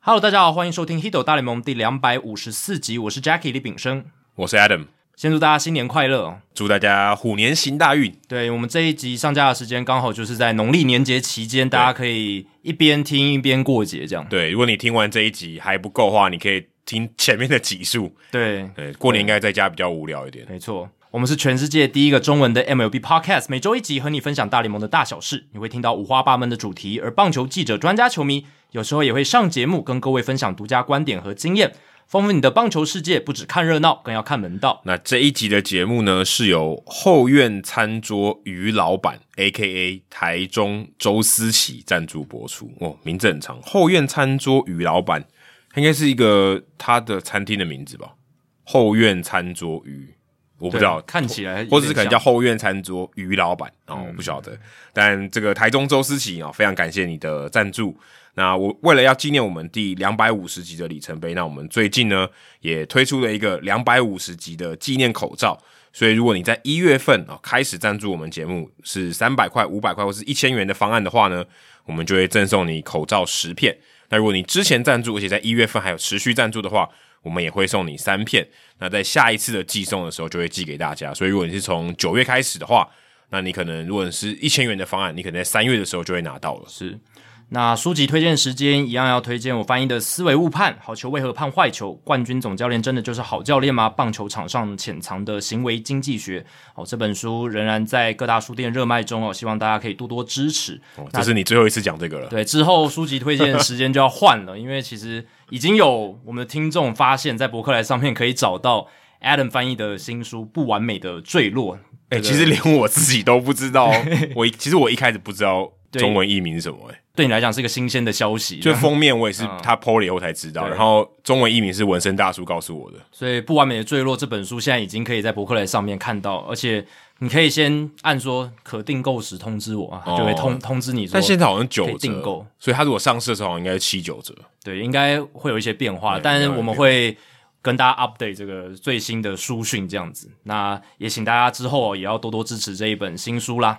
Hello，大家好，欢迎收听《h i d o 大联盟》第两百五十四集，我是 Jackie 李炳生。我是 Adam，先祝大家新年快乐哦！祝大家虎年行大运。对我们这一集上架的时间刚好就是在农历年节期间，大家可以一边听一边过节，这样对，如果你听完这一集还不够的话，你可以听前面的几数。对，对，过年应该在家比较无聊一点。没错，我们是全世界第一个中文的 MLB Podcast，每周一集和你分享大联盟的大小事，你会听到五花八门的主题，而棒球记者、专家、球迷有时候也会上节目，跟各位分享独家观点和经验，丰富你的棒球世界。不只看热闹，更要看门道。那这一集的节目呢，是由后院餐桌于老板 （A.K.A. 台中周思琪）赞助播出。哦，名字很长，后院餐桌于老板，他应该是一个他的餐厅的名字吧？后院餐桌于，我不知道对，看起来有点或者是可能叫像嗯后院餐桌于老板哦，我不晓得。但这个台中周思琪哦，非常感谢你的赞助。那我为了要纪念我们第两百五十集的里程碑，那我们最近呢也推出了一个两百五十集的纪念口罩。所以如果你在一月份哦开始赞助我们节目是三百块、五百块或是一千元的方案的话呢，我们就会赠送你口罩十片。那如果你之前赞助，而且在一月份还有持续赞助的话，我们也会送你三片。那在下一次的寄送的时候，就会寄给大家。所以如果你是从九月开始的话，那你可能如果你是一千元的方案，你可能在三月的时候就会拿到了。是。那书籍推荐时间一样要推荐我翻译的《思维误判》，好球为何判坏球？冠军总教练真的就是好教练吗？棒球场上潜藏的行为经济学。哦，这本书仍然在各大书店热卖中哦，希望大家可以多多支持。哦这是你最后一次讲这个了。对，之后书籍推荐的时间就要换了，因为其实已经有我们的听众发现，在博客来上面可以找到 Adam 翻译的新书《不完美的坠落》。哎、其实连我自己都不知道。哦 我一其实我一开始不知道中文译名是什么、哎，对你来讲是一个新鲜的消息，就封面我也 是他 PO 了以后才知道，然后中文译名是纹身大叔告诉我的。所以《不完美的坠落》这本书现在已经可以在博客来上面看到，而且你可以先按说可订购时通知我啊，它就会通通知你说。哦但现在好像九可以折，订购所以他如果上市的时候好像应该是七九折。对应该会有一些变化，但是我们会跟大家 update 这个最新的书讯这样子。那也请大家之后哦也要多多支持这一本新书啦。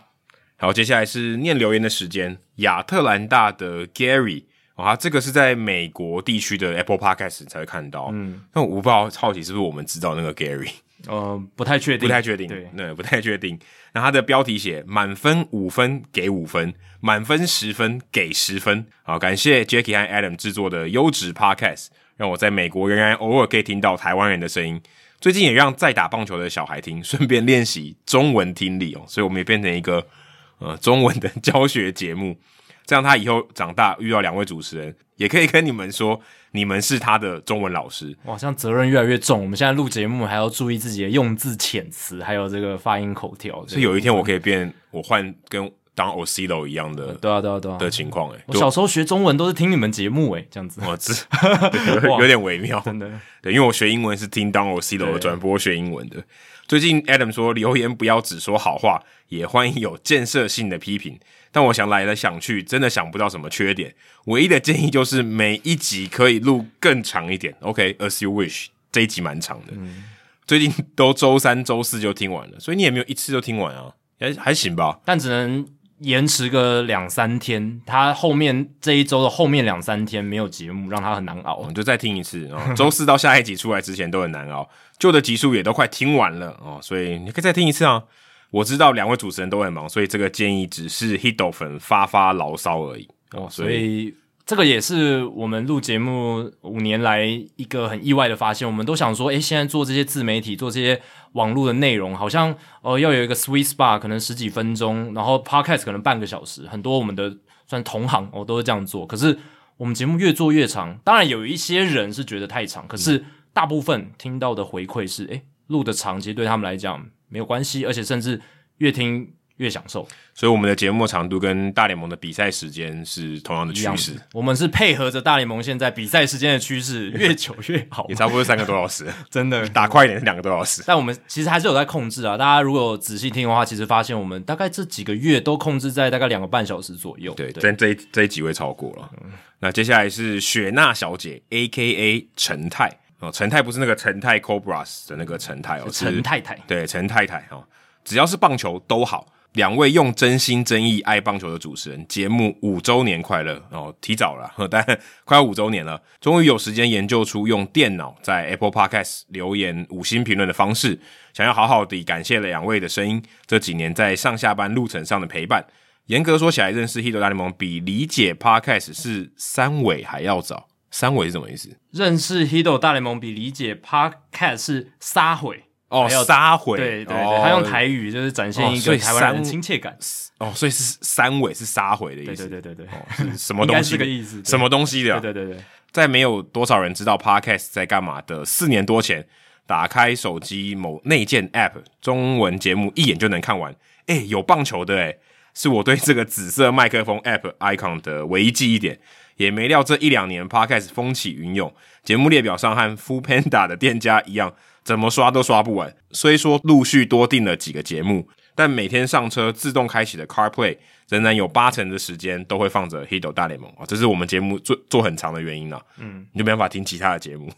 好，接下来是念留言的时间。亚特兰大的 Gary 哦，他这个是在美国地区的 Apple Podcast 才会看到。嗯，那我不知道，好奇是不是我们知道那个 Gary，呃，不太确定，不太确定，对，那不太确定。那他的标题写满分五分给五分，满分十分给十分。好，感谢 Jackie 和 Adam 制作的优质 Podcast，让我在美国仍然偶尔可以听到台湾人的声音。最近也让在打棒球的小孩听，顺便练习中文听力哦，所以我们也变成一个呃中文的教学节目，这样他以后长大遇到两位主持人，也可以跟你们说你们是他的中文老师。哇，像责任越来越重，我们现在录节目还要注意自己的用字遣词，还有这个发音口条。所以有一天我可以变，我换跟当 Ocilo 一样的对啊，对啊，对啊。的情况、欸，哎，我小时候学中文都是听你们节目，欸诶，这样子，我知 有有点微妙，真的。对，因为我学英文是听当 Ocilo 的转播学英文的。最近 Adam 说留言不要只说好话，也欢迎有建设性的批评。但我想来了想去，真的想不到什么缺点。唯一的建议就是每一集可以录更长一点。OK，as、you wish，这一集蛮长的。嗯最近都周三、周四就听完了，所以你也没有一次就听完啊，还还行吧。但只能延迟个两三天。他后面这一周的后面两三天没有节目，让他很难熬我。们就再听一次哦。周四到下一集出来之前都很难熬，旧的集数也都快听完了哦，所以你可以再听一次啊。我知道两位主持人都很忙，所以这个建议只是 Hito 粉发发牢骚而已哦。所以这个也是我们录节目五年来一个很意外的发现。我们都想说，诶，现在做这些自媒体，做这些网络的内容，好像呃要有一个 sweet spot，可能十几分钟，然后 podcast 可能半个小时。很多我们的算同行哦都是这样做，可是我们节目越做越长。当然有一些人是觉得太长，可是大部分听到的回馈是，诶，录的长其实对他们来讲没有关系，而且甚至越听越享受。所以我们的节目长度跟大联盟的比赛时间是同样的趋势，我们是配合着大联盟现在比赛时间的趋势，越久越好也，差不多是三个多小时，真的。打快一点是两个多小时。但我们其实还是有在控制啊，大家如果仔细听的话，其实发现我们大概这几个月都控制在大概两个半小时左右。对，嗯对，但这一这一集会超过了。那接下来是雪娜小姐，A K A 陈泰哦，陈泰不是那个陈泰 Cobras 的那个陈泰哦，是陈太太对，陈太太哈、哦，只要是棒球都好，两位用真心真意爱棒球的主持人，节目五周年快乐哦，提早了，呵但快要五周年了，终于有时间研究出用电脑在 Apple Podcast 留言五星评论的方式，想要好好地感谢两位的声音，这几年在上下班路程上的陪伴。严格说起来，认识《h i t 大联盟》比理解 Podcast 是三尾还要早。三尾是什么意思？认识 Hido 大联盟比理解 Podcast 是撒毁，哦还要，杀回，对对哦对，他用台语就是展哦现一所以个台湾人三的亲切感，哦，所以是三尾是杀回的意对思，对对对对，哦 是什么应东该西是这的个意思，对什么东西的啊、对对对对，在没有多少人知道 Podcast 在干嘛的四年多前，打开手机某内建 App，中文节目一眼就能看完。哎、有棒球的哎、是我对这个紫色麦克风 App icon 的唯一记忆点。也没料这一两年 Podcast 风起云涌，节目列表上和 f o o Panda 的店家一样，怎么刷都刷不完。虽说陆续多订了几个节目，但每天上车自动开启的 CarPlay 仍然有八成的时间都会放着《h i d o 大联盟》啊，这是我们节目做做很长的原因啦、嗯，你就没办法听其他的节目。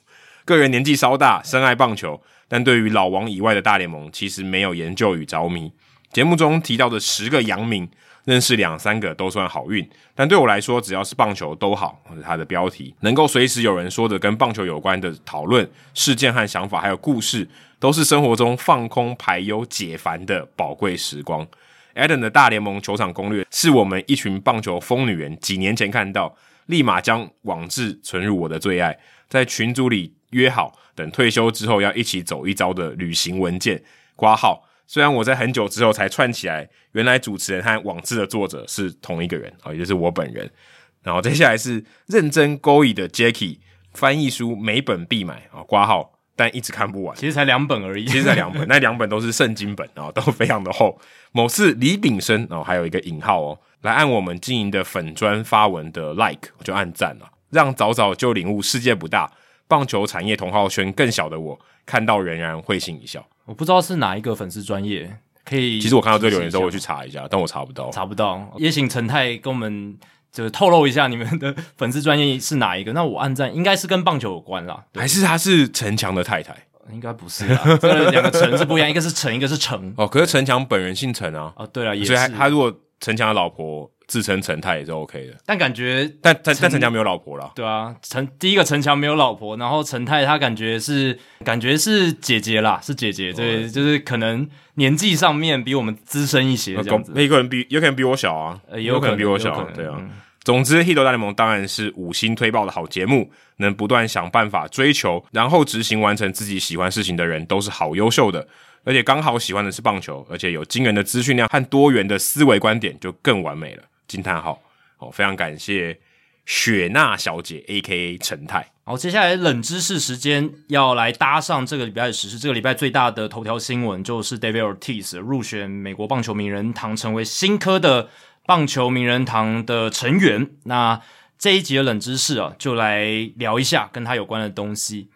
个人年纪稍大，深爱棒球，但对于老王以外的大联盟，其实没有研究与着迷。节目中提到的十个阳明，认识两三个都算好运，但对我来说，只要是棒球都好。或者它的标题能够随时有人说的跟棒球有关的讨论、事件和想法，还有故事，都是生活中放空、排忧、解烦的宝贵时光。Adam 的大联盟球场攻略是我们一群棒球疯女人几年前看到，立马将网志存入我的最爱，在群组里约好，等退休之后要一起走一遭的旅行文件挂号。虽然我在很久之后才串起来，原来主持人和网志的作者是同一个人啊，也就是我本人。然后接下来是认真勾引的 Jacky 翻译书，每本必买啊，挂号，但一直看不完。其实才两本而已，其实才两 本，那两本都是圣经本啊、哦，都非常的厚。某次李炳生哦，还有一个引号哦，来按我们经营的粉砖发文的 like，我就按赞了，让早早就领悟世界不大，棒球产业同号圈更小的我，看到仍然会心一笑。我不知道是哪一个粉丝专业，可以。其实我看到这个留言之后，我去查一下，但我查不到。查哦不到，也请陈太跟我们就是透露一下你们的粉丝专业是哪一个。那我按赞应该是跟棒球有关啦，对，还是他是陈强的太太应该不是啦，这两个城是不一样，一个是城，一个是城。哦，可是陈强本人姓陈啊，哦，对了，也所是以他，他如果陈强的老婆自称陈太也是 OK 的，但感觉但但但陈强没有老婆啦。对啊，陈第一个陈强没有老婆，然后陈太她感觉是感觉是姐姐啦，是姐姐，对，就是可能年纪上面比我们资深一些这样子，每个人比有可能比我小啊，呃也有有可能比我小可啊能，对啊。嗯总之，《h i t 大联盟》当然是五星推爆的好节目，能不断想办法追求，然后执行完成自己喜欢事情的人，都是好优秀的。而且刚好喜欢的是棒球，而且有惊人的资讯量和多元的思维观点，就更完美了。惊叹号！哦，非常感谢雪娜小姐 （A.K.A. 陈太好，接下来冷知识时间要来搭上这个礼拜的时事。这个礼拜最大的头条新闻就是 David Ortiz 入选美国棒球名人堂，成为新科的棒球名人堂的成员。那这一集的冷知识啊，就来聊一下跟他有关的东西。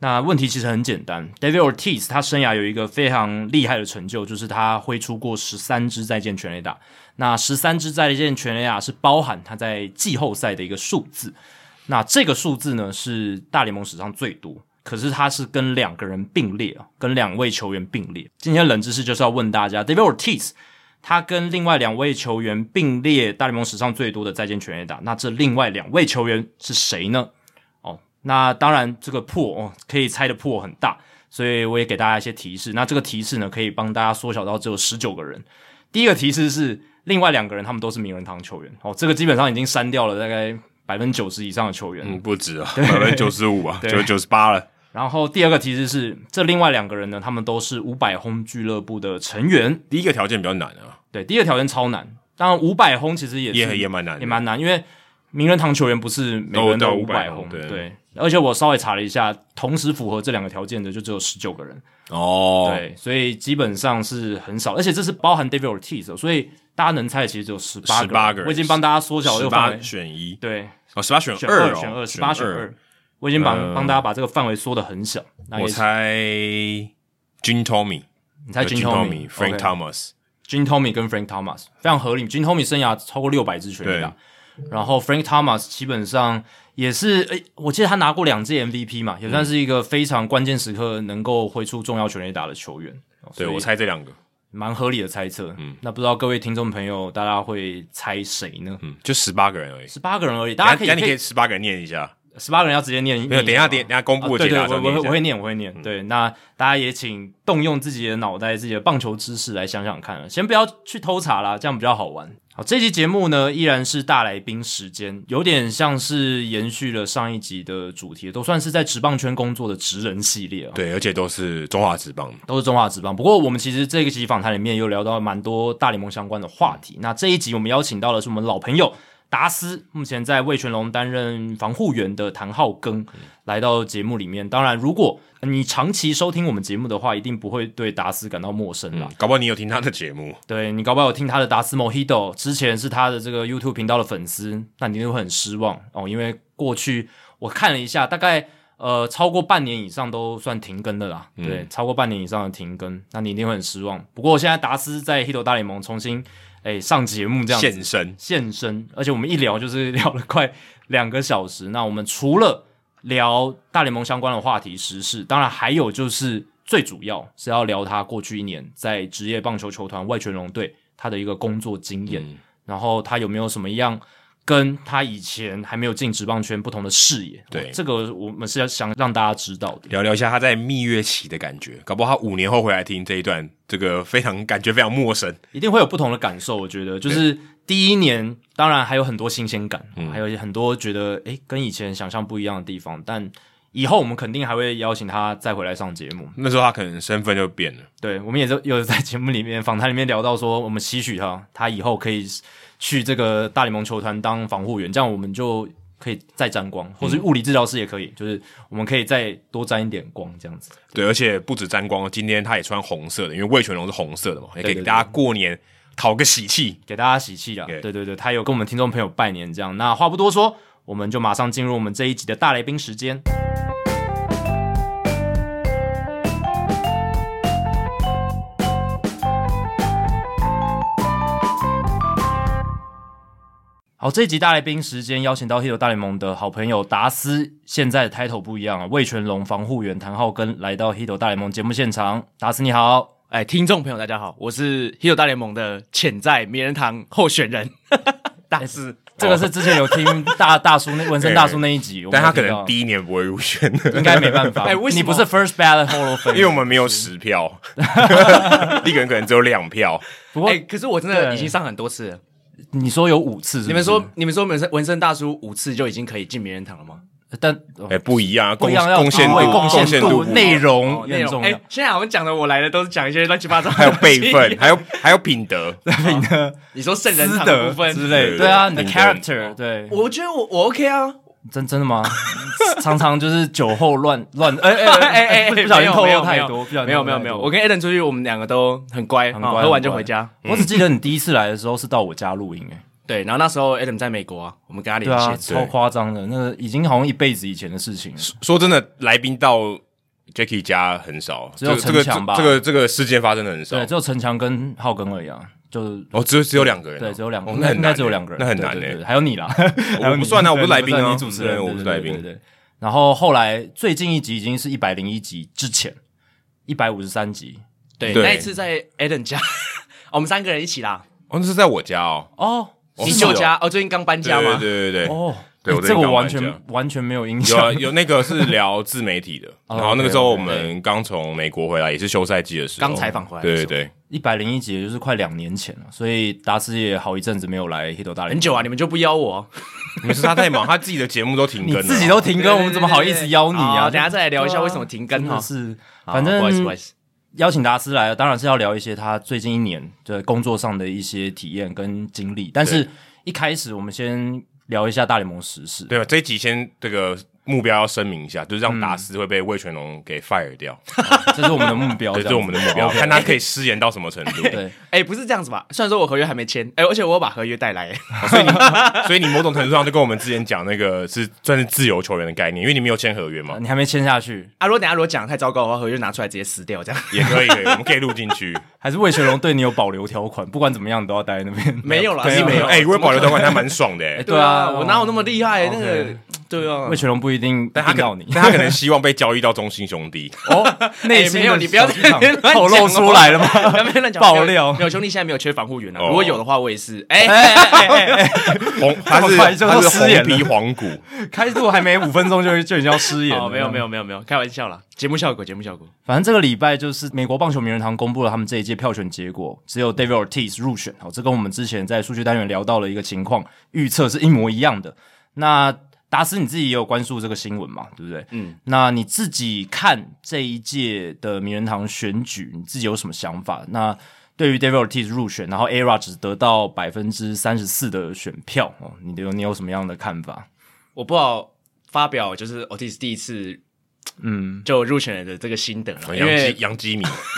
那问题其实很简单，David Ortiz 他生涯有一个非常厉害的成就，就是他挥出过十三支再见全垒打。那十三支再见全垒打是包含他在季后赛的一个数字。那这个数字呢是大联盟史上最多，可是它是跟两个人并列啊，跟两位球员并列。今天的冷知识就是要问大家，David Ortiz 他跟另外两位球员并列大联盟史上最多的再见全垒打，那这另外两位球员是谁呢？哦，那当然这个破哦可以猜的破很大，所以我也给大家一些提示。那这个提示呢可以帮大家缩小到只有十九个人。第一个提示是另外两个人他们都是名人堂球员，哦，这个基本上已经删掉了大概百分之九十以上的球员。”，嗯，不止啊，百分之九十 五啊，九九十八了。然后第二个提示是，这另外两个人呢，他们都是五百轰俱乐部的成员。第一个条件比较难啊，对，第一个条件超难，当然五百轰其实也是也也蛮难的，也蛮难，因为名人堂球员不是每个人都都有五500百轰轰，对对。而且我稍微查了一下，同时符合这两个条件的就只有十九个人，哦。对，所以基本上是很少，而且这是包含 David Ortiz，哦所以大家能猜的其实只有十八个人。 18个人我已经帮大家缩小这十个范八围，选一，对，哦，十八选选二哦，嗯选二，十八选二，我已经帮帮大家把这个范围缩的很小。那也我是猜 Jim Tommy，你猜 Jim Jim Tommy Tommy，Frank OK Thomas， Jim Tommy 跟 Frank Thomas 非常合理。Jim Tommy 生涯超过六百支全垒打，然后 Frank Thomas 基本上也是，诶、我记得他拿过两届 MVP 嘛，嗯也算是一个非常关键时刻能够挥出重要全垒打的球员。对所以我猜这两个，蛮合理的猜测。嗯，那不知道各位听众朋友，大家会猜谁呢？嗯，就十八个人而已。十八个人而已，大家可以等一下你可可以以十八个人念一下，十八个人要直接念，没有？念等一下，吗等一下公布啊解对对，答我的时我会候念一我下会念，我会念。嗯对，那大家也请动用自己的脑袋、自己的棒球知识来想想看，啊先不要去偷查啦，这样比较好玩。好，这期节目呢依然是大来宾时间，有点像是延续了上一集的主题，都算是在职棒圈工作的职人系列啊、对，而且都是中华职棒。都是中华职棒。不过我们其实这个集访谈里面有聊到蛮多大联盟相关的话题。那这一集我们邀请到的是我们老朋友达斯，目前在魏全龙担任防护员的谭浩庚来到节目里面。当然，如果你长期收听我们节目的话，一定不会对达斯感到陌生啦。嗯，搞不好你有听他的节目，对你搞不好有听他的达斯 Mojito，之前是他的这个 YouTube 频道的粉丝，那你一定会很失望哦，因为过去我看了一下，大概呃超过半年以上都算停更的啦，对，超过半年以上的停更，那你一定会很失望。不过现在达斯在 Hito 大联盟重新哎上节目这样子现身现身，而且我们一聊就是 聊了快两个小时。那我们除了聊大联盟相关的话题、时事，当然还有就是最主要是要聊他过去一年在职业棒球球团外全龙队他的一个工作经验，嗯然后他有没有什么样跟他以前还没有进职棒圈不同的视野？对这个我们是要想让大家知道的。聊聊一下他在蜜月期的感觉，搞不好他五年后回来听这一段，这个非常感觉非常陌生。一定会有不同的感受。我觉得，就是第一年，当然还有很多新鲜感，还有很多觉得诶跟以前想象不一样的地方。但以后我们肯定还会邀请他再回来上节目。那时候他可能身份就变了，对，我们也是 有在节目里面访谈里面聊到说，我们期许他，他以后可以去这个大联盟球团当防护员，这样我们就可以再沾光，或是物理治疗师也可以，就是我们可以再多沾一点光，这样子。对，而且不止沾光，今天他也穿红色的，因为魏全龙是红色的嘛，也对给对大家过年讨个喜气。给大家喜气啦。 Yeah 对对对，他有跟我们听众朋友拜年这样。那话不多说，我们就马上进入我们这一集的大来宾时间。好，这一集大来宾时间邀请到 Hito 大联盟的好朋友达斯，现在的 title 不一样啊，魏全龙防护员谭浩根来到 Hito 大联盟节目现场，达斯你好。哎，听众朋友，大家好，我是 Hero 大联盟的潜在名人堂候选人，大师。这个是之前有听大大叔那纹身大叔那一集，我们哦但他可有听到能第一年不会入选，应该没办法，哎为什么你不是 first ballot hall of fame？因为我们没有十票，一个人可能只有两票。不过、哎，可是我真的已经上很多次了。你说有五次是不是你们说，你们说纹身纹身大叔五次就已经可以进名人堂了吗？但、哎、不一样啊，不贡一样要贡献度、度、贡贡献献度不一样内容哦也很嗯重要。哎，现在我们讲的，我来的都是讲一些乱七八糟，还有辈分，。还有还有品德， 你说圣人私堂的德部分之类，对对啊，你的对 character，对，我觉得我我 OK 啊。真真的 吗？常常就是酒后乱乱，哎哎哎哎，哎哎 不哎，不小心透没露有太没有多，不小心没有透露没有太没有，多我跟 Eden 出去，我们两个都很乖，很乖哦喝很完就乖回家。嗯我只记得你第一次来的时候是到我家录音，哎，对，然后那时候 Adam 在美国啊，我们跟他对连啊，线，超夸张的，那个已经好像一辈子以前的事情了。说真的，来宾到 Jackie 家很少，只有这个城墙吧这个这个这个事件发生的很少哦对，。只有陈强跟浩根而已啊，就哦，只有只有两个人哦，对，只有两个，哦那很应该难只有两个人，那很难对对诶对。还有你啦， 还有你不算啊我不是对来宾啊你主持人，对我不是对来宾对对对对。然后后来最近一集已经是一百零一集之前，一百五十三集对，对那一次在 Eden 家， 我们三个人一起啦。哦，那是在我家哦，哦哦你是舅哦家哦，最近刚搬家对吗？对对对对，哦，对哎我最这近个我刚完搬家全完全没有印有象啊，有那个是聊自媒体 的，哦然后那个时候我 OK，OK，们刚从美国回来，也是休赛季的时候，刚采访回来的对时对候对，一百零一集，也就是快两年前了，所以达斯也好一阵子没有来 Hito 大联很盟。久啊，你们就不邀我，没事，他太忙，他自己的节目都停你更了，哦自己都停对对更，对我们怎么好意思邀你啊？好等一下再来聊一对下啊为什么停更真哈的。是，好反正不好意思，不好意思，邀请达斯来，当然是要聊一些他最近一年的工作上的一些体验跟经历。但是一开始，我们先聊一下大联盟时事。对吧？啊这一集先这个目标要声明一下，就是嗯让达斯会被魏全龙给 fire 掉，这是我们的目 哦标，对，这这是样我子们的目标，看他可以失言到什么程度。对。哎，不是这样子吧？虽然说我合约还没签，哎，而且我有把合约带来， 哎所以你某种程度上就跟我们之前讲那个是算是自由球员的概念，因为你没有签合约嘛，你还没签下去，啊，如果等一下如果讲得太糟糕的话，合约拿出来直接撕掉这样。也可以，可以我们可以录进去。还是魏学龙对你有保留条款？不管怎么样，你都要待在那边。 没有啦对啊是没有哎，如果保留的话，那蛮爽的。哎对啊我哪有那么厉害？那个对啊 魏，全龙不一定但他一定要可你但他可能希望被交易到中信兄 弟。哦，内哎心没有，的你不要在小剧那场边乱透讲露哦出 来了吗？不要在那边乱讲爆没有料没有兄弟现在没有缺防护员啊，哦如果有的话，我也是。哎哎哎哎哎，红，他这是么快就他是失言红了皮黄骨，开录还没五分钟就就已经要失言了。哦，没有没有没有没有，开玩笑啦，节目效果节目效果。反正这个礼拜就是美国棒球名人堂公布了他们这一届票选结果，只有 David Ortiz 入选。哦好，这跟我们之前在数据单元聊到了一个情况，预测是一模一样的。那达斯你自己也有关注这个新闻嘛？对不对？嗯，那你自己看这一届的名人堂选举，你自己有什么想法？那对于 David Ortiz 入选，然后 ERA 只得到百分之三十四的选票哦，你有你有什么样的看法？我不好发表，就是 Otis 第一次嗯，就入选的这个心得了，杨基因为杨基米，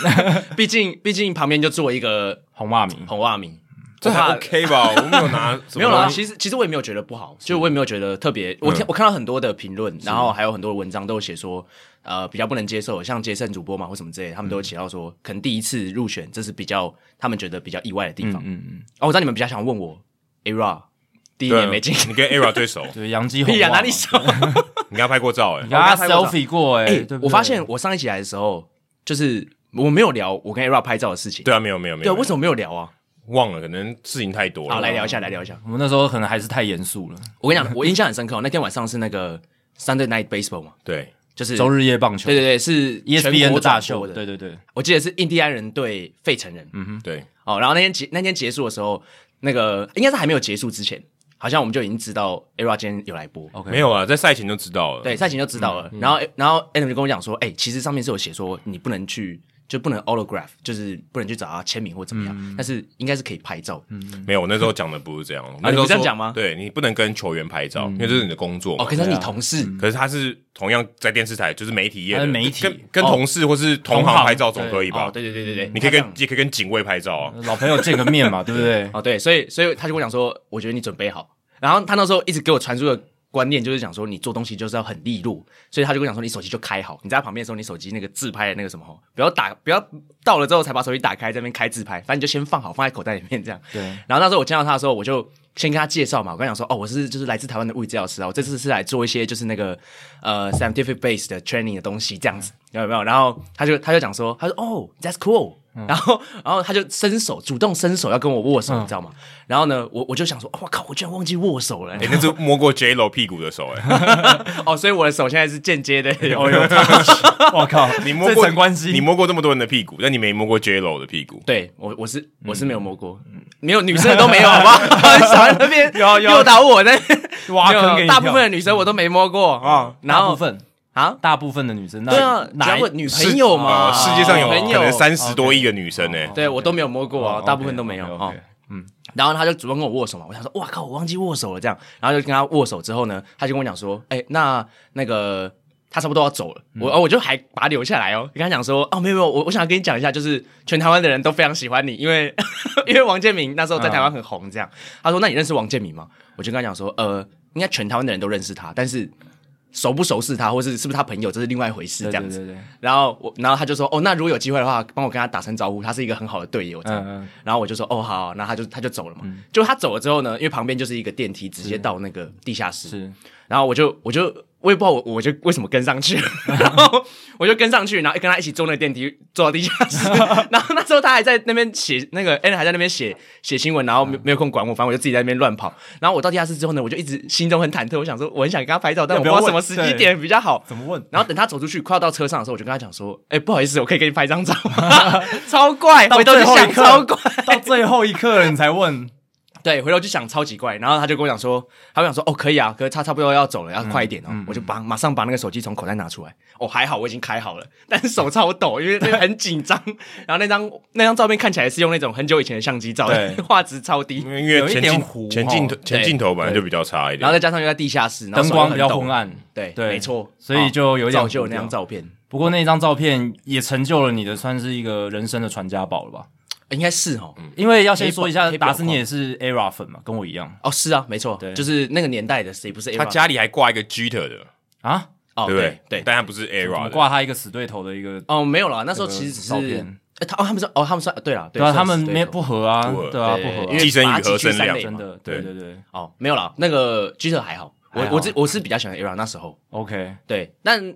毕竟毕竟旁边就坐一个红袜迷，红袜迷，这我怕还 OK 吧？ 我没有拿， 没有啦，什么其实其实我也没有觉得不好，就我也没有觉得特别。嗯我看我看到很多的评论，然后还有很多文章都有写说，呃，比较不能接受，像杰森主播嘛或什么之类的，他们都有写到说，可能第一次入选，这是比较他们觉得比较意外的地方。嗯嗯，哦，我知道你们比较想问我，ERA 第一对年啊没进， 你跟 ERA 对手，对，杨基红屁袜呀，嘛哪里少？你跟他拍过照哎 你，跟他我跟他拍过照 selfie 过哎、哎、对不对我发现我上一期来的时候，就是我没有聊我跟 ERA 拍照的事情。对啊，没有没有没有，对啊，为什么么没有聊啊？忘了？可能事情太多了。好，来聊一下，来聊一下。我们那时候可能还是太严肃了，我跟你讲，我印象很深刻哦、那天晚上是那个 Sunday Night Baseball 嘛，对，就是周日夜 E 棒球，对对对，是 ESPN 的大秀秀，对对对，我记得是印第安人对费城人。嗯，对，哦，然后那天结那天结束的时候，那个应该是还没有结束之前，好像我们就已经知道 ERA 今天有来播。 OK 没有啊，在赛前就知道了。对，赛前就知道嗯了。然后，然后 Adam 就跟我讲说，哎、其实上面是有写说你不能去，就不能 autograph，就是不能去找他签名或怎么样，嗯但是应该是可以拍照。没有，我那时候讲的不是这样。我那时候啊你不这样说讲吗嗯对你不能跟球员拍照，因为这是你的工作嘛。哦，可是你同事，可是他是同样在电视台，就是媒体业他的是媒体跟跟哦同事或是同同行行拍照总可以哦，吧？对对对对对，你可以他这跟样也可以跟警卫拍照啊。老朋友见个面嘛，对不对？ 哦，对，所以所以他就跟我讲说，我觉得你准备好。然后他那时候一直给我传输的观念就是讲说，你做东西就是要很利落，所以他就跟我讲说，你手机就开好，你在他旁边的时候，你手机那个自拍的那个什么，不要打，不要到了之后才把手机打开，在那边开自拍，反正你就先放好，放在口袋里面这样。对 然后那时候我见到他的时候，我就先跟他介绍嘛，我跟他讲说，哦，我是就是来自台湾的物理治疗师啊，我这次是来做一些就是那个呃 scientific base 的 training 的东西这样子，有没有？然后他就他就讲说，他说哦，that's cool。然嗯后，然后他就伸手，主动伸手要跟我握手，你知道吗？然后呢，我我就想说，我、靠，我居然忘记握手了、 哎，那是摸过 J Lo 屁股的手哎， 哦，所以我的手现在是间接的， 有哎哦有，我靠，你摸这过层关系，你摸过这么多人的屁股，但你没摸过 J Lo 的屁股。对我我是我嗯是没有摸过，没有女生的都没 有，好不好？少在那边有有诱导我在挖坑给你跳嗯大部分的女生我都没摸过啊，然大后部分啊，大部分的女生，那对啊，哪哪一有女朋友嘛？呃世界上有啊朋可友，能三十多亿个女生哎，对哦我都没有摸过啊，大部分都没有哦 OK，OK，OK，。然后他就主动跟我握手嘛，我想说，哇靠，我忘记握手了这样。然后就跟他握手之后呢，他就跟我讲说，哎，那那个他差不多要走了，嗯我哦我就还把他留下来哦，跟他讲说，哦没有没有，我我想跟你讲一下，就是全台湾的人都非常喜欢你，因为 因为王建民那时候在台湾很红这样。他说，那你认识王建民吗？我就跟他讲说，呃，应该全台湾的人都认识他，但是。熟不熟识他，或是是不是他朋友，这是另外一回事，对这样对子。对对，然后我，然后他就说，哦，那如果有机会的话，帮我跟他打声招呼，他是一个很好的队友。这样嗯嗯，然后我就说，哦，好，那他就他就走了嘛。就他走了之后呢，因为旁边就是一个电梯，直接到那个地下室。是然后我就我就我也不知道我我就为什么跟 上去，然后我就跟上去，然后跟他一起坐那个电梯，坐到地下 室。然后那时候他还在那边写那个 N 还在那边写写新闻，然后没嗯没有空管我，反正我就自己在那边乱跑。然后我到地下室之后呢，我就一直心中很忐忑，我想说我很想跟他拍照，但要我不不要知道问什么时机对点比较好。怎么问？然后等他走出去，快要到车上的时候，我就跟他讲说：“哎、不好意思，我可以给你拍张照吗？ 超怪，到回头最就后想一刻，超怪，到最后一刻了你才问，对，回头就想超级怪。”然后他就跟我讲说：“他跟我讲说，哦，可以啊，可是他差不多要嗯走了，要快一点哦。我就把马上把那个手机从口袋拿出来。哦，还好我已经开好了，但是手超抖，因为那个很紧张。然后那张那张照片看起来是用那种很久以前的相机照的，对 画质超低因。为因为有一前点镜糊前镜头哦前镜头本来就比较差一然点，后再加上又在地下 室，然后灯手光又比较很抖昏。暗，对，对没错，哦所以就有点造就糊那掉张照片。”不过那张照片也成就了你的，算是一个人生的传家宝了吧？应该是哦，因为要先说一下黑，白达斯你也是 ERA 粉嘛，跟我一样哦是啊，没错对，就是那个年代的谁不是 A 他家里还挂一个 Jeter 的，啊，哦，对不对对？但他不怎是 ERA 么的，挂他一个死对头的一个，哦，没有啦，那时候其实只是照片诶他哦，他们说哦，他们说对啦，对啊，算他们是对没头不合啊不合，对啊，对不合因啊，为寄生把与它合集聚声三量类真嘛的，对对对对，哦，没有啦，那个 G 特还好，还我好我是我是比较喜欢 ERA 那时候， OK，对。但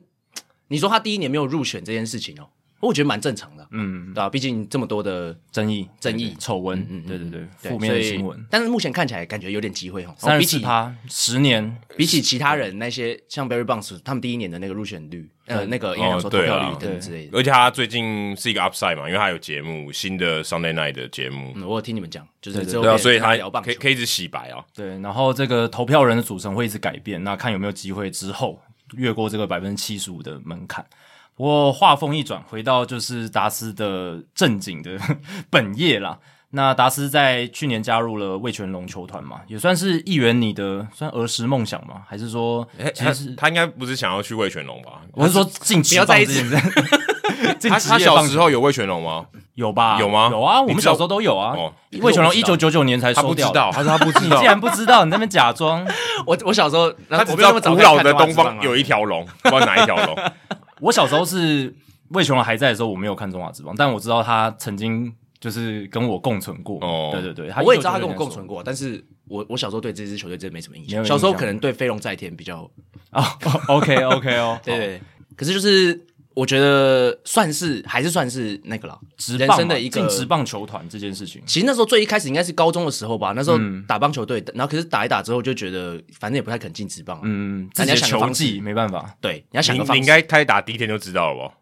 你说他第一年没有入选这件事情哦，我觉得蛮正常的，嗯，对吧、啊毕竟这么多的争议争议嗯丑闻，对对对，负面的新闻，，但是目前看起来感觉有点机会哦。三比十四起趴，十年，比起其他人那些像 Barry Bonds 他们第一年的那个入选率，呃，那个应该讲说哦投对啊票率等对等之类的。而且他最近是一个 upside 嘛，因为他有节目，新的 Sunday Night 的节目，嗯，我有听你们讲，就是之后对啊，可以所以跟他他聊棒可球以，可以一直洗白哦。对，然后这个投票人的组成会一直改变，那看有没有机会之后越过这个百分之七十五的门槛。不过话锋一转，回到就是达斯的正经的 本业啦。那达斯在去年加入了味全龙球团嘛，也算是一员你的算儿时梦想吗？还是说哎，其他实他应该不是想要去魏全龙吧？我是说进职不要棒在这意件事，进他职他业小棒时球候有魏全龙吗？有吧？有吗有啊，我你们知道小时候都有啊。哦魏全龙一九九九年才他不收知掉的，道，他说他不 知你道竟，然不知道，你在那边假装。我我小时候他他只知道古老的东方有一一条龙， 不知道哪一条龙。我小时候是魏琼还在的时候，我没有看《中华之邦》，但我知道他曾经就是跟我共存过。哦对对对，我也知道他跟我共存过。过，但是我我小时候对这支球队真的没什么印没有象。印小时候象可能对飞龙在天比较哦 ，OK OK 哦， 对对，可是就是我觉得算是还是算是那个了，直人棒生嘛的一进个直棒球团这件事情，其实那时候最一开始应该是高中的时候吧，那时候打棒球队，然后可是打一打之后就觉得反正也不太肯进职棒、嗯，嗯，自那己的你要想个球方式技没办法，对，你要 想你个方你式。应该开打第一天就知道了吧？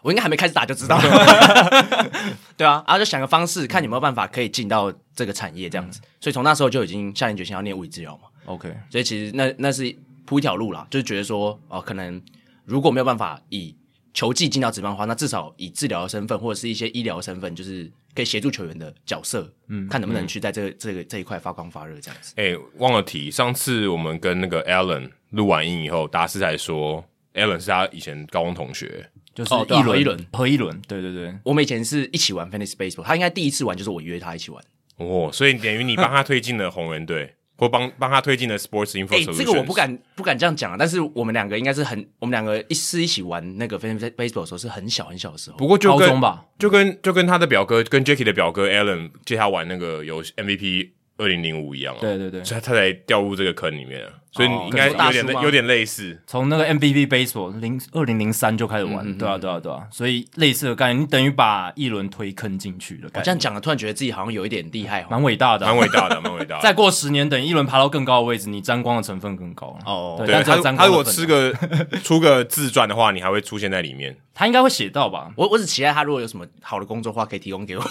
我应该还没开始打就知道了， 对啊，然后就想个方式，看有没有办法可以进到这个产业这样子。所以从那时候就已经下定决心要念物理治疗嘛， OK，所以其实那那是铺一条路啦，就是觉得说哦、可能如果没有办法以球技进到职棒的话，那至少以治疗的身份或者是一些医疗的身份，就是可以协助球员的角色，嗯，看能不能去在这个、这个这一块发光发热这样子。哎、忘了提，上次我们跟那个 Alan 录完音以后，达斯才说 Alan 是他以前高中同学，就是哦对啊一轮合一轮合一轮，对对对，我们以前是一起玩 fantasy baseball，他应该第一次玩就是我约他一起玩。哦，所以等于你帮他推进了红人队，或帮帮他推进了 Sports Info 哎、 Solutions。这个我不敢不敢这样讲啊，但是我们两个应该是很，我们两个一是一起玩那个 fantasy baseball 的时候是很小很小的时候。不过就高跟中吧，就跟就跟他的表哥跟 Jackie 的表哥 Alan 借他玩那个游戏 MVP 二零零五一样、啊，对对对，所以他才掉入这个坑里面啊。所以你应该跟有大叔点类吗有点类似，从那个 MVP Baseball 零二零零三就开始玩，嗯对啊对啊对啊，所以类似的概念，你等于把一轮推坑进去的我感哦这觉，样讲了，突然觉得自己好像有一点厉害哦。蛮伟大的啊、蛮伟大的，蛮伟大的。再过十年，等一轮爬到更高的位置，你沾光的成分更高了。哦对，但对只他有如，沾光的他如果份吃量个出个自传的话，你还会出现在里 面。他应该会写到吧？我我只期待他如果有什么好的工作的话，可以提供给我。啊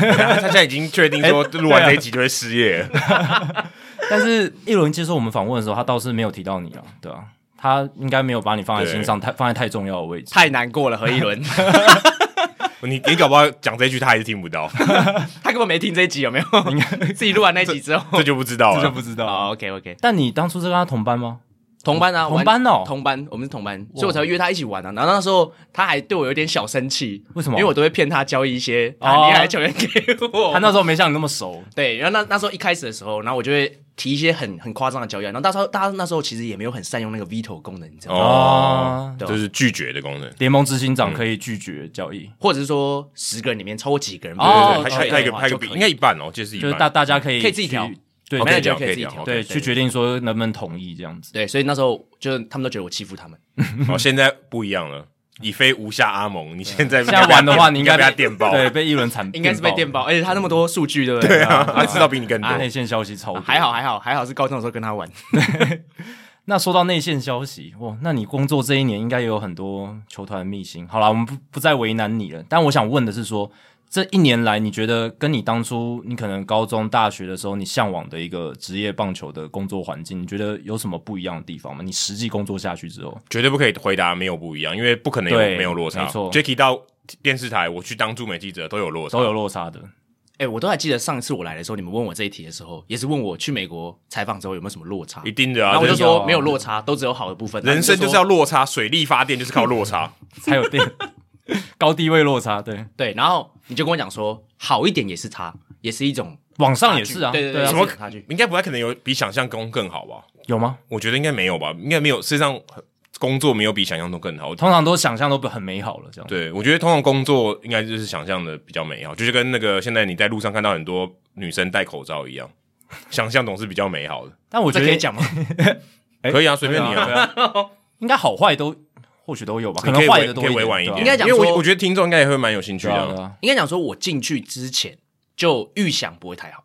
他他现在已经确定哎说录啊完这一集就会失业了。但是一轮接受我们访问的时候，他倒是没有提到你啊，对啊，他应该没有把你放在心上，太放在太重要的位置。太难过了，何一伦，你你搞不好讲这句他还是听 不到，他根本没听这一集有没有？自己录完那一集之 后这，就不知道这就了。不知道啊。哦，OK OK，但你当初是跟他同班吗？同班啊，同玩班哦同班，我们是同班，所以我才会约他一起玩啊。然后那时候他还对我有点小生气，为什么因为我都会骗他交易一些哦很厉害的球员给我。哦他那时候没像你那么熟，嗯对，然后那那时候一开始的时候，然后我就会提一些很很夸张的交易啊，然后大家大家那时候其实也没有很善用那个 veto 功能，你知道吗？哦哦，对啊就是拒绝的功能。联盟执行嗯长可以拒绝交易，或者是说十个人里面超过几个人，哦对对对对还还还有一个还有一个比应该以一半哦，就是一就是大半。大家可以可以自己调去对对 OK，可以，manager 讲可以自己可以调，讲对，去决定说能不能同意这样 子。对，所以那时候就他们都觉得我欺负他们，哦，现在不一样了，你非无下阿蒙，你现在啊现在玩的话，你应该被他电爆，对，被一轮惨，应该是被电爆，而且他那么多数据，对不对？对啊， 他知道比你更多啊。。内线消息超多还好还好还好是高中的时候跟他玩，那说到内线消息，哇，那你工作这一年应该也有很多球团秘辛。好啦，我们不不再为难你了。但我想问的是说，这一年来，你觉得跟你当初你可能高中、大学的时候你向往的一个职业棒球的工作环境，你觉得有什么不一样的地方吗？你实际工作下去之后，绝对不可以回答没有不一样，因为不可能有对没有落差。没错 Jacky 到电视台，我去当驻美记者都有落差，都有落差的。哎，我都还记得上一次我来的时候，你们问我这一题的时候，也是问我去美国采访之后有没有什么落差一，定的然啊。后我就人有啊说没有落差，都只有好的部分，人生然后你就是说要落差，水力发电就是靠落差。才有电 高低位落差，对，对，然后你就跟我讲说好一点也是差，也是一种网上也是啊，对对啊对，什么是有差距？应该不太可能有比想象中更好吧？有吗？我觉得应该没有吧，应该没有。世界上工作没有比想象中更好。通常都想象都很美好了，这样。对，我觉得通常工作应该就是想象的比较美好，就是跟那个现在你在路上看到很多女生戴口罩一样，想象总是比较美好的。但我我觉觉得得可以，讲吗？ 可以啊，随便你啊。应该好坏都或许都有吧，可你能以坏委的多可以委点婉一对啊吧点，应该讲因为说我我觉得听众应该也会蛮有兴趣对的啊，对啊。啊应该讲说，我进去之前就预想不会太好，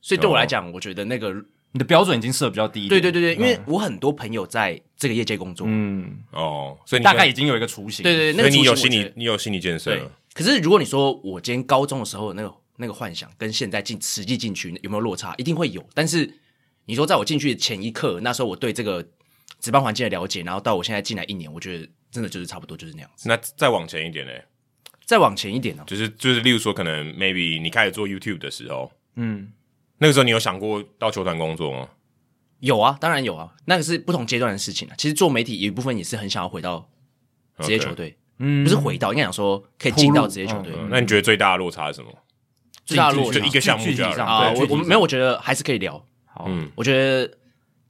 所以对我来讲，我觉得那个你的标准已经设得比较低一对点，对对，对对，因为我很多朋友在这个业界工作，嗯，哦，所以你大概已经有一个雏形，对对对，那所个以你有初心心我觉理得，你有心理建设对了。。可是如果你说我今天高中的时候的那个那个幻想跟现在进实际进去有没有落差，一定会有。但是你说在我进去的前一刻，那时候我对这个值班环境的了解，然后到我现在进来一年，我觉得真的就是差不多就是那样子。那再往前一点嘞，再往前一点哦呢、就是就是，例如说，可能 maybe 你开始做 YouTube 的时候，嗯，那个时候你有想过到球团工作吗？有啊，当然有啊，那个是不同阶段的事情啊。其实做媒体有一部分也是很想要回到职业 OK 球队嗯，不是回到，应该讲说可以进铺到路职业球队。嗯嗯那你觉得最大的落差是什么？最大的落就差一个项目具体就好了上啊，对我具体我上没有，我觉得还是可以聊。好，嗯我觉得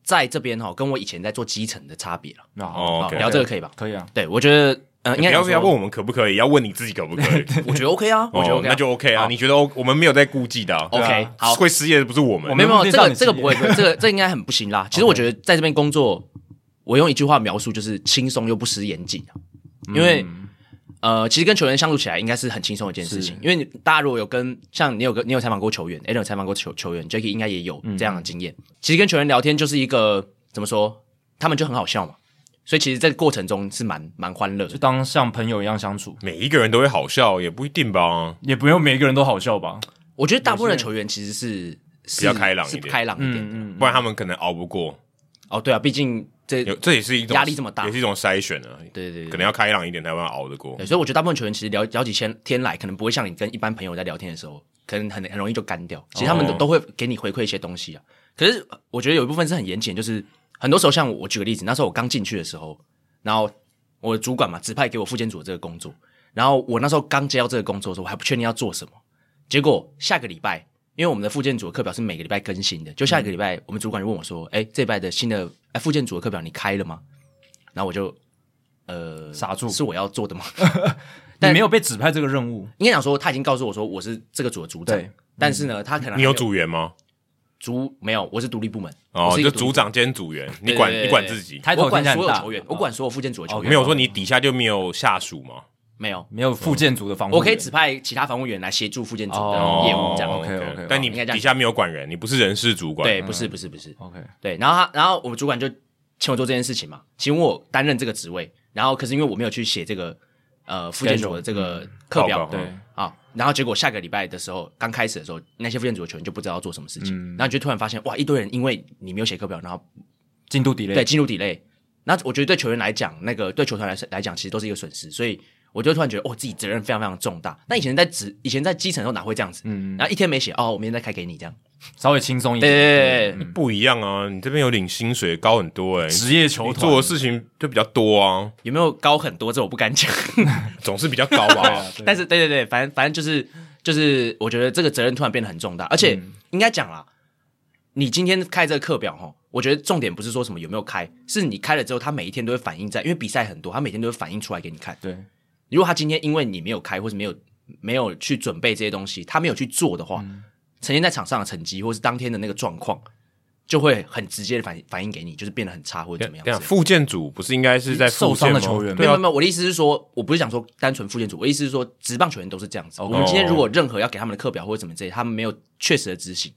在这边哈、哦跟我以前在做基层的差别了。那好，哦好， ，OK，聊这个可以吧？可以啊，对，我觉得呃，应你该不要讲不说要问我们可不可以，要问你自己可不可 以？我觉得 OK 啊，我觉得哦 OK，啊那就 OK 啊。好你觉得 O- 我们没有在顾忌的啊 OK 啊。好，会失业的不是我们我，没有没我有，们不知这道个你这个是不会，不会这个这个应该很不 行啦。其实我觉得在这边工作，我用一句话描述就是轻松又不失严谨啊，因为。嗯呃，其实跟球员相处起来应该是很轻松的一件事情，因为你大家如果有跟像你有个你有采访过球员，Allen 有采访过球球员，Jacky 应该也有嗯这样的经验。其实跟球员聊天就是一个怎么说，他们就很好笑嘛，所以其实这个过程中是蛮蛮欢乐的就。当像朋友一样相处，每一个人都会好笑，也不一定嗯吧。也不用每一个人都好笑吧，我觉得大部分的球员其实是是比较开朗一是点开朗一点的。嗯嗯，不然他们可能熬不过，哦，对啊，毕竟这有对这也是一种压力这么大也是一种筛选啊。对对可对能要开朗一点才会熬得过对，。所以我觉得大部分球员其实聊聊起天天来，可能不会像你跟一般朋友在聊天的时候，可能很很容易就干掉。其实他们都、哦都会给你回馈一些东西啊。可是呃我觉得有一部分是很严谨，就是很多时候像我我举个例子，那时候我刚进去的时候，然后我的主管嘛指派给我副监组的这个工作，然后我那时候刚接到这个工作的时候，我还不确定要做什么。结果下个礼拜，因为我们的附件组的课表是每个礼拜更新的，就下个礼拜，我们主管就问我说：“哎、这礼拜的新的哎附件组的课表你开了吗？”然后我就呃傻住是我要做的吗？你但没有被指派这个任务，应该讲说他已经告诉我说我是这个组的组长对，但是呢，他可能还你有组员吗？组没有？我是独立部门，哦我，是一就个独组立长兼组员，你管对对你管自己，抬我头管挺所有大，球员，我管所有附件组的球员，哦哦没有说你底下就没有下属吗？没有，没有附件组的防护员，我可以指派其他防务员来协助附件组的哦业务这样。 OK，OK，OK，OK，嗯但你应该这样底下没有管人，你不是人事主管，对，不是不是不是， OK，对，然后他，然后我们主管就请我做这件事情嘛，请我担任这个职位，然后可是因为我没有去写这个呃附件组的这个课报表，嗯告对，啊，然后结果下个礼拜的时候，刚开始的时候，那些附件组的球员就不知道要做什么事情，嗯然后你就突然发现，哇，一堆人因为你没有写课表，然后进度 delay，对进入 delay，那我觉得对球员来讲，那个对球团来来讲，其实都是一个损失，所以。我就突然觉得，哦，自己责任非常非常重大。那以前在职，以前在基层的时候哪会这样子？嗯，然后一天没写，哦，我明天再开给你这样。稍微轻松一对嗯点，对对对，不一样啊。你这边有领薪水高很多哎，职业球你团做的事情就比较多啊，有没有高很多？这我不敢讲。总是比较高啊 吧。对但是嗯对对对，反正反正就是就是，我觉得这个责任突然变得很重大，而且、应该讲啦，你今天开这个课表哈，我觉得重点不是说什么有没有开，是你开了之后，他每一天都会反映在，因为比赛很多，他每天都会反映出来给你看。对，如果他今天因为你没有开，或是没有没有去准备这些东西，他没有去做的话，嗯呈现在场上的成绩，或是当天的那个状况，就会很直接的反反映给你，就是变得很差或者怎么样这之类样，的。附件啊组不是应该是在受附伤件的吗球员对没有啊，没有，我的意思是说，我不是讲说单纯附件组，我的意思是说，职棒球员都是这样子。哦我们今天如果任何要给他们的课表或者怎么之类，他们没有确实的执行，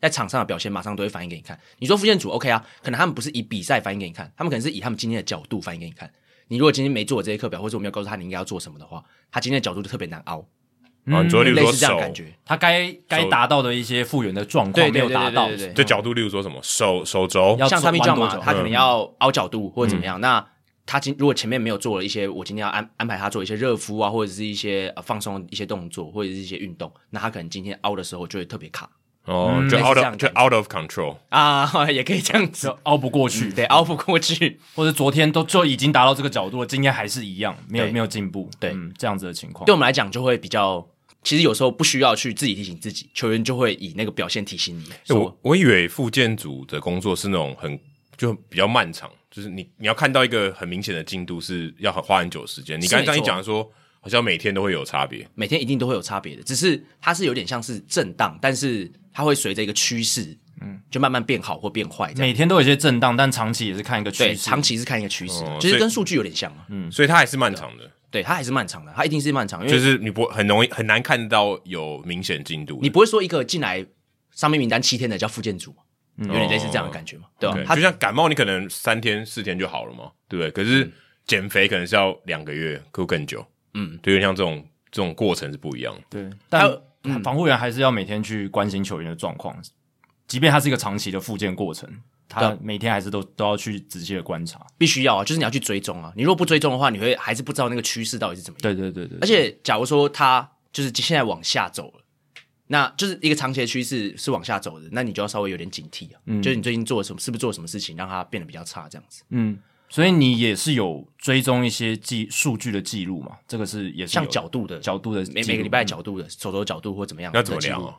在场上的表现马上都会反映给你看。你说附件组 OK 啊，可能他们不是以比赛反映给你看，他们可能是以他们今天的角度反映给你看。你如果今天没做这些课表，或者我没有告诉他你应该要做什么的话，他今天的角度就特别难熬，啊，你说例如嗯类说似这样手的，感觉。他该该达到的一些复原的状况对没对有达到，对对对这角度例如说什么手手肘要像他们玩这样多嘛久，嗯他可能要凹角度或者怎么样。那他今如果前面没有做了一些，我今天要安安排他做一些热敷啊，或者是一些、呃、放松一些动作，或者是一些运动，那他可能今天凹的时候就会特别卡哦，就 out 嗯类似这 of 样就 out of control。啊， 也可以这样就子，凹不过去，对，凹不过去。或者昨天都就已经达到这个角度了，今天还是一样，没有对没有进步，对嗯，这样子的情况对，我们来讲就会比较，其实有时候不需要去自己提醒自己，球员就会以那个表现提醒你。欸说我我以为复健组的工作是那种很就比较漫长，就是你你要看到一个很明显的进度是要很花很久的时间。你是刚才这样一没错讲说，好像每天都会有差别。每天一定都会有差别的，只是它是有点像是震荡，但是它会随着一个趋势嗯，就慢慢变好或变坏这样。每天都有一些震荡，但长期也是看一个趋对，势。长期是看一个趋势哦，其所实以跟数据有点像嘛。嗯，所以它还是漫长的，对，它还是漫长的，它一定是漫长，因为就是你不很容易很难看到有明显进度的。你不会说一个进来上面名单七天的叫副建组嘛，嗯有点类似这哦样的感觉嘛，对吧对，？它就像感冒，你可能三天四天就好了嘛，对不对？可是减肥可能是要两个月或更久，嗯，对，有点像这种这种过程是不一样的。对，还但嗯有嗯防护员还是要每天去关心球员的状况，即便他是一个长期的复健过程，他对每天还是都都要去仔细的观察。必须要啊，就是你要去追踪啊，你如果不追踪的话，你会还是不知道那个趋势到底是怎么样。对对对对，而且假如说它就是现在往下走了。那就是一个长期的趋势是往下走的，那你就要稍微有点警惕啊。就是你最近做了什么，是不是做了什么事情让它变得比较差这样子？嗯，所以你也是有追踪一些记数据的记录嘛？这个是也是有像角度的，角度的记录每啊每个礼拜角度的手肘角度或怎么样，那怎么的记录量啊？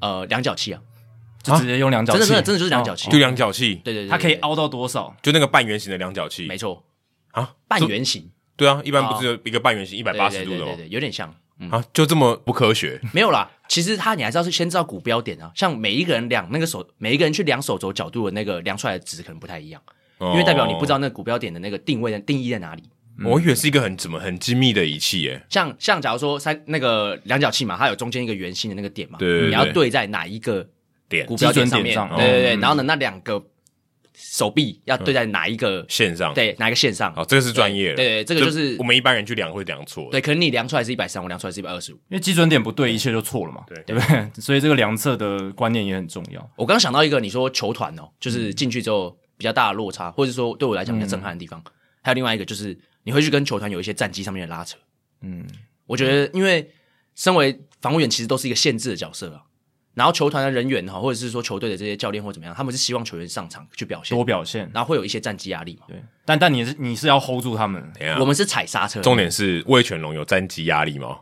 呃，量角器啊，就直接用量角器，真的真的真的就是量角器哦就量角器，对对对，它可以对，凹到多少？就那个半圆形的量角器对没错，啊，半这圆形，对啊，一般不是有一个半圆形一百八十度对的哦对对吗对？对，嗯有点像， 啊，就这么不科学，没有啦。其实它你还是要是先知道股标点啊，像每一个人量那个手，每一个人去量手肘角度的那个量出来的值可能不太一样，因 因为代表你不知道。嗯那个股标点的那个定位的定义在哪里。哦我以为是一个很怎么很精密的仪器耶，像像假如说三那个量角器嘛，它有中间一个圆心的那个点嘛，对对对你要对在哪一个点股标点上面？基准点上对对对，哦然后呢，那两个手臂要对在哪一个、线上对哪一个线上？哦，这个是专业的，对对对这个就是我们一般人去量会量错的。对，可能你量出来是一百三，我量出来是一百二十五。因为基准点不对，一切就错了嘛，对对不对？ 所以这个量测的观念也很重要。我刚想到一个，你说球团哦，嗯就是进去之后比较大的落差，或者说对我来讲比较震撼的地方，还有另外一个就是你会去跟球团有一些战绩上面的拉扯。嗯，我觉得，因为身为防务员，其实都是一个限制的角色啊。然后球团的人员哈，或者是说球队的这些教练或怎么样，他们是希望球员上场去表现多，表现。然后会有一些战绩压力嘛。对，但但你是你是要 hold 住他们，等一下我们是踩刹车，重点是魏全龙有战绩压力吗？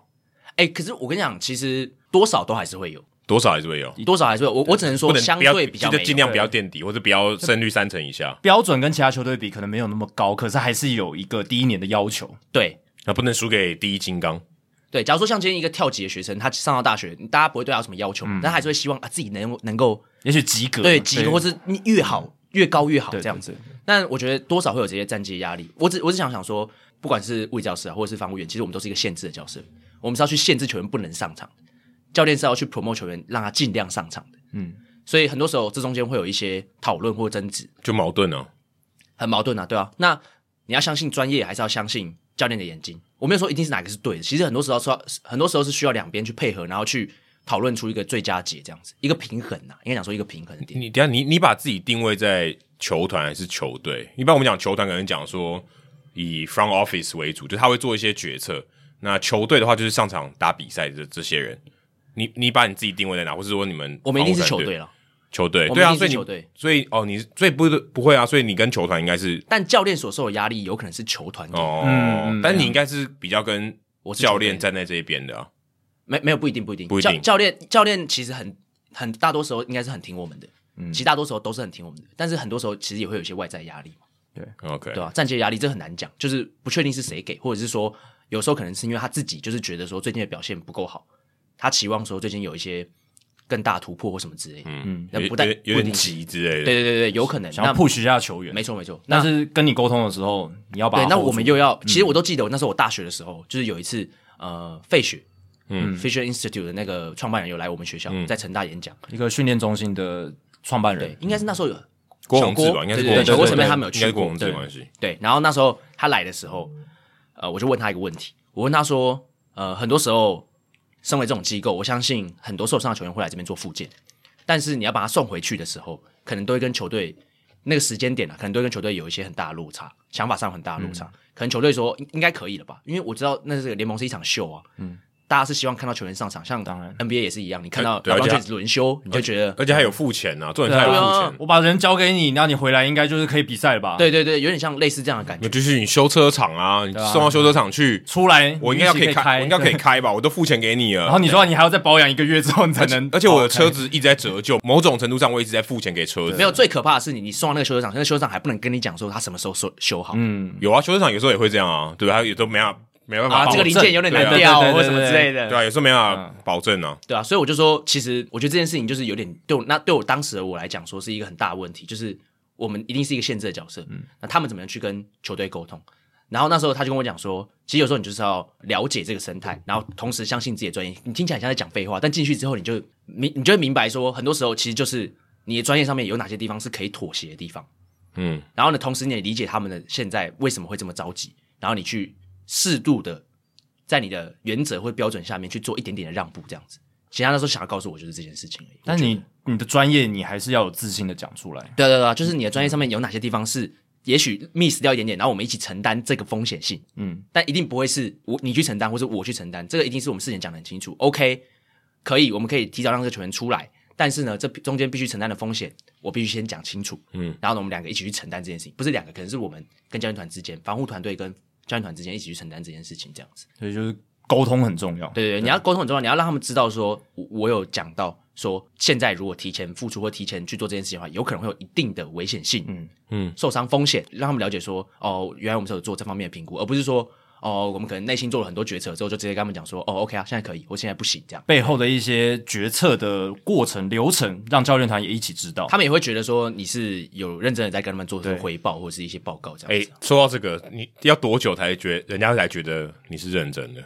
哎、可是我跟你讲，其实多少都还是会有，多少还是会有，多少还是会有。我我只能不说能相不要对比较就没有尽量不要垫底，或者不要胜率三成以下，标准跟其他球队比可能没有那么高，可是还是有一个第一年的要求。对，那不能输给第一金刚。对，假如说像今天一个跳级的学生，他上到大学，大家不会对他有什么要求，嗯但还是会希望啊自己能能够也许及格，对及格，或是你越好越高越好啊对这样子。对对但我觉得多少会有这些战绩的压力。我只我只想想说，不管是物理教师啊，或者是防务员，其实我们都是一个限制的角色，我们是要去限制球员不能上场，教练是要去 promote 球员，让他尽量上场的。嗯，所以很多时候这中间会有一些讨论或争执，就矛盾啊，很矛盾啊，对啊。那你要相信专业，还是要相信教练的眼睛？我没有说一定是哪个是对的，其实很多时候说，很多时候是需要两边去配合，然后去讨论出一个最佳解，这样子一个平衡呐、应该讲说一个平衡点。你等一下你你把自己定位在球团还是球队？一般我们讲球团，可能讲说以 front office 为主，就他会做一些决策。那球队的话，就是上场打比赛的这些人。你你把你自己定位在哪，或是说你们我们一定是防球护团队队，了，球队我对们啊，一所以定是你球队。所以哦，你所以不不会啊，所以你跟球团应该是但教练所受的压力有可能是球团给的，哦，嗯嗯但你应该是比较跟啊我是球教队练站在这一边的啊。没没有不一定不一定，不一定教教练教练其实很很大多时候应该是很听我们的，嗯其实大多时候都是很听我们的，但是很多时候其实也会有一些外在压力嘛， OK，对吧、啊战绩的压力这很难讲，就是不确定是谁给，或者是说有时候可能是因为他自己就是觉得说最近的表现不够好，他期望说最近有一些更大突破或什么之类的，嗯，那有不但有点有不一点定急之类的。对对对对，有可能想那要 push 一下球员，没错没错，那但是跟你沟通的时候，你要把对，那 hold 我们住又要，其实我都记得，我那时候我大学的时候，就是有一次，呃，费雪，嗯，Fisher Institute 的那个创办人有来我们学校，嗯在成大演讲，一个训练中心的创办对人，，应该是那时候有郭小宏志吧，应该是郭宏对对对志小郭对对前辈对他们有应该去是郭过宏，志对的关系。对，然后那时候他来的时候，呃，我就问他一个问题，我问他说，呃，很多时候，身为这种机构，我相信很多受伤的球员会来这边做复健，但是你要把他送回去的时候，可能都会跟球队那个时间点啊，可能都会跟球队有一些很大的落差，想法上有很大的落嗯差。可能球队说应应该可以了吧，因为我知道那是联盟是一场秀啊，嗯，大家是希望看到球员上场，像当然 NBA 也是一样，你看到哎对而 LeBron 且 James 轮休，你就觉得。而且还有付钱呐，重点对是还有啊付钱。我把人交给你，那你回来应该就是可以比赛了吧？，对对对，有点像类似这样的感觉那。就是你修车厂啊，你送到修车厂去，啊出来我应该要可你以预期开，开，我应该可以对。开吧？我都付钱给你了。然后你说你还要再保养一个月之后，你才而且能，而且我的哦车，OK 子一直在折旧，某种程度上我一直在付钱给车子。没有，最可怕的是你，你送到那个修车厂，那个修车厂还不能跟你讲说他什么时候修修好。嗯，有啊，修车厂有时候也会这样啊，对吧？他也都没办法没办法啊，保这个零证件有点难对啊掉对对对或什么之对类的，啊，有时候没办法保证啊。对啊，所以我就说，其实我觉得这件事情就是有点对我那对我当时的我来讲说是一个很大的问题，就是我们一定是一个限制的角色，嗯那他们怎么能去跟球队沟通？然后那时候他就跟我讲说，其实有时候你就是要了解这个生嗯态，然后同时相信自己的专业。你听起来像在讲废话，但进去之后你就明你就会明白说，很多时候其实就是你的专业上面有哪些地方是可以妥协的地方。嗯，然后呢，同时你也理解他们的现在为什么会这么着急，然后你去适度的在你的原则或标准下面去做一点点的让步，这样子。其实他那时候想要告诉我就是这件事情而已。但你你的专业，你还是要有自信的讲出来。对啊对啊对啊，就是你的专业上面有哪些地方是也许 miss 掉一点点，然后我们一起承担这个风险性，嗯，但一定不会是我你去承担或者我去承担，这个一定是我们事前讲的很清楚。OK，可以，我们可以提早让这个球员出来，但是呢，这中间必须承担的风险，我必须先讲清楚。嗯嗯，然后呢，我们两个一起去承担这件事情，不是两个，可能是我们跟教练团之间、防护团队跟教练团之间一起去承担这件事情，这样子。所以就是沟通很重要。对对对，你要沟通很重要，你要让他们知道说，我我有讲到说，现在如果提前付出或提前去做这件事情的话，有可能会有一定的危险性，嗯嗯嗯，受伤风险，让他们了解说，哦，原来我们是有做这方面的评估，而不是说，哦，我们可能内心做了很多决策之后，就直接跟他们讲说，哦，OK 啊，现在可以，我现在不行这样。背后的一些决策的过程流程，让教练团也一起知道。他们也会觉得说你是有认真的在跟他们做出对回报或者是一些报告这样哎子，，说到这个，你要多久才觉人家才觉得你是认真的？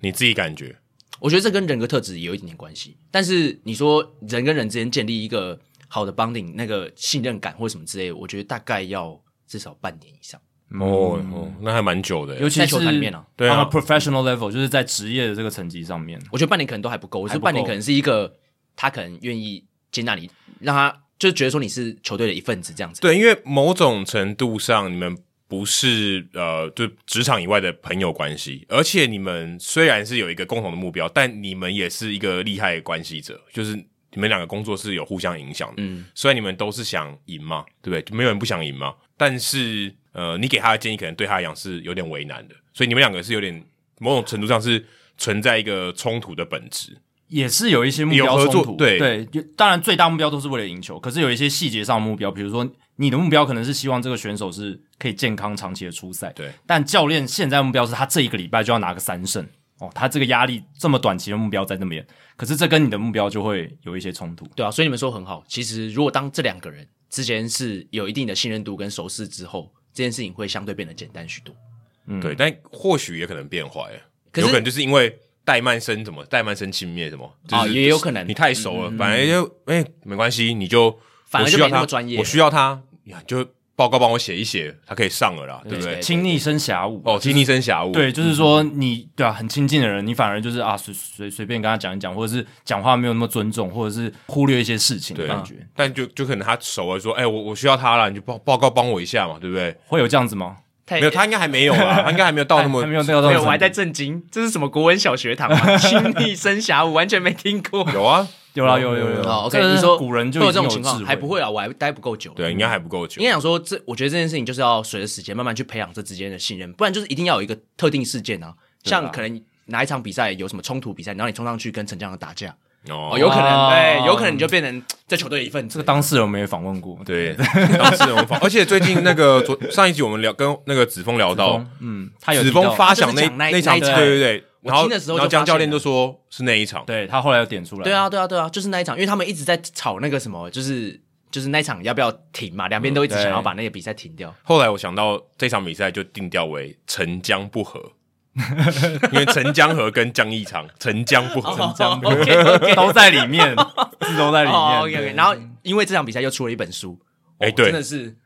你自己感觉，我觉得这跟人格特质也有一点点关系。但是你说人跟人之间建立一个好的 bonding，那个信任感或什么之类的，我觉得大概要至少半年以上。哦哦，那还蛮久的耶。尤其在是球坛里面啊对 on 啊 a professional level，就是在职业的这个层级上面，我觉得半年可能都还不够，我还觉得不够半年可能是一个他可能愿意接纳你，让他就是觉得说你是球队的一份子这样子。对，因为某种程度上，你们不是呃，就职场以外的朋友关系，而且你们虽然是有一个共同的目标，但你们也是一个利害关系者，就是你们两个工作是有互相影响的。嗯，虽然你们都是想赢嘛，对不对？就没有人不想赢嘛，但是呃，你给他的建议可能对他来讲是有点为难的，所以你们两个是有点某种程度上是存在一个冲突的本质。也是有一些目有合标作冲突。对就当然最大目标都是为了赢球，可是有一些细节上的目标，比如说你的目标可能是希望这个选手是可以健康长期的出赛，对。但教练现在目标是他这一个礼拜就要拿个三胜哦，他这个压力这么短期的目标在那边，可是这跟你的目标就会有一些冲突。对啊，所以你们说很好。其实如果当这两个人之间是有一定的信任度跟熟识之后，这件事情会相对变得简单许多。对，但或许也可能变坏，嗯可有是可能就是因为怠慢生什么，怠慢生轻蔑什么，就是、哦也有可能嗯你太熟了，反正就哎、没关系，你就反而我就需要没那么他专业我需要他，你就报告帮我写一写，他可以上了啦，对不对？对亲昵生侠武哦，嗯经历生侠物，对，就是说你对啊，很亲近的人，你反而就是啊，随随随便跟他讲一讲，或者是讲话没有那么尊重，或者是忽略一些事情的对感觉，啊但就就可能他熟了，说，哎、我我需要他了，你就报报告帮我一下嘛，对不对？会有这样子吗？太没有，他应该还没有啊，他应该还没有到那么还没有那个没到有，程我哎还度在震惊，这是什么国文小学 堂吗？亲力生侠，我完全没听过。有啊，有啦有有有哦这，OK，你说古人嗯就已会有这经种有情况，智还不会啊，我还待不够久。对，应该还不够久应，该讲说，这我觉得这件事情就是要随着时间慢慢去培养这之间的信任，不然就是一定要有一个特定事件啊，啊像可能哪一场比赛有什么冲突比赛，然后你冲上去跟陈江阳打架，哦哦，有可能哦对，有可能你就变成这球队的一份这个子。当事人我们也访问过，对，当事人 无法。而且最近那个昨上一集我们聊跟那个子峰聊到哦风，，嗯，他有子提到峰发想就是那讲那一场，那对一场对对，然后我听的时候就然后江发现教练了就说是那一场，对他后来有点出来，对，啊，对啊，对啊，就是那一场，因为他们一直在吵那个什么，就是就是那一场要不要停嘛，两边嗯都一直想要把那个比赛停 掉。后来我想到这场比赛就定调为陈江不和， 因为陈江和跟江一场陈江不哦和， OK OK 嗯 都在里面，字都在里面。 OK 对 OK，然后哦因为这场比赛又出了一本书，哎哦对嗯真的是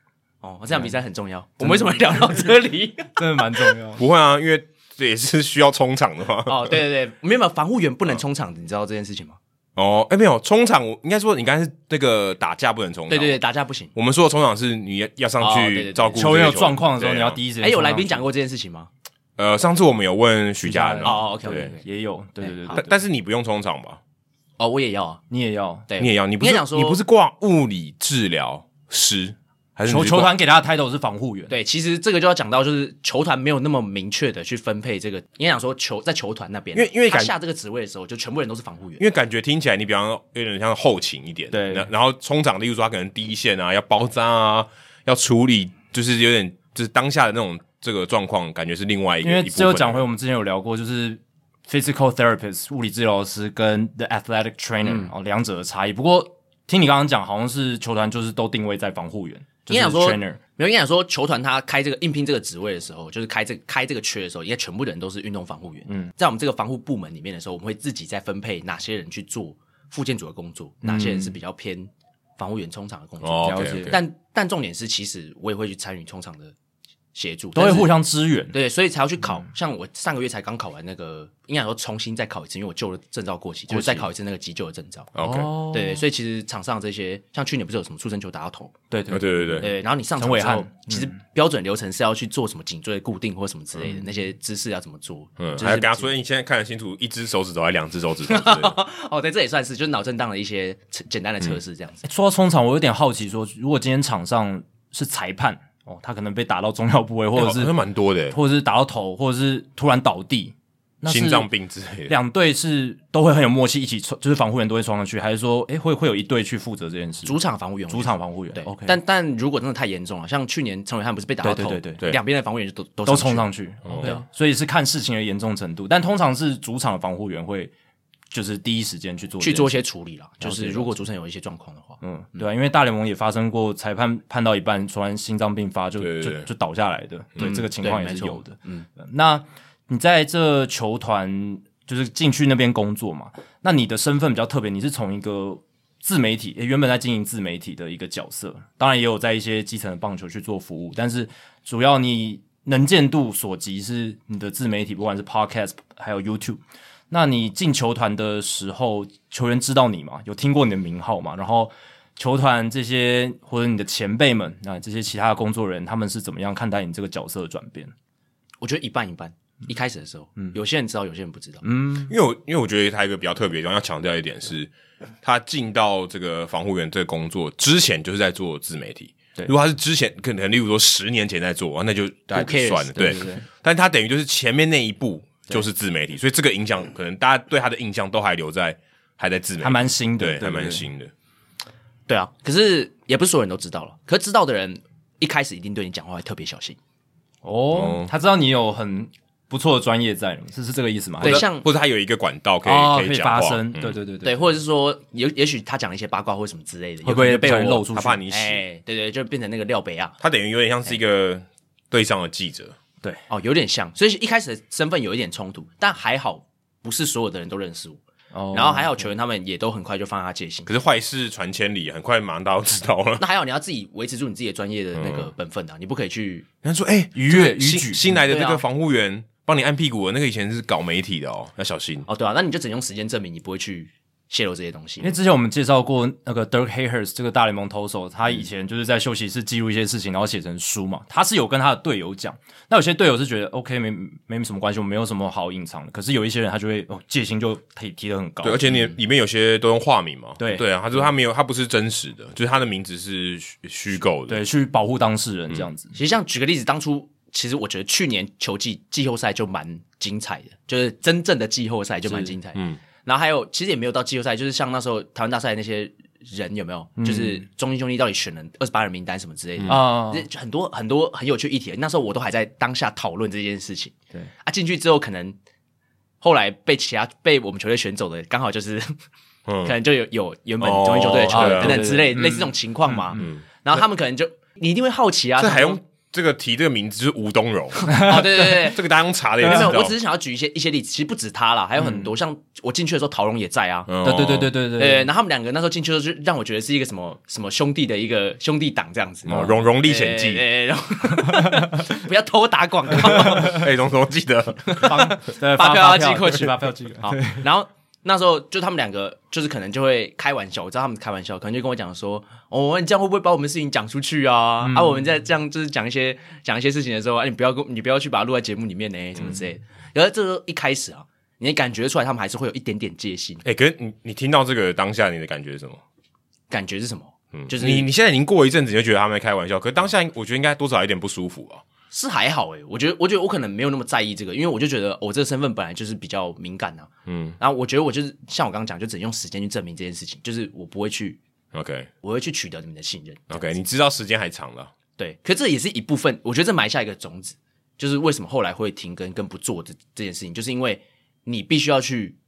哦，这场比赛很重要。我们为什么聊到这里？ 真的蛮重要。不会啊，因为这也是需要冲场的嘛。 哦，对对对，没有没有，防护员不能冲场的，你知道这件事情吗？哦，哎没有冲场，我应该说你刚才是那个打架不能冲场，对对对，打架不行。我们说的冲场是你要上哦对对去对照顾球员有状况的时对候，啊你要第一时间。哎，有来宾讲，过这件事情吗？呃，上次我们有问许家人许家人啊哦，OK 对 OK，也有，对对对哎好对但，但是你不用冲场吧？哦，我也要啊，你也要。对，你也要，你不是应该讲说你不是挂物理治疗师，还是你球是球挂团给他的 title 是防护员，对，其实这个就要讲到，就是球团没有那么明确的去分配这个，应该讲说球在球团那边，因为因为他感下这个职位的时候，就全部人都是防护员因。为感觉听起来你比方有点像后勤一点，对然然后冲场，例如说他可能第一线啊，要包扎啊，要处理，就是有点就是当下的那种这个状况感觉是另外一个，因为一部这又分讲回我们之前有聊过，就是 physical therapist 物理治疗师跟 the athletic trainer、哦嗯两者的差异。不过听你刚刚讲，好像是球团就是都定位在防护员，就应是该讲说 trainer。没有，应该讲说，球团他开这个应聘这个职位的时候，就是开这个开这个缺的时候，应该全部人都是运动防护员。嗯，在我们这个防护部门里面的时候，我们会自己再分配哪些人去做复健组的工作，哪些人是比较偏防护员冲场的工作。哦，了 OK，解 OK 但但重点是，其实我也会去参与冲场的协助，都会互相相支援，对，所以才要去考。像我上个月才刚考完那个，应该说重新再考一次，因为我旧的证照过期，就是再考一次那个急救的证照。 OK，哦对，所以其实场上这些，像去年不是有什么出生球打到头，对啊对对对，对对，对，然后你上陈场伟之后汉，嗯其实标准流程是要去做什么颈椎固定或什么之类的那些姿势要怎么做，嗯，就是还有跟他说，你现在看得清楚，一只手指头还是两只手指头之类的？哦，对，这也算是就是脑震荡的一些测简单的测嗯试这样子。诶说到冲场，我有点好奇说如果今天场上是裁判哦，他可能被打到重要部 位，或者哎好是、像蛮多的，欸或者是打到头，或者是突然倒地，那是心脏病之类的。两队是都会很有默契，一起冲，就是防护员都会冲上去，还是说，诶，会会有一队去负责这件事？主场防护员，主场防护员，对 o k 但但如果真的太严重了，像去年陈伟汉不是被打到对头，对对对对两边的防护员就都都都冲去上去，OK，、所以哦是看事情的严重程度，但通常是主场的防护员会就是第一时间去做这去件做一事。些处理了，就了是解如果主场有一些状况的话，嗯，对啊，因为大联盟也发生过裁判判到一半突然心脏病发就对对对嗯就就倒下来的，对、这个情况对也没是错有的。嗯，那你在这球团就是进去那边工作嘛？那你的身份比较特别，你是从一个自媒体、诶原本在经营自媒体的一个角色，当然也有在一些基层的棒球去做服务，但是主要你能见度所及是你的自媒体，不管是 Podcast 还有 YouTube。那你进球团的时候，球员知道你吗？有听过你的名号吗？然后球团这些或者你的前辈们啊，这些其他的工作人员，他们是怎么样看待你这个角色的转变？我觉得一半一半。嗯一开始的时候，有些人知道，有些人不知道。因为我因为我觉得他一个比较特别的地方，要强调一点是，他进到这个防护员这个工作之前，就是在做自媒体。对如果他是之前可能，例如说十年前在做，那就大家 Who cares？就算了。对对对对，但他等于就是前面那一步就是自媒体，所以这个影响可能大家对他的印象都还留在还在自媒体，还蛮新的，对，还不蛮。新的。对啊，可是也不是所有人都知道了。可是知道的人一开始一定对你讲话会特别小心。哦，他知道你有很不错的专业在，是是这个意思吗？对还是像或者他有一个管道可以、哦，以可以讲发话声，嗯对对对对，，或者是说，也也许他讲一些八卦或什么之类的，会不会有可能就被不小心我露出去他怕你死，哎，对对，就变成那个廖北啊亚他等于有点像是一个对上的记者，哦，有点像，所以一开始的身份有一点冲突，但还好不是所有的人都认识我，哦然后还好球员他们也都很快就放下戒心。可是坏事传千里，很快马上大家都知道 了。那还好，你要自己维持住你自己的专业的那个本分啊，你不可以去人家说：“哎、愉悦这个逾新矩新来的这对个啊防护员帮你按屁股的那个，以前是搞媒体的哦，要小心。哦，对啊，那你就只用时间证明你不会去泄露这些东西因为。之前我们介绍过那个 Dirk Hayes 这个大联盟投手，他嗯以前就是在休息室记录一些事情，然后写成书嘛。他是有跟他的队友讲，那有些队友是觉得 OK 没没什么关系，我没有什么好隐藏的。可是有一些人他就会哦戒心就提提得很高，对，而且你里面有些都用化名嘛。对对啊，他说他没有，他不是真实的，就是他的名字是虚虚构的。对去保护当事人这样子。其实像举个例子，当初其实我觉得去年球季季后赛就蛮精彩的，就是真正的季后赛就蛮精彩。嗯，然后还有其实也没有到季后赛，就是像那时候台湾大赛那些人有没有，嗯就是中英兄弟到底选了二十八人名单什么之类的啊这就很多很多很有趣议题。那时候我都还在当下讨论这件事情。对啊，进去之后可能后来被其他被我们球队选走的，刚好就是、 可能就有有原本嗯哦中英球队的球对员啊等等之类、对对对类似这种情况嘛。然后他们可能就你一定会好奇啊，这还想说用这个提这个名字就是吴东荣， 哦，对对对。这个大家用查的也没有知没道。有，我只是想要举一些一些例子，其实不止他啦，还有很多。像我进去的时候，陶荣也在啊，嗯对对对对对对对。然后他们两个那时候进去的时候，就让我觉得是一个什么什么兄弟的一个兄弟党这样子。哦，《荣荣历历险记》然后 不要偷打广告。 哎，荣荣记得，帮对发发票要寄过去对发票寄过去。好，然后那时候就他们两个就是可能就会开玩笑，我知道他们开玩笑，可能就跟我讲说，哦，你这样会不会把我们事情讲出去啊？嗯啊，我们在这样就是讲一些讲一些事情的时候，啊，你不要跟你不要去把它录在节目里面呢，什么嗯之类的。然后这时候一开始啊，你也感觉出来他们还是会有一点点戒心，哎，可是你你听到这个当下你的感觉是什么？感觉是什么？嗯，就是你你现在已经过一阵子，你就觉得他们在开玩笑，可是当下我觉得应该多少有点不舒服啊。是还好诶、我觉得我觉得我可能没有那么在意这个，因为我就觉得我、这个身份本来就是比较敏感呐、啊，嗯，然后我觉得我就是像我刚刚讲，就只能用时间去证明这件事情，就是我不会去， OK 我会去取得你们的信任。 OK，你知道时间还长了，对，可这也是一部分，我觉得这埋下一个种子，就是为什么后来会停更跟不做这这件事情，就是因为你必须要去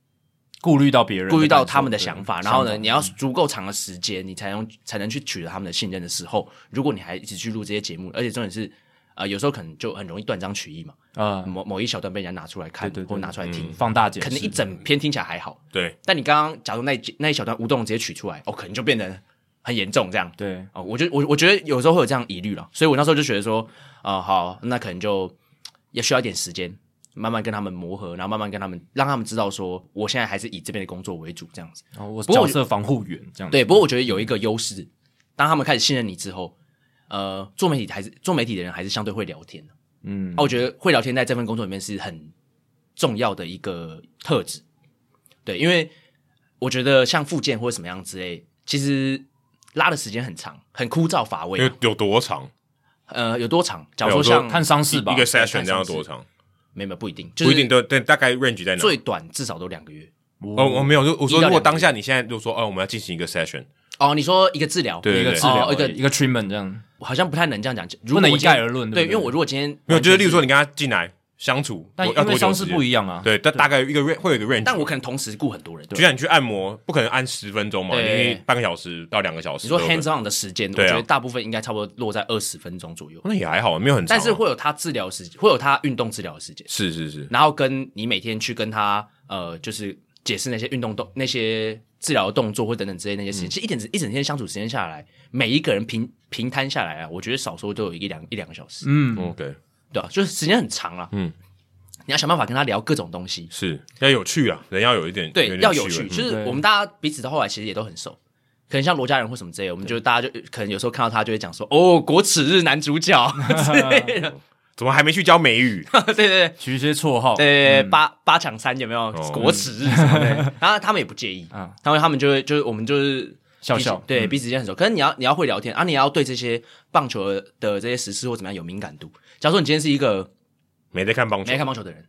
顾虑到别人，顾虑到他们的想法，嗯对然后呢，你要足够长的时间，你才能才能去取得他们的信任的时候，如果你还一直去录这些节目，而且重点是，呃，有时候可能就很容易断章取义嘛，啊、某某一小段被人家拿出来看对对对或拿出来听，放大解释，嗯可能一整篇听起来还好，对，但你刚刚假如那一那一小段无动容直接取出来，哦，可能就变得很严重这样。对哦，我就我我觉得有时候会有这样疑虑了，所以我那时候就觉得说，啊、好，那可能就也需要一点时间，慢慢跟他们磨合，然后慢慢跟他们让他们知道说，我现在还是以这边的工作为主这样子。哦，我不过角我色防护员这样对，不过我觉得有一个优势，当他们开始信任你之后，呃，做媒体还是做媒体的人还是相对会聊天的。嗯啊，我觉得会聊天在这份工作里面是很重要的一个特质。对，因为我觉得像附件或者什么样之类，其实拉的时间很长，很枯燥乏味因啊、为有多长？呃，有多长？假如对我说说像看伤势吧一个对 session 看这样上次多长？没有没有不一定，就不一是定，对对，大概 range 在哪？最短至少都两个月。哦，我没有，就我说如果一到两个当下你现在就说，哦，我们要进行一个 session，哦，你说一个治疗，对一个对治疗、哦一个一个 treatment 这样，我好像不太能这样讲，如不果能我一今天概而论对不对，对因为我如果今天没有，就是例如说你，你跟他进来相处，但多因要为多伤久势时不间？一样啊，对，但大概一个 range 会有一个 range，但我可能同时雇很多人，就像你去按摩，不可能按十分钟嘛，对你半个小时到两个小时你都有说可能。 hands on 的时间，我对啊觉得大部分应该差不多落在二十分钟左右，那也还好，没有很长啊。但是会有他治疗时间，会有他运动治疗的时间，是是是，然后跟你每天去跟他呃，就是解释那些运动动那些治疗的动作或等等之类那些事情，其实一整一整天相处时间下来，每一个人平平摊下来啊，我觉得少说都有一两一两个小时，嗯， OK，对啊，就是时间很长了，嗯嗯，你要想办法跟他聊各种东西，是要有趣啊，人要有一点对，点要有趣嗯趣，味，就是对我们大家彼此到后来其实也都很熟。可能像罗家人或什么之类的，我们就大家就可能有时候看到他就会讲说：“哦，国耻日男主角之类的。怎么还没去教美语？ 对”对对取一些绰号，对，八八强三有没有哦国耻日什么 的？然后他们也不介意嗯，他们他们就会就是我们就是笑笑嗯彼此对彼此之间很熟。可是你要你要会聊天啊，你也要对这些棒球的这些实事或怎么样有敏感度。假如说你今天是一个没在看棒球没，看棒球的人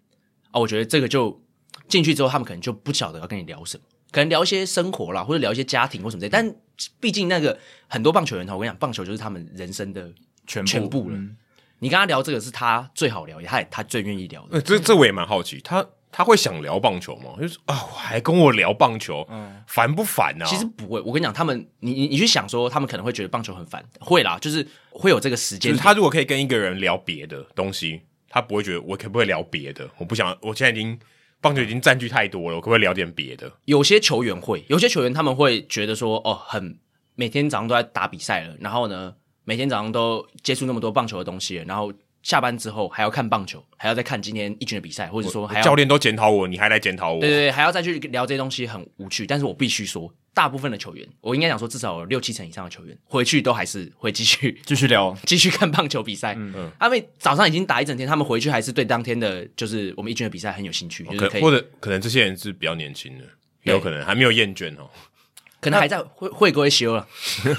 啊，我觉得这个就进去之后，他们可能就不晓得要跟你聊什么，可能聊一些生活啦，或者聊一些家庭或嗯什么之类。但毕竟那个很多棒球人头，我跟你讲，棒球就是他们人生的，全部全部了嗯你跟他聊这个是他最好聊，也他也他最愿意聊的。呃这这我也蛮好奇，他他会想聊棒球吗？就是啊，我还跟我聊棒球，烦不烦啊？嗯其实不会，我跟你讲，他们你你你去想说，他们可能会觉得棒球很烦，会啦，就是会有这个时就间是点。他如果可以跟一个人聊别的东西，他不会觉得我可不可以聊别的？我不想，我现在已经棒球已经占据太多了，我可不可以聊点别的？有些球员会，有些球员他们会觉得说，哦，很每天早上都在打比赛了，然后呢，每天早上都接触那么多棒球的东西了，然后下班之后还要看棒球，还要再看今天一军的比赛，或者说还要教练都检讨我，你还来检讨我？对对对，还要再去聊这些东西很无趣。但是我必须说，大部分的球员，我应该讲说至少有六七成以上的球员回去都还是会继续继续聊，继续看棒球比赛。嗯嗯，他们早上已经打一整天，他们回去还是对当天的就是我们一军的比赛很有兴趣，就是可可以或者可能这些人是比较年轻的，也有可能还没有厌倦哦，可能还在会会归休了，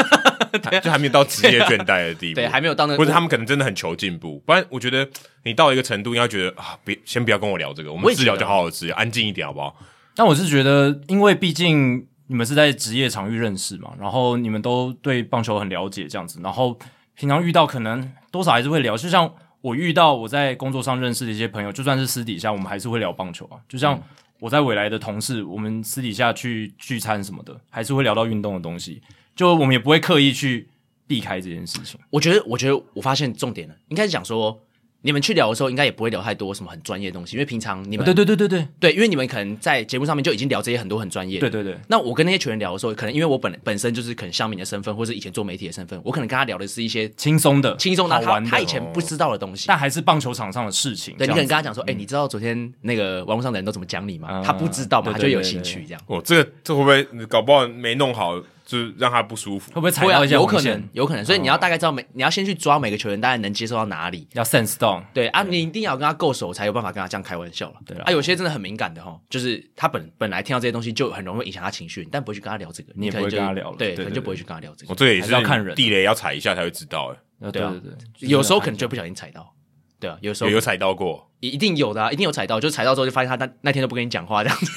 就还没有到职业倦怠的地步。对，还没有到那个或者他们可能真的很求进步，不然我觉得你到一个程度，应该觉得啊，别先不要跟我聊这个，我我们也觉治得啊疗就好好治疗，安静一点好不好？但我是觉得，因为毕竟你们是在职业场域认识嘛，然后你们都对棒球很了解，这样子，然后平常遇到可能多少还是会聊，就像我遇到我在工作上认识的一些朋友，就算是私底下，我们还是会聊棒球啊。就像我在未来的同事，我们私底下去聚餐什么的，还是会聊到运动的东西，就我们也不会刻意去避开这件事情。我觉得，我觉得我发现重点了，应该是讲说，你们去聊的时候，应该也不会聊太多什么很专业的东西，因为平常你们、对对对对对对因为你们可能在节目上面就已经聊这些很多很专业。对。对对，那我跟那些球员聊的时候，可能因为我本本身就是可能乡民的身份，或是以前做媒体的身份，我可能跟他聊的是一些轻松的，轻松好他他玩的，他以前不知道的东西。但还是棒球场上的事情。对你这样可能子跟他讲说，哎、你知道昨天那个网络上的人都怎么讲你吗？嗯他不知道嘛，对他对就有对对兴对趣这样。哦，这个这会不会搞不好没弄好，就是让他不舒服会？不会踩会到啊，一些有红可线啊能，有可能，所以你要大概知道每，你要先去抓每个球员大概能接受到哪里，要 sense 到？对啊，你一定要跟他够熟，才有办法跟他这样开玩笑了。对啦啊，有些真的很敏感的哈，就是他本本来听到这些东西就很容易会影响他情绪，但不会去跟他聊这个，你也可能不会就跟他聊了对，对可能对就对不会去跟他聊这我、个。哦、这个也还是是要啊看人地雷要踩一下才会知道、欸呃对啊对对，有时候可能就不小心踩到，对啊，有时哎，有候有踩到过，一定有的、啊，一定有踩到，就踩到之后就发现他那那天都不跟你讲话这样子，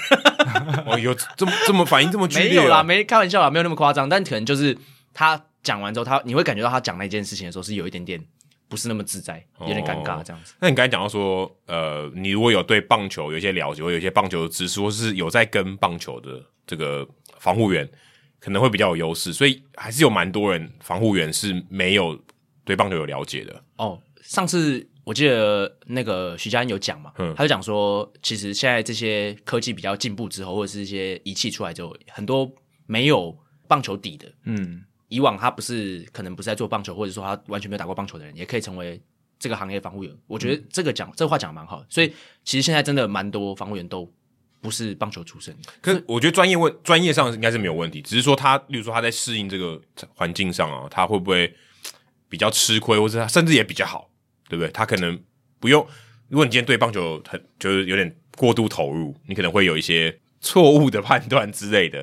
哦，有这么这么反应这么剧没烈、有啦，哦，没开玩笑啦，没有那么夸张，但可能就是他讲完之后，他你会感觉到他讲那件事情的时候是有一点点。不是那么自在，哦有点尴尬这样子。那你刚才讲到说，呃，你如果有对棒球有一些了解，或有一些棒球的知识，或是有在跟棒球的这个防护员，可能会比较有优势，所以还是有蛮多人防护员是没有对棒球有了解的。哦，上次我记得那个徐佳恩有讲嘛，嗯他就讲说，其实现在这些科技比较进步之后，或者是一些仪器出来之后，很多没有棒球底的，嗯，以往他不是可能不是在做棒球，或者说他完全没有打过棒球的人，也可以成为这个行业的防护员。我觉得这个嗯讲、这个话讲的蛮好的，所以其实现在真的蛮多防护员都不是棒球出身的。可是我觉得专业问专业上应该是没有问题，只是说他，例如说他在适应这个环境上啊，他会不会比较吃亏，或是他甚至也比较好，对不对？他可能不用，如果你今天对棒球很就是有点过度投入，你可能会有一些错误的判断之类的。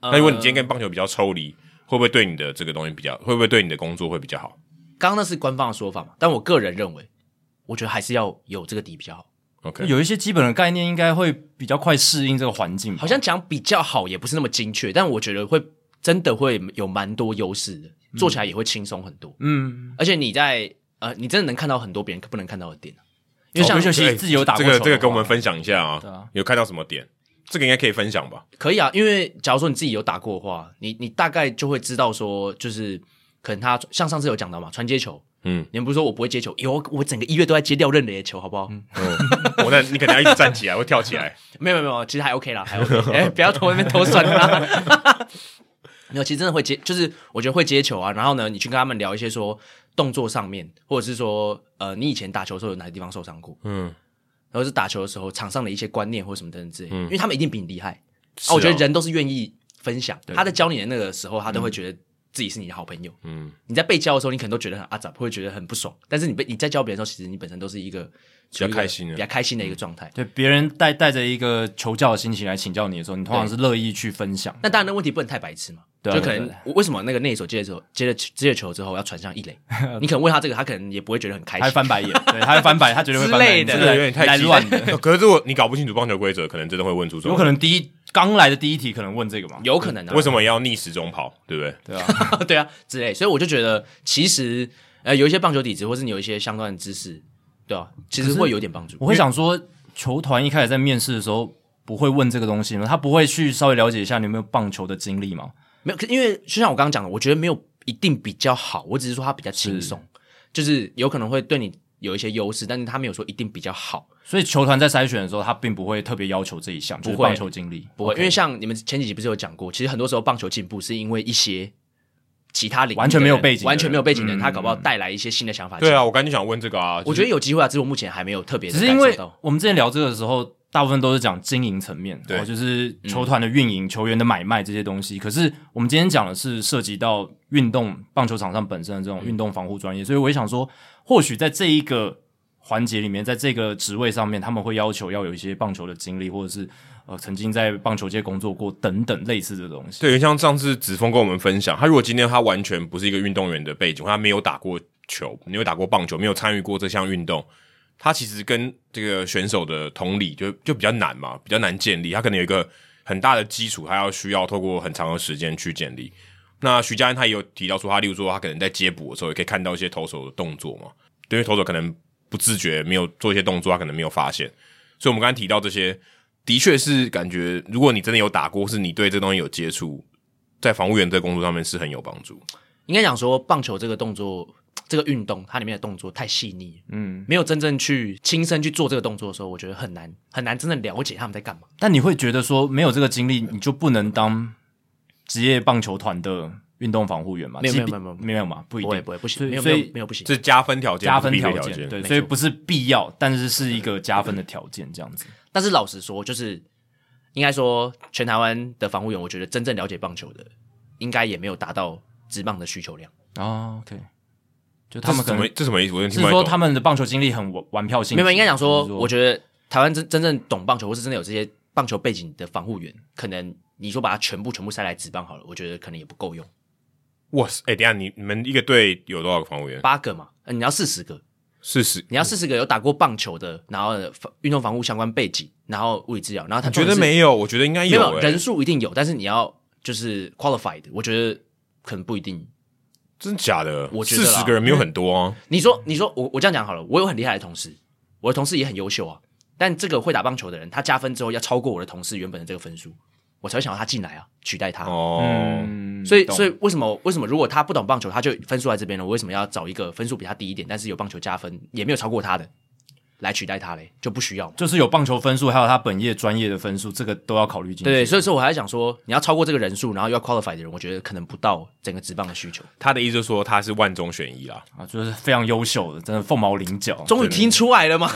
呃那如果你今天跟棒球比较抽离，会不会对你的这个东西比较，会不会对你的工作会比较好？刚刚那是官方的说法嘛，但我个人认为，我觉得还是要有这个底比较好。 OK，有一些基本的概念应该会比较快适应这个环境吧，好像讲比较好也不是那么精确，但我觉得会真的会有蛮多优势的，做起来也会轻松很多。嗯，而且你在呃，你真的能看到很多别人不能看到的点。啊因为像哦尤其自己有打这过个球这个的跟我话们分享一下啊，对啊有看到什么点？这个应该可以分享吧？可以啊，因为假如说你自己有打过的话，你你大概就会知道说，就是可能他像上次有讲到嘛，传接球，嗯，你们不是说我不会接球，有我整个一月都在接廖任磊的球，好不好？哦 我那你可能要一直站起来，会跳起来。没有没有没有，其实还 OK 啦，还 OK，哎、 不要从外面偷酸啦。 没有，其实真的会接，就是我觉得会接球啊。然后呢，你去跟他们聊一些说动作上面，或者是说呃，你以前打球的时候有哪些地方受伤过，嗯，然后是打球的时候场上的一些观念或什么等等嗯之类的，因为他们一定比你厉害。是啊，我觉得哦人都是愿意分享。他在教你的那个时候，他都会觉得自己是你的好朋友。嗯嗯，你在被教的时候，你可能都觉得很阿杂，会觉得很不爽。但是你被你在教别人的时候，其实你本身都是一个比较开心的比较开心的一个状态。对别人带带着一个求教的心情来请教你的时候，你通常是乐意去分享。那当然，那问题不能太白痴嘛。对啊就可对能对为什么那个内手接了球，接了接了球之后要传向一 垒，你可能问他这个，他可能也不会觉得很开他会心。翻白眼，对，他会翻白，他绝对会翻白眼之类这的这个个有点太来激。乱的。可是如果你搞不清楚棒球规则，可能真的会问出这种有可能第一刚来的第一题可能问这个嘛？有可能啊，为什么要逆时钟跑，对不对？对啊， 对啊之类，所以我就觉得其实呃有一些棒球底子，或是你有一些相关的知识，对啊，其实会有点帮助。我会想说，球团一开始在面试的时候不会问这个东西吗？他不会去稍微了解一下你有没有棒球的经历吗？没有，可因为就像我刚刚讲的，我觉得没有一定比较好，我只是说它比较轻松，嗯就是有可能会对你有一些优势，但是他没有说一定比较好，所以球团在筛选的时候，他并不会特别要求这一项，就是不会棒球经历不会 OK 因为像你们前几集不是有讲过，其实很多时候棒球进步是因为一些其他领域的人完全没有背景的人完全没有背景的人，嗯他搞不好带来一些新的想法。对啊，，我刚就想问这个啊。我觉得有机会啊，只是我目前还没有特别地只是因感为受到我们之前聊这个的时候，大部分都是讲经营层面，对哦就是球团的运营、球员的买卖这些东嗯西。可是我们今天讲的是涉及到运动棒球场上本身的这嗯种运动防护专业，所以我也想说，或许在这一个环节里面，在这个职位上面，他们会要求要有一些棒球的经历，或者是呃曾经在棒球界工作过等等类似的东西。对，有点像上次子峰跟我们分享，他如果今天他完全不是一个运动员的背景，或他没有打过球，没有打过棒球，没有参与过这项运动，他其实跟这个选手的同理就就比较难嘛，比较难建立。他可能有一个很大的基础，他要需要透过很长的时间去建立。那徐佳恩他也有提到说，他例如说他可能在接捕的时候也可以看到一些投手的动作嘛，对因为投手可能不自觉没有做一些动作，他可能没有发现。所以我们刚才提到这些，的确是感觉，如果你真的有打过，或是你对这东西有接触，在防务员这个工作上面是很有帮助。应该讲说棒球这个动作，这个运动它里面的动作太细腻，嗯，没有真正去亲身去做这个动作的时候，我觉得很难很难真的了解他们在干嘛。但你会觉得说，没有这个经历，你就不能当职业棒球团的运动防护员嘛？没有即便没有没有没有没有嘛，不一不定会不会不所行，以没有所没以有没有不行。这是加分条件，加分不是必条备条件，对，没所以错不是必要，但是是一个加分的条件，这样子。但是老实说，就是应该说，全台湾的防护员，我觉得真正了解棒球的，应该也没有达到职棒的需求量。哦，OK，就他他们们什可么能这什么意思？我有点是听不太说懂。他们的棒球经历很玩玩票性质，没有，应该讲说还，是我觉得台湾真真正懂棒球，或是真的有这些棒球背景的防护员，可能你说把它全部全部塞来职棒好了，我觉得可能也不够用。哇塞，哎、等一下你你们一个队有多少个防务员？八个嘛，呃你要四十个，四十。你要四十个有打过棒球的，然后呃防运动防护相关背景，然后物理治疗，然后他我觉得没有，我觉得应该没有哎、人数一定有，但是你要就是 qualified，我觉得可能不一定真假的？我觉得四啦十个人没有很多啊，你说，你说我我这样讲好了，我有很厉害的同事，我的同事也很优秀啊。但这个会打棒球的人，他加分之后要超过我的同事原本的这个分数，我才会想要他进来啊，取代他。哦，嗯，所以，懂所以为什么为什么如果他不懂棒球，他就分数在这边了，我为什么要找一个分数比他低一点，但是有棒球加分也没有超过他的来取代他嘞？就不需要嘛。就是有棒球分数，还有他本业专业的分数，这个都要考虑进去。对，所以说我还想说，你要超过这个人数，然后又要 qualify 的人，我觉得可能不到整个职棒的需求。他的意思就是说他是万中选一啦，啊，就是非常优秀的，真的凤毛麟角，终于听出来了吗？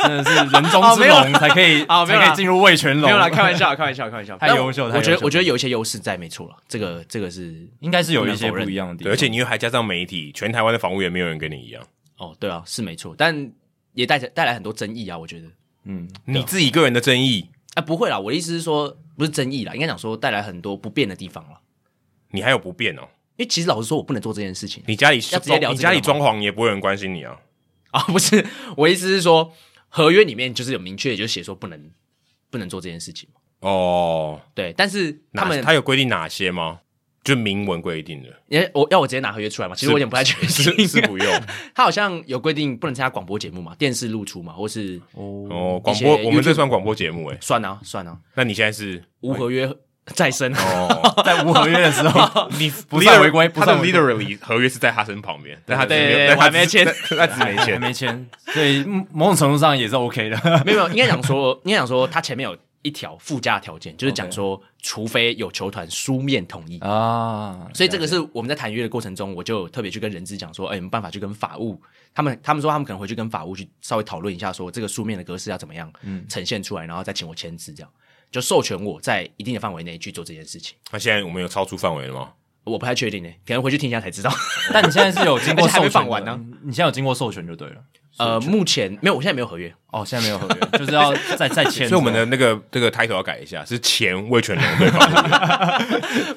真的是人中哦之没有龙才可以， 哦没有才啦可以进入味全龙。 没有啦，开玩笑，开玩笑，开玩笑。太优秀但太优我我觉秀得我觉得有一些优势在，没错了。这个这个是 应该是有一些不能否认不一样的地对，方。而且你又还加上媒体，全台湾的防务员没有人跟你一样，哦，对啊，是没错，但也带着带来很多争议啊。我觉得嗯，你自己个人的争议，啊，不会啦，我的意思是说，不是争议啦，应该讲说带来很多不便的地方了。你还有不便哦，因为其实老实说，我不能做这件事情你家里要直接聊你这个家里吗装潢也不会有人关心你啊， 啊，不是我的意思是说，合约里面就是有明确就写说不能不能做这件事情嘛。哦，对，但是哪他们他有规定哪些吗？就明文规定的，也我要我直接拿合约出来嘛，其实我有点不太确是是定。不用他好像有规定不能参加广播节目嘛，电视露出嘛，或是哦，哦。广一些播我们这 YouTube- 算广播节目哎，算啊算啊，那你现在是无合约再生 啊。 哦，在无合约的时候，你不 leader- 算违规，不他的算违规 literally 合约是在他身旁边，但他只是对没有对但他我还没只是签 但他只是没还签。没 签，所以嗯某种程度上也是 OK 的。 没有，没有，应该讲说，应该讲说，他前面有一条附加条件，就是讲说除非有球团书面同意。啊，所以这个是我们在谈约的过程中，我就特别去跟人资讲说，哎、有没有办法去跟法务他们，他们说他们可能回去跟法务去稍微讨论一下，说这个书面的格式要怎么样嗯呈现出来，然后再请我签字，这样就授权我在一定的范围内去做这件事情。那现在我们有超出范围了吗？我不太确定呢、可能回去听一下才 知道。但你现在是有经而过且还没授权放完的呢，你现在有经过授权就对了。呃，目前没有，我现在没有合约， 哦，现在没有合 约，就是要再再签。所以我们的那个这个 title 要改一下，是前魏全龙对方。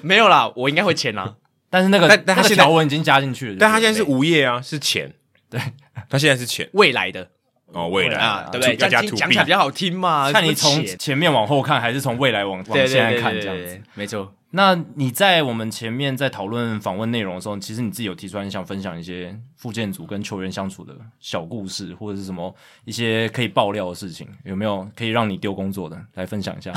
没有啦，我应该会签啊啦。但是那个但但他那个现在条文已经加进去了， 但他现在对是不无业啊，是钱。对，他现在是钱未 来的哦，未来啊，对不要对？加这样 to 讲起来比 B。较好听嘛。 对看你什么从钱前面往后看，还是从未来往往对现对在对看对这样对子。对 没错。那你在我们前面在讨论访问内容的时候，其实你自己有提出来，你想分享一些副建组跟球员相处的小故事，或者是什么一些可以爆料的事情，有没有可以让你丢工作的来分享一下？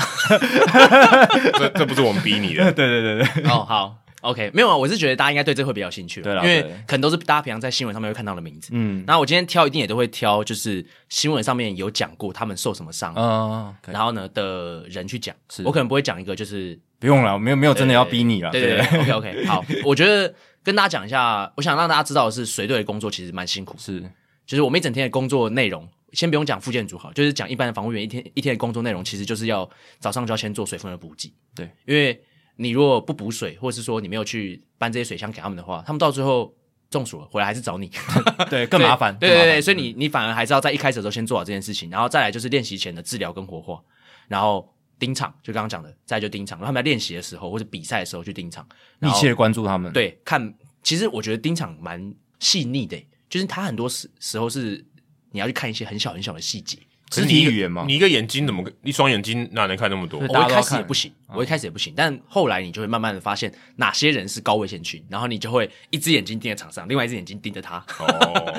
这这不是我们逼你 的， 对对对对，哦，好，OK，没有啊，我是觉得大家应该对这会比较有兴趣，对啦因为对可能都是大家平常在新闻上面会看到的名字。嗯那我今天挑一定也都会挑，就是新闻上面有讲过他们受什么伤，啊，可以然后呢的人去讲是。我可能不会讲一个就是不用了，没有没有真的要逼你了，对对对对，OK OK，好，我觉得跟大家讲一下，我想让大家知道的是，随队的工作其实蛮辛苦，是就是我们一整天的工作内容。先不用讲复健组好，就是讲一般的防务员一天一天的工作内容，其实就是要早上就要先做水分的补给，对，因为你如果不补水，或者是说你没有去搬这些水箱给他们的话，他们到最后中暑了回来还是找你， 对更麻烦， 对更麻对对烦嗯对，所以你你反而还是要在一开始的时候先做好这件事情，然后再来就是练习前的治疗跟活化，然后盯场，就刚刚讲的，再来就盯场，然后他们在练习的时候或者比赛的时候去盯场，密然后切关注他们，对看。其实我觉得盯场蛮细腻的，欸就是他很多时时候是你要去看一些很小很小的细节。肢可是你体一个语言嘛你，一个眼睛怎么一双眼睛哪能看那么多对？大我家一都要开始也看嗯不行，我一开始也不行，但后来你就会慢慢的发现哪些人是高危险群，然后你就会一只眼睛盯着场上，另外一只眼睛盯着他， 哦，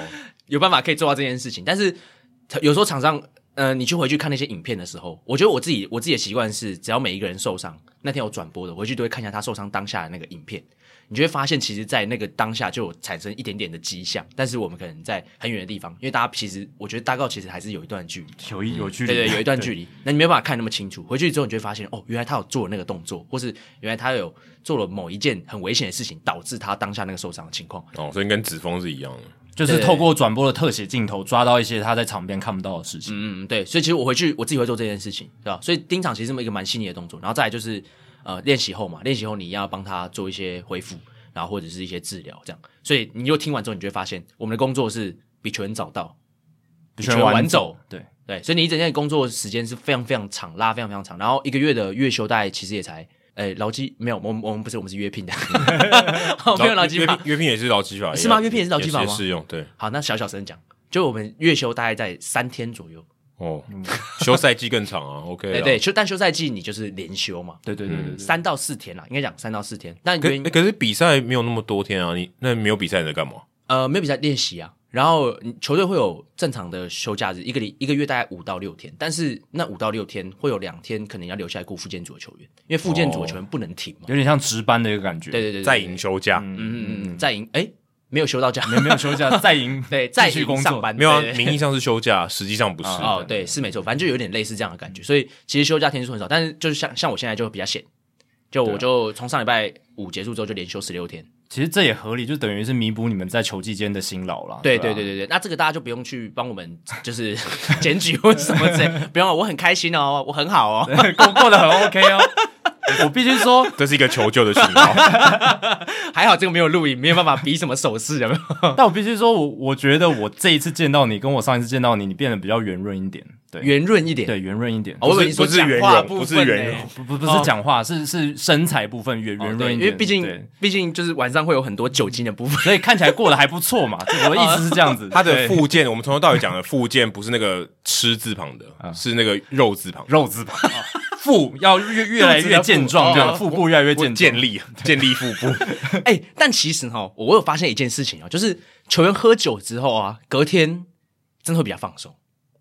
有办法可以做到这件事情。但是有时候场上，呃，你去回去看那些影片的时候，我觉得我自己我自己的习惯是，只要每一个人受伤，那天有转播的，我回去都会看一下他受伤当下的那个影片，你就会发现，其实，在那个当下就有产生一点点的迹象，但是我们可能在很远的地方，因为大家其实我觉得大概其实还是有一段距离。有一嗯有距离，对对，有一段距离，那你没有办法看那么清楚。回去之后，你就会发现，哦，原来他有做那个动作，或是原来他有做了某一件很危险的事情，导致他当下那个受伤的情况。哦，所以跟子枫是一样的。就是对透过转播的特写镜头抓到一些他在场边看不到的事情。嗯，嗯对，所以其实我回去我自己会做这件事情，对吧？所以盯场其实是一个蛮细腻的动作，然后再来就是呃练习后嘛，练习后你要帮他做一些恢复，然后或者是一些治疗这样。所以你就听完之后，你就会发现我们的工作是比球员早到，比全玩走，对，对，所以你一整天的工作时间是非常非常长，拉非常非常长，然后一个月的月休大概其实也才。哎，劳基没有，我们我们不是我们是约聘的，哦，没有劳基约聘法。约聘也是劳基法，是吗约聘也是劳基法吗也适用对。好，那小小声讲，就我们月休大概在三天左右，哦，休赛季更长啊。OK，嗯对啦对，，休但休赛季你就是连休嘛，对对对对对，三到四天啦，应该讲三到四天。但可原因欸可是比赛没有那么多天啊，你那没有比赛你在干嘛？呃没有比赛练习啊，然后你球队会有正常的休假日，一个礼一个月大概五到六天，但是那五到六天会有两天可能要留下来顾复健组的球员，因为复健组的球哦员不能停嘛。有点像值班的一个感觉。对对对，对在营休假嗯嗯嗯，在营哎没有休到假，没没有休假，再 赢对，在继续营工上作。班没有啊对对？对名义上是休 假，实际上不是。哦，对，是没错，反正就有点类似这样的感觉。所以其实休假天数很少，但是就是像像我现在就比较闲，就啊我就从上礼拜五结束之后就连休十六天。其实这也合理，就等于是弥补你们在球季间的辛劳啦。对对对啊对对对，那这个大家就不用去帮我们 就是检举或什么之类，不用，我很开心哦，我很好哦。 过过得很 OK 哦。 我必须 说，这是一个求救的讯 号。还好这个没有录影，没有办法比什么手势，有没有？但我必须说，我我觉得我这一次见到你，跟我上一次见到你，你变得比较圆润一点。对圆润一点。对，圆润一点，哦，我以为你说不是讲圆话融部不是分圆呢融不不不是讲话，是是身材部分圆哦圆对润一点，因为毕对竟毕竟就是晚上会有很多酒精的部分。 所以看起来过得还不错 嘛。这我的意思是这样子，它的对附件，我们从头到尾讲的附件不是那个吃字旁嗯的，是那个肉字旁。肉字旁，哦腹要越越来肚子的越腹健壮，这哦样腹部越来越我健壮建立建立腹 部，哎、但其实哈，我有发现一件事情哦，就是球员喝酒之后啊，隔天真的会比较放松。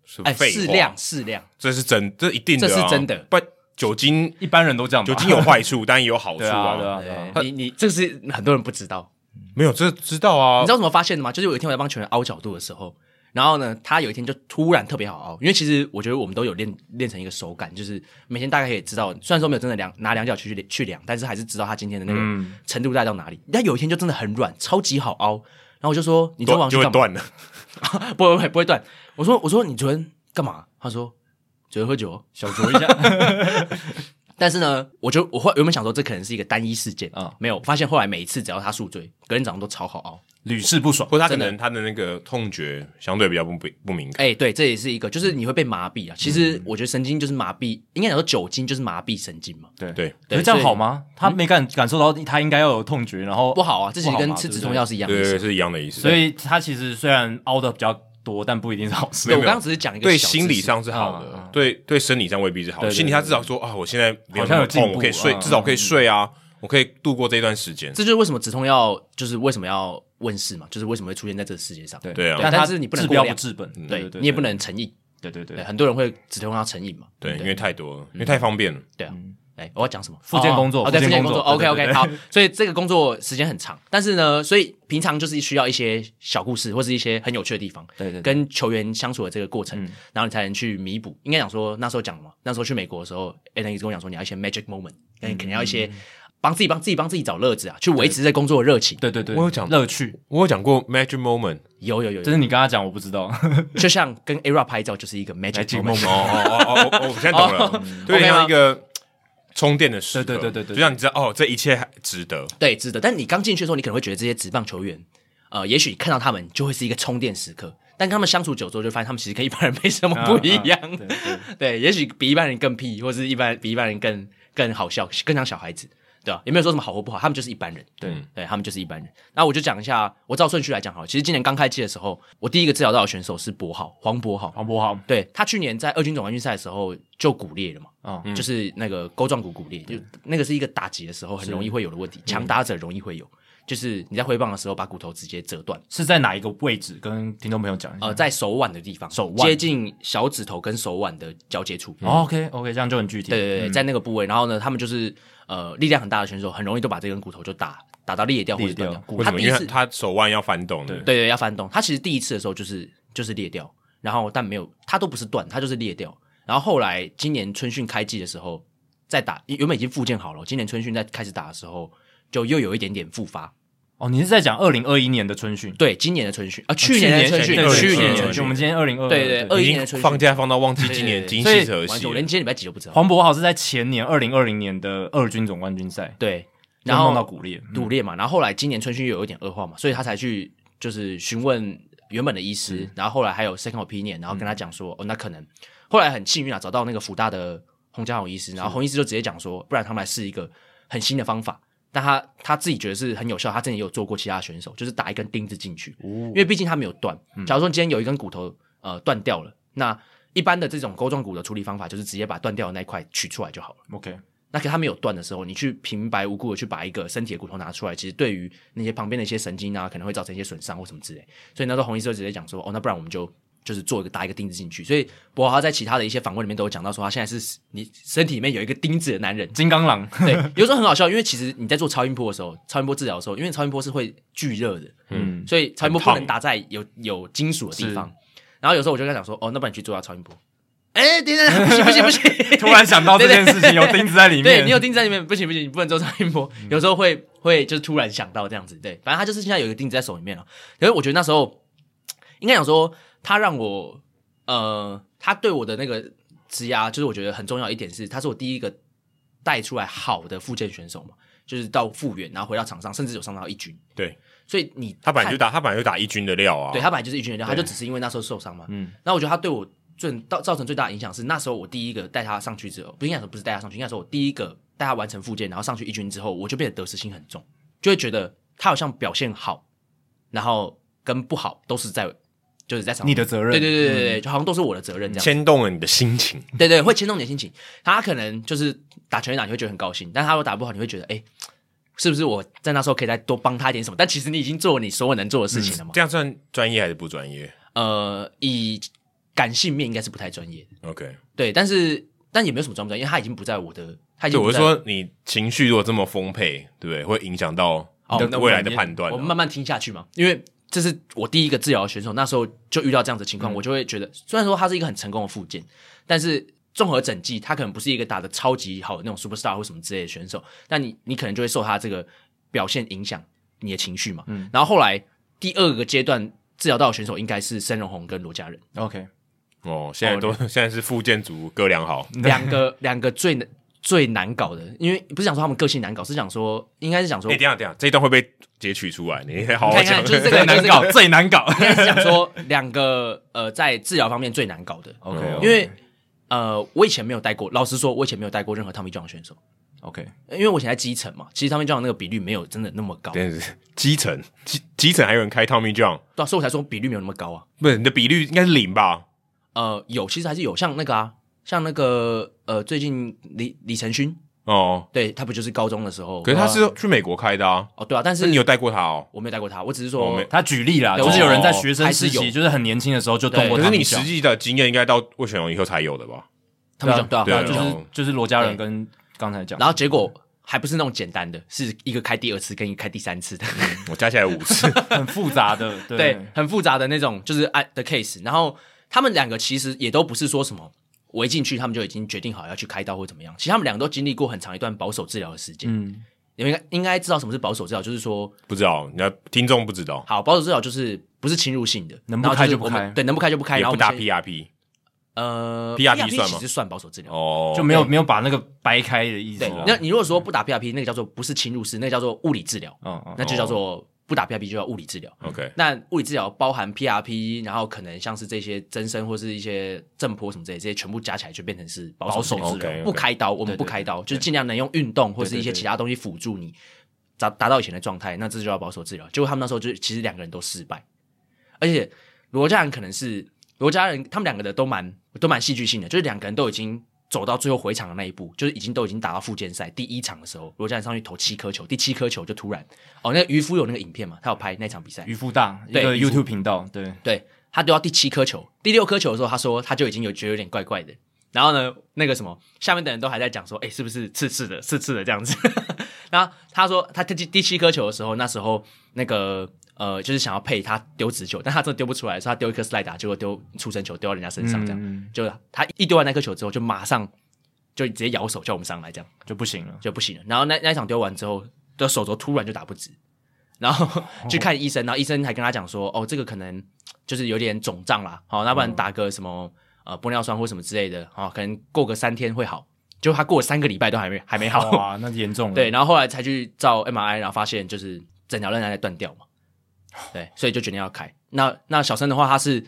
是哎，废话适量，适量，这是真，这一定的啊，这是真的不，酒精一般人都这样吧，酒精有坏处，但也有好处对啊对啊啊。对啊，对你你这是很多人不知道，没有，这知道啊你知。道怎么发现的吗？就是有一天我在帮球员凹角度的时候，然后呢，他有一天就突然特别好凹，因为其实我觉得我们都有练练成一个手感，就是每天大概可以知道，虽然说没有真的量拿量角去去量，但是还是知道他今天的那嗯个程度大概到哪里。但有一天就真的很软，超级好凹，然后我就说你昨天断晚上就去会干嘛？断了，不会不会不会断。我说我说你昨天干嘛？他说昨天喝酒哦。小酌一下， 但是呢，我就我后原本想说这可能是一个单一事件啊嗯啊，没有我发现后来每一次只要他宿醉，隔天早上都超好熬。屡试不爽。或者他可真的能他的那个痛觉相对比较不不不敏感。哎、对，这也是一个，嗯就是你会被麻痹啊。其实我觉得神经就是麻痹，应该讲说酒精就是麻痹神经嘛，对嗯对，可对是这样所以好吗？他没感感受到他应该要有痛觉，然后不好啊。这其实不好跟嘛吃对止不痛对药是一样的对意对，思。是一样的意思。所以他其实虽然凹的比较多，但不一定是好事。对，我刚刚只是讲一个对小心知理识，上是好啊啊的，对对生理上未必是好的。对对心理他至少说啊，我现在没有那好像么有进痛，步我可以睡，嗯至少可以睡啊，我可以度过这段时间。这就是为什么止痛药就是为什么要问世嘛，就是为什么会出现在这个世界上。对嗯对啊但但他是你不能治过标不量治本，对，对对，你也不能成瘾。对对对对，。很多人会止痛药成瘾嘛。对，因为太多了，因为太方便了。对啊，哎、我要讲什么？嗯复健工作哦，哦对，复健复健工工作作，OK 对 OK，对对好，所以这个工作时间很长，但是呢，所以平常就是需要一些小故事或是一些很有趣的地方，对对对跟球员相处的这个过嗯程，然后你才能去弥补。应该讲说那时候讲了嘛，那时候去美国的时候 a l a n 一直跟我讲说你要一些 magic moment，嗯，肯定要一些帮自己帮自己帮自己找乐子啊，去维持这工作的热情。对对对，我有讲乐趣，我有讲过 magic moment，有有有就是有，你刚刚讲，我不知道。就像跟 Era 拍照就是一个 magic Magic moment。哦哦哦哦哦，我现在懂了哦，对， OK 吗像一个充电的时刻，对对对对对就让你知道哦，这一切还值得。对，值得。但你刚进去的时候，你可能会觉得这些职棒球员，呃，也许看到他们就会是一个充电时刻，但跟他们相处久之后，就发现他们其实跟一般人没什么 不一样。啊啊对对 对，也许比一般人更屁，或是一般比一般人更更好笑，更像小孩子，对吧、也没有说什么好或不好，他们就是一般人。对对他们就是一般人。那我就讲一下，我照顺序来讲好了。其实今年刚开季的时候，我第一个治疗到的选手是博浩，黄博浩。黄渤好，对他去年在二军总冠军赛的时候就骨裂了嘛，哦就是那个钩状骨骨裂，就那个是一个打击的时候很容易会有的嗯问题，强打者容易会有，就是你在挥棒的时候把骨头直接折断，是在哪一个位置？跟听众朋友讲一下哦呃，。在手腕的地方，嗯手腕嗯接近小指头跟手腕的交接处。 OK OK，这样就很具体。嗯对对对，在那个部位，然后呢，他们就是呃力量很大的选手，很容易就把这根骨头就打打到裂掉或者裂掉断掉。骨为他什么？第因一为次他他手腕要翻动的，对对，要翻动。他其实第一次的时候就是就是裂掉，然后但没有，他都不是断，他就是裂掉。然后后来今年春训开季的时候再打，原本已经复健好了，今年春训在开始打的时候就又有一点点复发。哦，你是在讲二零二一年的春训？对，今年的春训啊，去年的春训，对去去年年的的春春训训，我们今天二零二对对二已一年经的春训放假放到忘记今对对年对今所以夕何完夕全我了连。今天礼拜几都不知道。黄渤好是在前年二零二零年的二军总冠军赛，对，就然后弄到嗯骨裂。骨裂嘛，然后后来今年春训又有一点恶化嘛，所以他才去就是询问原本的医师，然后后来还有 second opinion，然后跟他讲说，哦，那可能后来很幸运啊，找到那个福大的洪家宏医师，然后洪医师就直接讲说，不然他们来试一个很新的方法。但他他自己觉得是很有效，他之前也有做过其他选手，就是打一根钉子进去，因为毕竟他没有断。假如说今天有一根骨头呃断掉了，那一般的这种钩状骨的处理方法就是直接把断掉的那一块取出来就好了。 OK，那可它没有断的时候，你去平白无故的去把一个身体的骨头拿出来，其实对于那些旁边的一些神经啊，可能会造成一些损伤或什么之类。所以那时候红医师就直接讲说，哦，那不然我们就就是做一个打一个钉子进去。所以博豪在其他的一些访问里面都有讲到说，他现在是你身体里面有一个钉子的男人。金刚狼，对，有时候很好笑，因为其实你在做超音波的时候，超音波治疗的时候，因为超音波是会聚热的，嗯，所以超音波不能打在有有金属的地方。然后有时候我就跟他讲说，哦，那不然你去 做下超音波。哎，等等，不行不行不行！ 突然想到这件事情，对对对有钉子在里面。对你有钉子在里面，不行不行，你不能做超音波。嗯有时候会会就是突然想到这样子，对，反正他就是现在有一个钉子在手里面了。可是我觉得那时候应该讲说，他让我呃，他对我的那个职涯，就是我觉得很重要一点是，他是我第一个带出来好的复健选手嘛，就是到复原，然后回到场上，甚至有上到一军。对所以你他本来看就打，他本来就打一军的料啊。对他本来就是一军人，他就只是因为那时候受伤嘛。嗯嗯，那我觉得他对我最造造成最大的影响是，那时候我第一个带他上去之后，不应该说不是带他上去，应该说我第一个带他完成复健，然后上去一军之后，我就变得得失心很重，就会觉得他好像表现好，然后跟不好都是在就是在场上你的责任嗯对对对对对，就好像都是我的责任这样。牵动了你的心情，对对，会牵动你的心情。他可能就是打拳击打你会觉得很高兴，但他如果打不好，你会觉得哎。是不是我在那时候可以再多帮他一点什么？但其实你已经做了你所有能做的事情了嘛。这样算专业还是不专业呃，以感性面应该是不太专业的， ？OK，对，但是但也没有什么专不专业，因为他已经不在我的，他已对，经我不是在说你情绪如果这么丰沛，对不对？会影响到你哦那的我未们来的也判断啊、我们慢慢听下去嘛，因为这是我第一个治疗的选手，那时候就遇到这样子的嗯情况，我就会觉得，虽然说他是一个很成功的复健，但是。综合整季，他可能不是一个打的超级好的那种 super star 或什么之类的选手，那你你可能就会受他这个表现影响你的情绪嘛。嗯，然后后来第二个阶段治疗到的选手应该是申荣宏跟罗家人。 OK，哦，现在都、现在是副建组哥俩好， 两个两个最难最难搞的，因为不是讲说他们个性难搞，是讲说应该是讲说哎、等一，下等一下，这一段会被截取出来，你好好看讲。看就是这个 最难搞，最难搞。应该是讲说两个呃在治疗方面最难搞的，哦 OK，哦因为呃我以前没有带过，老实说，我以前没有带过任何 Tommy John 的选手， OK，因为我以前在基层嘛，其实 Tommy John 的那个比率没有真的那么高，对真的是基层基基层还有人开 Tommy John，啊，所以我才说比率没有那么高啊。不是你的比率应该是零吧？呃，有其实还是有，像那个啊，像那个呃最近李李承勋，哦，对他不就是高中的时候，可是他是去美国开的啊，哦对啊，但那是你有带过他哦？我没有带过他，我只是哦说没他举例啦，对就是有人在哦学生时还是期，有就是很年轻的时候就动过可对他是们你脚实际的经验应该到魏全龙以后才有的吧？他们对就啊对啊，对啊就对啊是就是罗家人跟刚才讲，然后结果还不是那种简单的，是一个开第二次跟一个开第三次的，我加起来五次，很复杂的， 嗯对对，，很复杂的那种，就是案的 case。然后他们两个其实也都不是说什么，我一进去他们就已经决定好要去开刀或怎么样。其实他们两个都经历过很长一段保守治疗的时间，嗯，你们应该应该知道什么是保守治疗，就是说，不知道，你要听众不知道，好，保守治疗就是不是侵入性的，能不然后开是就不我们开对，能不开就不开，也然后不我们搭先 PRP 呃 PRP 算吗其实算保守治疗。哦，就没有没有把那个掰开的意思对啦，，那你如果说不打 PRP，那个叫做不是侵入式，那个叫做物理治疗，嗯嗯那就叫做不打 PRP 就叫物理治疗。 OK 那物理治疗包含 PRP，然后可能像是这些增生或是一些震波什么之类，这些全部加起来就变成是保守保守治疗， OK，OK 不开刀，我们对对不开刀，就是尽量能用运动或是一些其他东西辅助你达达到以前的状态，那这就叫保守治疗。结果他们那时候就其实两个人都失败，而且罗家人可能是罗家人，他们两个的都蛮都蛮戏剧性的，就是两个人都已经。走到最后回场的那一步，就是已经都已经打到附件赛第一场的时候，罗家人上去投七颗球，第七颗球就突然哦，那个渔夫有那个影片嘛，他有拍那场比赛，渔夫大一对个渔夫 YouTube 频道，对，对他丢到第七颗球，第六颗球的时候，他说他就已经有觉得有点怪怪的。然后呢，那个什么，下面的人都还在讲说，哎，是不是刺刺的，刺刺的这样子。 然后他说他第七第七颗球的时候，那时候那个呃，就是想要配他丢直球，但他真的丢不出来，所以他丢一颗 slide 打，结果丢出生球丢到人家身上，这样、嗯就他一丢完那颗球之后，就马上就直接摇手叫我们上来，这样就不行了。就不行了。然后那那一场丢完之后，的手肘突然就打不直，然后去看医生，然后医生还跟他讲说，哦，这个可能就是有点肿胀啦，好、那不然打个什么呃玻尿酸或什么之类的，好、可能过个三天会好。结果他过了三个礼拜都还没还没好，哇，那严重了。对，，然后后来才去照 MRI，然后发现就是整条韧带在断掉嘛， 对，所以就决定要开。那那小生的话，他是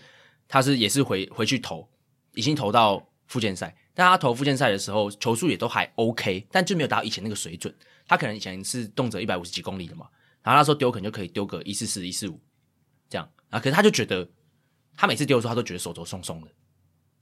他是也是回回去投，已经投到复健赛，但他投复健赛的时候球速也都还 OK，但就没有达到以前那个水准。他可能以前是动辄一百五十几公里的嘛，然后那时候丢可能就可以丢个一四四、一四五这样啊，可是他就觉得他每次丢的时候，他都觉得手肘松松的，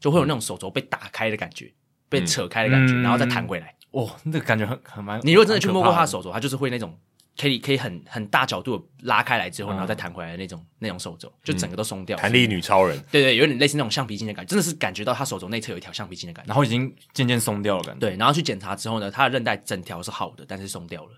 就会有那种手肘被打开的感觉，被扯开的感觉，嗯然后再弹回来。哦，那个感觉很很蛮。你如果真的去摸过他蛮的可怕手肘，他就是会那种可以可以很很大角度地拉开来之后，然后再弹回来的那种那种手肘，就整个都松掉。嗯弹力女超人，对对，有点类似那种橡皮筋的感觉，真的是感觉到他手肘内侧有一条橡皮筋的感觉。然后已经渐渐松掉了，感觉。对，然后去检查之后呢，他的韧带整条是好的，但是松掉了，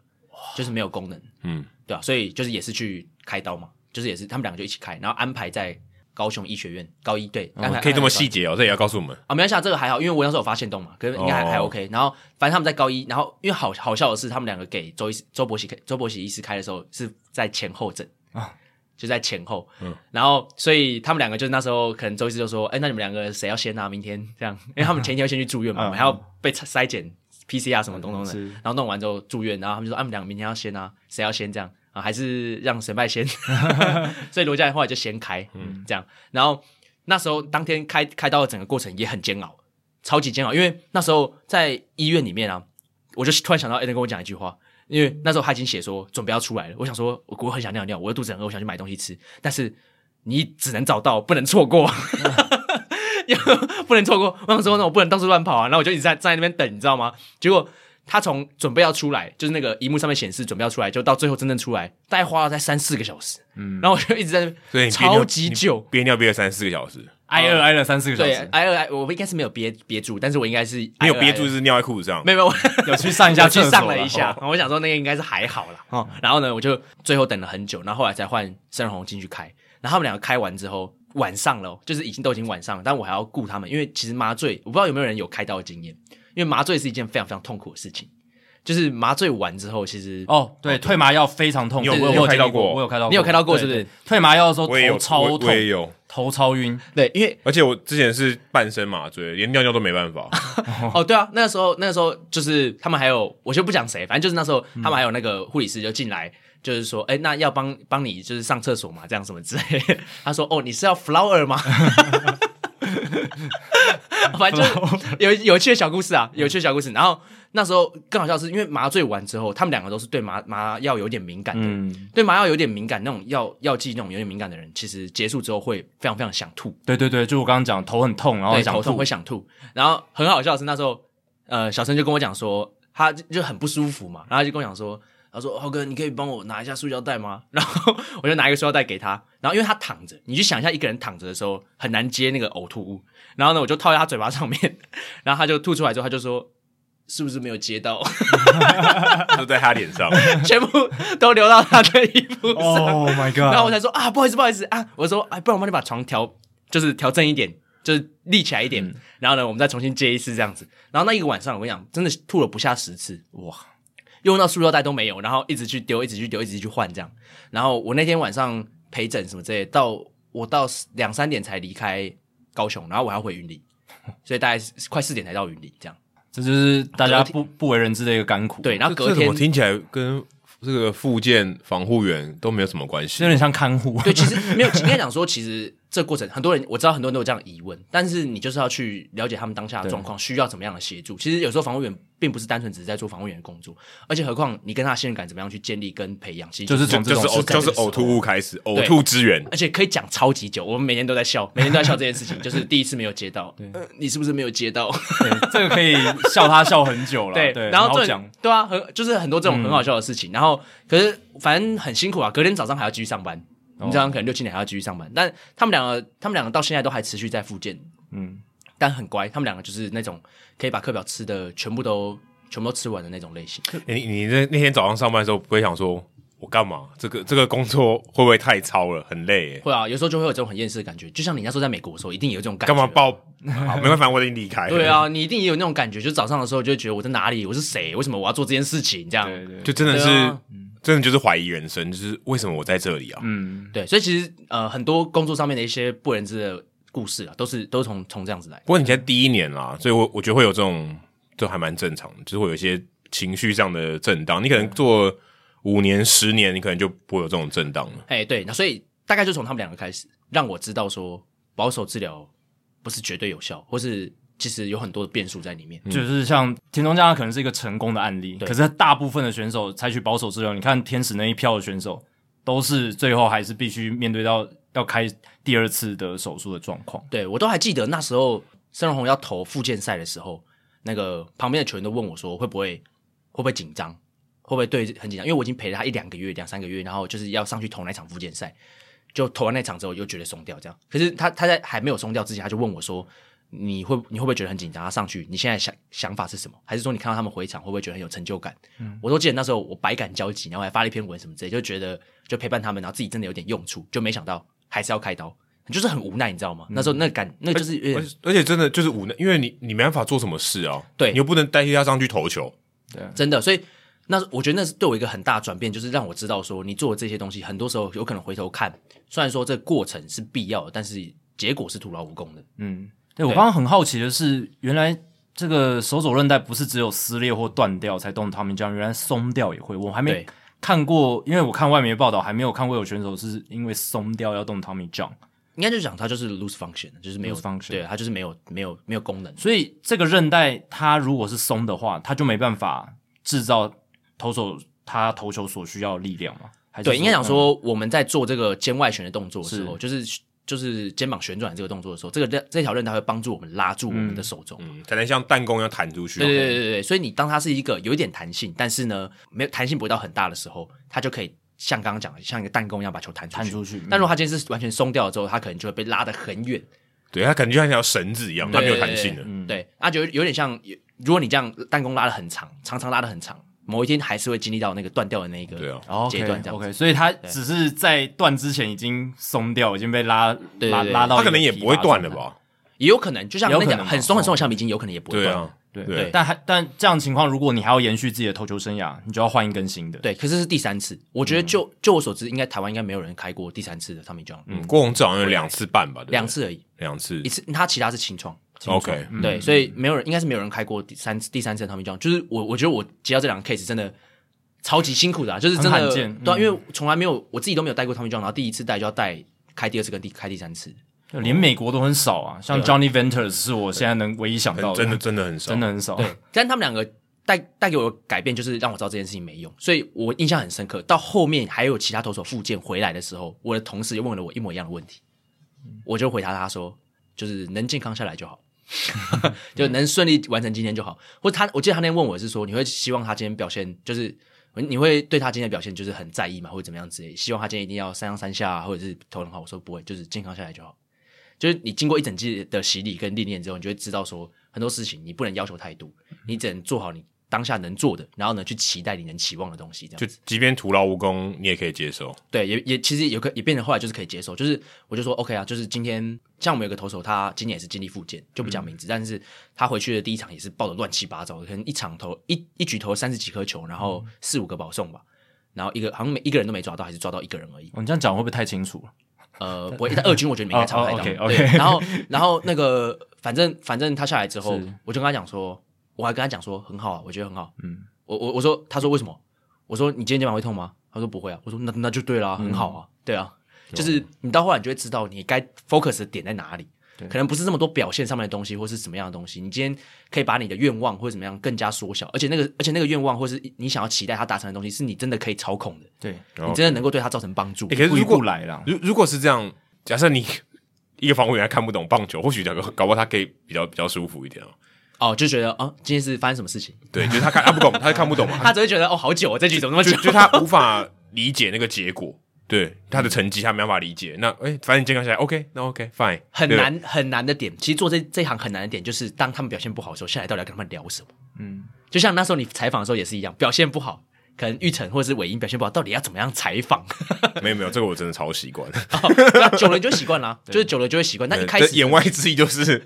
就是没有功能。嗯，对啊，所以就是也是去开刀嘛，就是也是他们两个就一起开，然后安排在高雄医学院高一对，安排可以这么细节哦，这也要告诉我们。啊，没关系，啊，这个还好，因为我那时候有发现洞嘛，可是应该还、哦还 OK。然后反正他们在高一，然后因为好好笑的是，他们两个给周医师周伯喜周伯喜医师开的时候是在前后诊啊啊，就在前后。嗯，然后所以他们两个就是那时候可能周医师就说：“哎、那你们两个谁要先啊？明天这样，因为 他们前一天要先去住院嘛，我们还要被筛筛检 PCR 什么东东的是，然后弄完之后住院，然后他们就说：‘啊，你们两个明天要先啊，谁要先这样啊？还是让神拜先？’所以罗嘉玲后来就先开，嗯，这样，然后。那时候当天开开刀的整个过程也很煎熬，超级煎熬，因为那时候在医院里面啊，我就突然想到 a d 跟我讲一句话，因为那时候他已经写说准备要出来了，我想说我我很想尿尿，我的肚子很饿，我想去买东西吃，但是你只能早到，不能错过。 不能错过，我想说，那我不能到处乱跑啊！然后我就一直在站在那边等，你知道吗？结果他从准备要出来，就是那个荧幕上面显示准备要出来，就到最后真正出来，大概花了在三四个小时。嗯，然后我就一直在那边，所以你憋尿超级久，憋尿憋了三四个小时，挨饿挨了三四个小嗯对 时，挨饿挨，我应该是没有憋憋住，但是我应该是你挨饿有憋挨住饿就是尿在裤子上，哎没有没有，我 有去上一下我去厕所上了一下哦，然后我想说那个应该是还好啦。哦，然后呢，我就最后等了很久，然后后来才换申红进去开，然后他们两个开完之后，晚上了哦，就是已经都已经晚上了，但我还要顾他们，因为其实麻醉，我不知道有没有人有开刀的经验，因为麻醉是一件非常非常痛苦的事情，就是麻醉完之后，其实哦，对，退麻药非常痛，有对我有我开经历到过我有开到，你有开到过是不是对？对退麻药的时候我也有头超我痛我，也有，头超晕，对，因为而且我之前是半身麻醉，连尿尿都没办法。 哦，对啊，那个时候那个时候就是他们还有，我就不讲谁，反正就是那时候他们还有那个护理师就进来，就是说，哎，那要帮帮你就是上厕所嘛，这样什么之类的。 他说，哦，你是要 flower 吗？ 反正就是有有趣的小故事啊，有趣的小故事。然后那时候更好笑的是，因为麻醉完之后，他们两个都是对麻麻药有点敏感的，嗯，对麻药有点敏感，那种药药剂那种有点敏感的人，其实结束之后会非常非常想吐。对对对，就我刚刚讲头很痛，然后对，想头痛吐会，想吐。然后很好笑的是那时候，呃，小陈就跟我讲说，他就就很不舒服嘛，然后他就跟我讲说，他说浩哥，你可以帮我拿一下塑胶袋吗？ 然后我就拿一个塑胶袋给他，然后因为他躺着，你就想一下一个人躺着的时候很难接那个呕吐物，然后呢我就套在他嘴巴上面，然后他就吐出来之后他就说。是不是没有接到？ 都在他脸上，全部都流到他的衣服上。 ，Oh my god， 然后我才说啊，不好意思，不好意思啊，我说哎，不然我帮你把床调，就是调正一点，就是立起来一点，嗯然后呢，我们再重新接一次这样子。然后那一个晚上，我跟你讲，真的是吐了不下十次，哇，用到塑料袋都没有，然后一直去丢，一直去丢，一直去换这样。然后我那天晚上陪诊什么之类的，到我到两三点才离开高雄，然后我还要回云林，所以大概是快四点才到云林这样。这就是大家隔天不不为人知的一个甘苦，对，，然后这隔这怎天么听起来跟这个附件防护员都没有什么关系有。点像看护，对，其实没有应该讲说，其实这过程很多人我知道很多人都有这样的疑问，但是你就是要去了解他们当下的状况，需要怎么样的协助。其实有时候防务员并不是单纯只是在做防务员的工作，而且何况你跟他的信任感怎么样去建立跟培养，其实就是就从这就种是呕这种就是呕吐物开始，呕吐支援，而且可以讲超级久，我们每天都在笑，每天都在笑这件事情，就是第一次没有 接到，呃你是不是没有接到？ 对这个可以笑他笑很久了，对，然后好这讲，嗯对啊，很就是很多这种很好笑的事情。然后可是反正很辛苦啊，隔天早上还要继续上班，哦我们早上可能六七点还要继续上班。但他们两个，他们两个到现在都还持续在复健，嗯，但很乖，他们两个就是那种可以把课表吃的全部都全部都吃完的那种类型。欸你你那那天早上上班的时候，不会想说我干嘛？这个这个工作会不会太超了，很累耶？会啊，有时候就会有这种很厌世的感觉，就像你那时候在美国的时候，一定有这种感觉。干嘛？ 报？好，没办法，我已经离开。对，啊，你一定也有那种感觉，就早上的时候就会觉得我在哪里，我是谁，为什么我要做这件事情？这样对对，就真的是对啊真的就是怀疑人生，就是为什么我在这里啊？嗯，对，所以其实呃，很多工作上面的一些不人知的故事啊，都是都是从从这样子来的。不过你才第一年啦，所以我我觉得会有这种，这还蛮正常的，就是会有一些情绪上的震荡。你可能啊做五年、十年，你可能就不会有这种震荡了。哎，对，那所以大概就从他们两个开始，让我知道说保守治疗不是绝对有效，或是其实有很多的变数在里面。就是像田中将他可能是一个成功的案例，可是大部分的选手采取保守治疗，你看天使那一票的选手，都是最后还是必须面对到要开第二次的手术的状况。对我都还记得那时候申荣宏要投复健赛的时候，那个旁边的球员都问我说会不会会不会紧张，会不会对很紧张？因为我已经陪了他一两个月、两三个月，然后就是要上去投那场复健赛，就投完那场之后就觉得松掉这样。可是他他在还没有松掉之前，他就问我说。你会你会不会觉得很紧张？他上去，你现在想想法是什么？还是说你看到他们回场，会不会觉得很有成就感？我都记得那时候我百感交集，然后还发了一篇文什么之类，就觉得就陪伴他们，然后自己真的有点用处，就没想到还是要开刀，就是很无奈，你知道吗？那时候那感那就是有而点且而且真的就是无奈，因为你你没办法做什么事啊，对你又不能代替他上去投球，真的，所以那我觉得那是对我一个很大的转变，就是让我知道说你做的这些东西，很多时候有可能回头看，虽然说这过程是必要的，但是结果是徒劳无功的。嗯，对我刚刚很好奇的是，原来这个手肘韧带不是只有撕裂或断掉才动他们这样，原来松掉也会。我还没对看过，因为我看外面的报道，还没有看过有选手是因为松掉要动 Tommy John，应该就讲它就是 lose function，就是没有 Lose function 对，它就是没有没有没有功能。所以这个韧带它如果是松的话，它就没办法制造投手他投球所需要的力量嘛？还是对，应该讲嗯说我们在做这个肩外旋的动作的时候，是就是就是肩膀旋转这个动作的时候，这个韧这条韧带会帮助我们拉住我们的手肘。嗯，才能像弹弓一样弹出去。对对对对对，所以你当它是一个有一点弹性，但是呢，没有弹性不会到很大的时候，它就可以像刚刚讲的，像一个弹弓一样把球弹出去。嗯弹出去，但如果它今天是完全松掉了之后，它可能就会被拉得很远，对，他感觉就像一条绳子一样，嗯它没有弹性的。嗯，对，那就有有点像，如果你这样弹弓拉得很长，常常拉得很长，某一天还是会经历到那个断掉的那一个对啊阶段，这样子 o k 所以它只是在断之前已经松掉，已经被拉对拉对对拉到，他可能也不会断了？吧？也有可能，哦就像那也有可个能很松很松的橡皮筋，有可能也不会对断。啊，对对但还但这样情况，如果你还要延续自己的投球生涯，你就要换一根新的。，对，可是是第三次，我嗯觉得就就我所知，应该台湾应该没有人开过第三次的上面撞，嗯，郭宏志好像有两次半吧，对不对两次而已，两次一次他其他是轻创， ，OK，嗯对，所以没有人应该是没有人开过第三次第三次的 Tommy John，就是我我觉得我接到这两个 case 真的超级辛苦的、啊，就是真很的罕见对啊、嗯因为从来没有我自己都没有带过 Tommy John，然后第一次带就要带开第二次跟第开第三次，就连美国都很少啊，像 Johnny Venters 是我现在能唯一想到很真的真的很少，真的很少。对，但他们两个带带给我的改变就是让我知道这件事情没用，所以我印象很深刻。到后面还有其他投手复健回来的时候，我的同事又问了我一模一样的问题，嗯我就回答他说，就是能健康下来就好。 就能顺利完成今天就好，或者他，我记得他那天问我是说，你会希望他今天表现就是，你会对他今天的表现就是很在意嘛，或者怎么样之类，希望他今天一定要三上三下啊，或者是投得很好。我说不会，就是健康下来就好。就是你经过一整季的洗礼跟历练之后，你就会知道说很多事情你不能要求太多，你只能做好你当下能做的，然后呢去期待你能期望的东西。这样就即便徒劳无功，你也可以接受。对，也也其实有个也变成后来就是可以接受，就是我就说 OK 啊，就是今天像我们有个投手，他今年也是经历复健，就不讲名字，但是他回去的第一场也是爆的乱七八糟的，可能一场投一一举投三十几颗球，然后四五个保送吧。然后一个好像每一个人都没抓到，还是抓到一个人而已。哦，你这样讲会不会太清楚了？呃，不会，但二军我觉得你们应该常拍哦到。哦，OK，OK 对然后，然后那个，反正反正他下来之后是，我就跟他讲说，我还跟他讲说很好啊，我觉得很好。嗯，我我我说，他说为什么？我说你今天肩膀会痛吗？他说不会啊。我说那那就对啦，很好啊，对啊，就是你到后来你就会知道你该 focus 的点在哪里。可能不是这么多表现上面的东西，或是什么样的东西，你今天可以把你的愿望或者怎么样更加缩小，而且那个而且那个愿望或是你想要期待它达成的东西，是你真的可以操控的，对，你真的能够对它造成帮助。欸可是不一如果不来啦。如如果是这样，假设你一个防务员他看不懂棒球，或许搞个搞不好他可以比较比较舒服一点哦。哦，就觉得啊，今天是发生什么事情？对，就是他看他不懂，他看不懂嘛，他只会觉得哦，好久哦，这局怎么那么就久？就他无法理解那个结果，对他的成绩他没办法理解。那哎、反正你健康起来，OK，那 OK fine， 很难很难的点，其实做这这一行很难的点就是，当他们表现不好的时候，下来到底要跟他们聊什么？嗯嗯，就像那时候你采访的时候也是一样，表现不好，可能玉成或者是伟英表现不好，到底要怎么样采 访？对没有没有，这个我真的超习 惯。对啊久了你就习惯了啊，就是久了就会习惯。那一开这始言外之意就是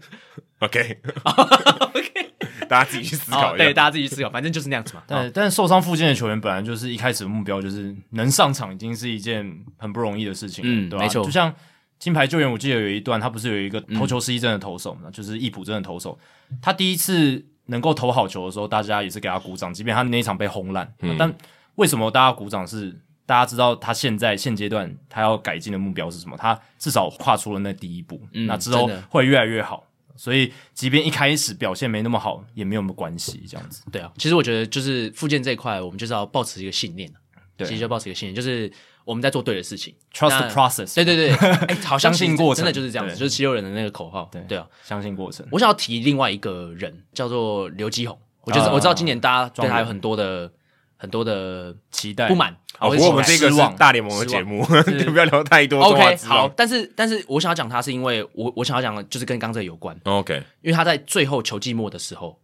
OK， OK， 大家自己去思好，考一下。哦对，大家自己去思考，反正就是那样子嘛。哦但但受伤复健的球员本来就是一开始的目标就是能上场，已经是一件很不容易的事情了，嗯对吧、没错就像金牌救援，我记得有一段，他不是有一个投球失忆症的投手嘛，嗯就是易普症的投手，他第一次能够投好球的时候，大家也是给他鼓掌，即便他那一场被轰烂、嗯但为什么大家鼓掌是？大家知道他现在现阶段他要改进的目标是什么？他至少跨出了那第一步，嗯那之后真的会越来越好。所以，即便一开始表现没那么好，也没有什么关系，这样子。对啊，其实我觉得就是附件这一块，我们就是要保持一个信念啊对其实就保持一个信念，就是我们在做对的事情。 Trust 那 the process 对对对，哎，好相像信其实过真程的就是这样子，对就是七六人的那个口号。对对啊，相信过程。我想要提另外一个人，叫做刘基宏。我就是啊我知道今年大家对状他元有很多的很多的期待不满，哦，或不者过我期们待这个失是望大联盟的节目， 就不要聊太多。中华 OK 职棒好，但是但是我想要讲他是因为我我想要讲的就是跟刚才有关， ，OK，因为他在最后球季末的时候，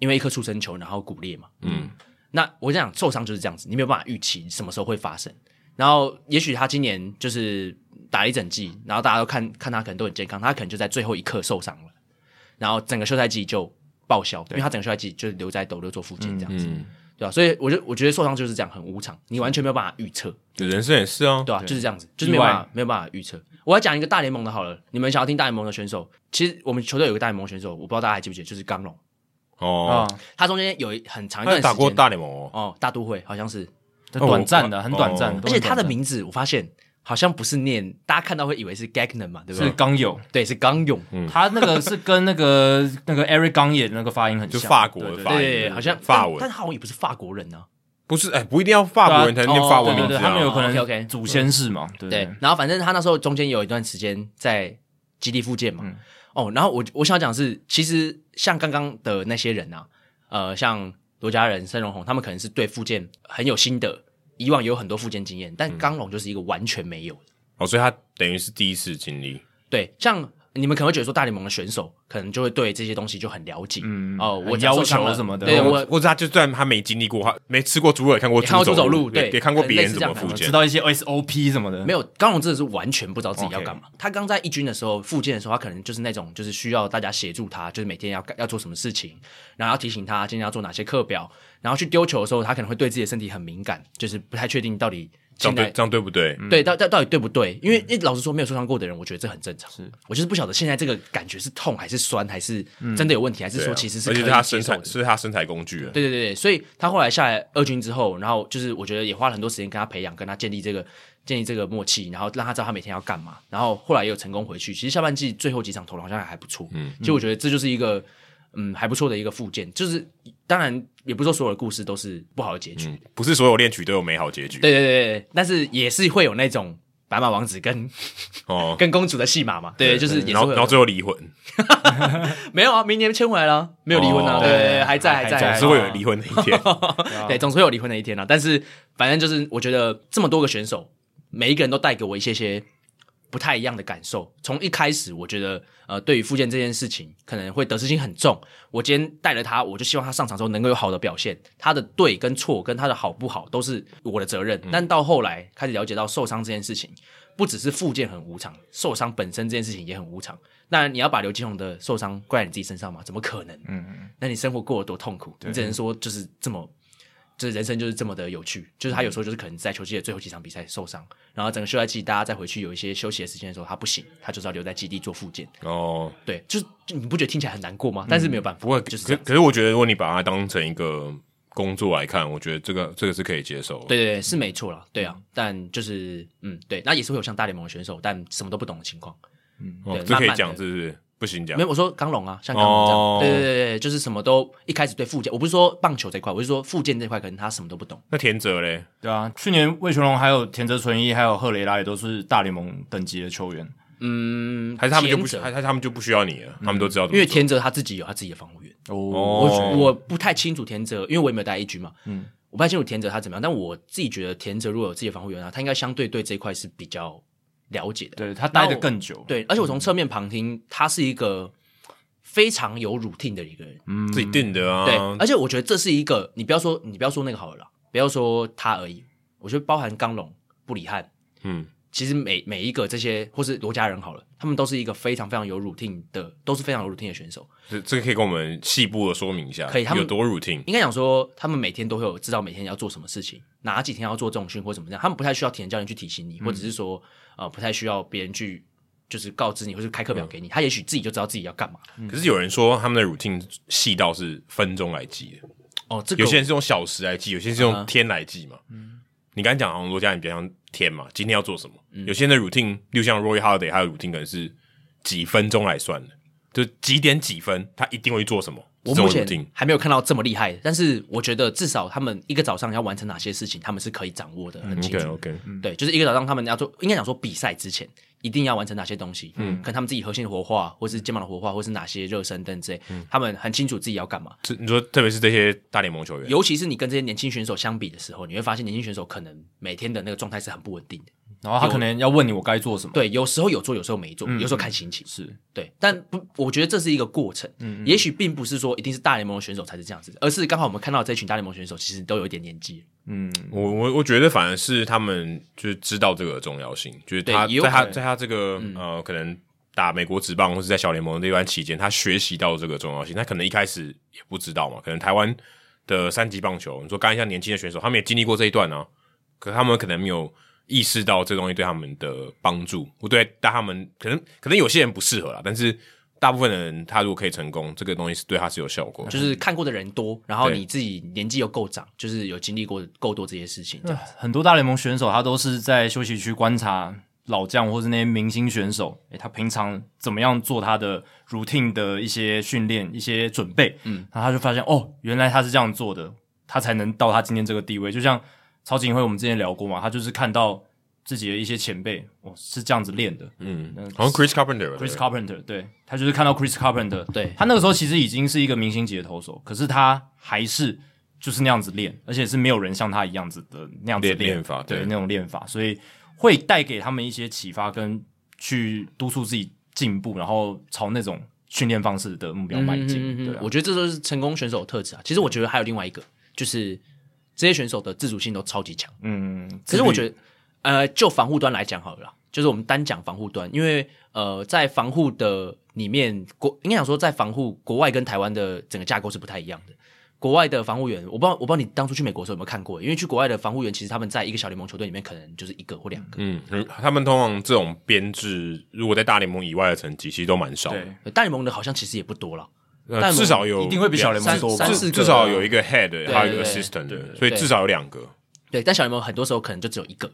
因为一颗出生球然后骨裂嘛，嗯，那我想受伤就是这样子，你没有办法预期什么时候会发生。然后也许他今年就是打了一整季，然后大家都看看他可能都很健康，他可能就在最后一刻受伤了，然后整个休赛季就报销，因为他整个休赛季就是留在斗六做复健嗯这样子，对吧、所以我就我觉得受伤就是这样，很无常，你完全没有办法预测。人生也是啊，对啊，就是这样子，就是没有办法没有办法预测。我要讲一个大联盟的好了，你们想要听大联盟的选手，其实我们球队有个大联盟选手，我不知道大家还记不记得，就是刚龙，啊哦，，他中间有一很长一他段有时打间过大联盟哦，哦大都会好像是，这哦短暂我的，很短暂哦，都很而且他的短名字我发现好像不是念，大家看到会以为是 Gagnon 嘛，对不暂是对？刚友，对，是刚勇，嗯他那个是跟那个 那个 Eric 刚也那个发音很就像，法国的对对发对音对，好像法但文但好像也不是法国人啊。不是，哎，不一定要法国人才能念对啊法对文对名对，字他们有啊。可能 OK，OK 祖先是嘛，对对，然后反正他那时候中间有一段时间在基地复健嘛。嗯哦，然后我我想讲是，其实像刚刚的那些人啊，呃，像罗家人、申荣宏，他们可能是对复健很有心得，以往有很多复健经验，嗯但刚龙就是一个完全没有的。哦，所以他等于是第一次经历，对，像你们可能会觉得说大联盟的选手可能就会对这些东西就很了解，嗯，哦，很我只要要受伤求了什么的对我哎我。或者他就算他没经历过，他没吃过猪耳，看过也看过猪猪走路也对也看过别人类似怎这样啊么复我健知。道一些 SOP 什么的，没有有，刚龙真的是完全不知道自己要干嘛。他刚在一军的时候，复健的时候，他可能就是那种就是需要大家协助他，就是每天要干要做什么事情，然后要提醒他今天要做哪些课表，然后去丢球的时候，他可能会对自己的身体很敏感，就是不太确定到底这样现在嗯对，这样对不对？嗯对到到到底对不对？因为因为老实说，没有受伤过的人，我觉得这很正常。我就是不晓得现在这个感觉是痛还是酸，还是真的有问题，还是对啊说其实是而可且以是他接身受材的。是他身材工具了。啊对对对对，所以他后来下来二军之后，然后就是我觉得也花了很多时间跟他培养，跟他建立这个建立这个默契，然后让他知道他每天要干嘛。然后后来也有成功回去，其实下半季最后几场投的好像还不错。嗯，其实我觉得这就是一个嗯还不错的一个附件，就是当然也不是说所有的故事都是不好的结局，嗯，不是所有恋曲都有美好结局。对对对对，对但是也是会有那种白马王子跟哦，跟公主的戏码嘛，对，就是也是然后会然后有最后离婚，没有啊，明年签回来了，没有离婚啊，哦对对对，还在还还在在，还是会有离婚的一 天。对，总是会有离婚的一天啊。但是反正就是，我觉得这么多个选手，每一个人都带给我一些些不太一样的感受。从一开始，我觉得呃，对于复健这件事情，可能会得失心很重。我今天带了他，我就希望他上场之后能够有好的表现。他的对跟错，跟他的好不好，都是我的责任。但到后来开始了解到受伤这件事情。不只是复健很无常，受伤本身这件事情也很无常。那你要把刘金宏的受伤怪在你自己身上吗？怎么可能？嗯，那你生活过得多痛苦？你只能说就是这么就是人生就是这么的有趣，就是他有时候就是可能在球季的最后几场比赛受伤，然后整个休赛季大家再回去有一些休息的时间的时候，他不行，他就是要留在基地做复健。哦，对，就是就你不觉得听起来很难过吗？但是没有办嗯法，不过就是这可样。可是我觉得，如果你把它当成一个工作来看，我觉得这个这个是可以接受的。对对对，是没错啦，对啊，但就是嗯，对，那也是会有像大联盟的选手，但什么都不懂的情况。哦，对这可慢以慢讲，的是不是？不行讲没。有，我说刚龙啊，像刚龙这样，哦对对对对，就是什么都一开始对复健，我不是说棒球这块，我是说复健这块，可能他什么都不懂。那田泽嘞？对啊，去年魏全龙还有田泽纯一还有赫雷拉也都是大联盟等级的球员，嗯，还是他们就不田需，泽嗯还是他们就不需要你了？他们都知道怎因么为做。田泽他自己有他自己的防护员。哦哦我我不太清楚田泽，因为我也没有待一局嘛，嗯，我不太清楚田泽他怎么样，但我自己觉得田泽如果有自己的防护员啊，他应该相对对这一块是比较了解的，对他待的更久，对，而且我从侧面旁听，他是一个非常有 routine 的一个人，自己定的啊。对，而且我觉得这是一个，你不要说你不要说那个好了啦，不要说他而已，我觉得包含刚龙、布里汉，嗯，其实每每一个这些或是罗家人好了，他们都是一个非常非常有 routine 的，都是非常有 routine 的选手，这这个可以跟我们细部的说明一下，可以他们有多 routine。应该讲说，他们每天都会有知道每天要做什么事情，哪几天要做重训或怎么样，他们不太需要体能教练去提醒你，嗯或者是说呃不太需要别人去就是告知你或是开课嗯表给你，他也许自己就知道自己要干嘛。可是有人说他们的 routine 细到是分钟来记的，哦，这个啊嗯有些人是用小时来记，有些是用天来记嘛。你刚才讲好像罗家人比较像天嘛，今天要做什么？嗯有些人的 routine，例如像 Roy Holiday，他的 routine 可能是几分钟来算的，就几点几分他一定会做什么，我目这前么定还没有看到这么厉害，但是我觉得至少他们一个早上要完成哪些事情，他们是可以掌握的很清楚的。 OK OK，对，就是一个早上他们要做，应该讲说比赛之前一定要完成哪些东西，嗯，可能他们自己核心的活化，或是肩膀的活化，或是哪些热身等之类，嗯他们很清楚自己要干嘛。这你说特别是这些大联盟球员，尤其是你跟这些年轻选手相比的时候，你会发现年轻选手可能每天的那个状态是很不稳定的。然后他可能要问你我该做什么，对，有时候有做，有时候没做，有时候看心情。是对，但不，我觉得这是一个过程。嗯，也许并不是说一定是大联盟的选手才是这样子的，而是刚好我们看到这群大联盟选手其实都有一点年纪。嗯，我我我觉得反而是他们就是知道这个重要性，就是他对也有在他可能嗯在他这个、呃可能打美国职棒或是在小联盟这段期间，他学习到这个重要性。他可能一开始也不知道嘛，可能台湾的三级棒球，你说刚一下年轻的选手，他们也经历过这一段啊，可他们可能没有意识到这东西对他们的帮助，不对，但他们可能可能有些人不适合啦，但是大部分的人他如果可以成功，这个东西是对他是有效果的，就是看过的人多，然后对你自己年纪又够长，就是有经历过够多这些事情。这样很多大联盟选手他都是在休息区观察老将或是那些明星选手，诶，他平常怎么样做他的 routine 的一些训练、一些准备，嗯，然后他就发现哦，原来他是这样做的，他才能到他今天这个地位。就像曹景辉，我们之前聊过嘛，他就是看到自己的一些前辈，哦，是这样子练的，嗯，好像 Chris Carpenter 吧 Chris Carpenter，对他就是看到 Chris Carpenter，对他那个时候其实已经是一个明星级的投手，可是他还是就是那样子练，而且是没有人像他一样子的那样子练练法对对那种练法，所以会带给他们一些启发，跟去督促自己进步，然后朝那种训练方式的目标迈进。嗯嗯嗯嗯对、啊，我觉得这就是成功选手的特质啊。其实我觉得还有另外一个，就是这些选手的自主性都超级强。嗯，可是我觉得得，呃，就防护端来讲好了啦，就是我们单讲防护端，因为呃，在防护的里面，国应该讲说，在防护国外跟台湾的整个架构是不太一样的。国外的防护员，我不知道，我不知道你当初去美国的时候有没有看过，因为去国外的防护员，其实他们在一个小联盟球队里面，可能就是一个或两个。嗯，他们通常这种编制，如果在大联盟以外的成绩，其实都蛮少的。对，大联盟的好像其实也不多了，呃，但至少有一定会比小联盟三多吧三至四个至少有一个 head，对还有一个对对 assistant，的所以至少有两个。对，但小联盟很多时候可能就只有一个，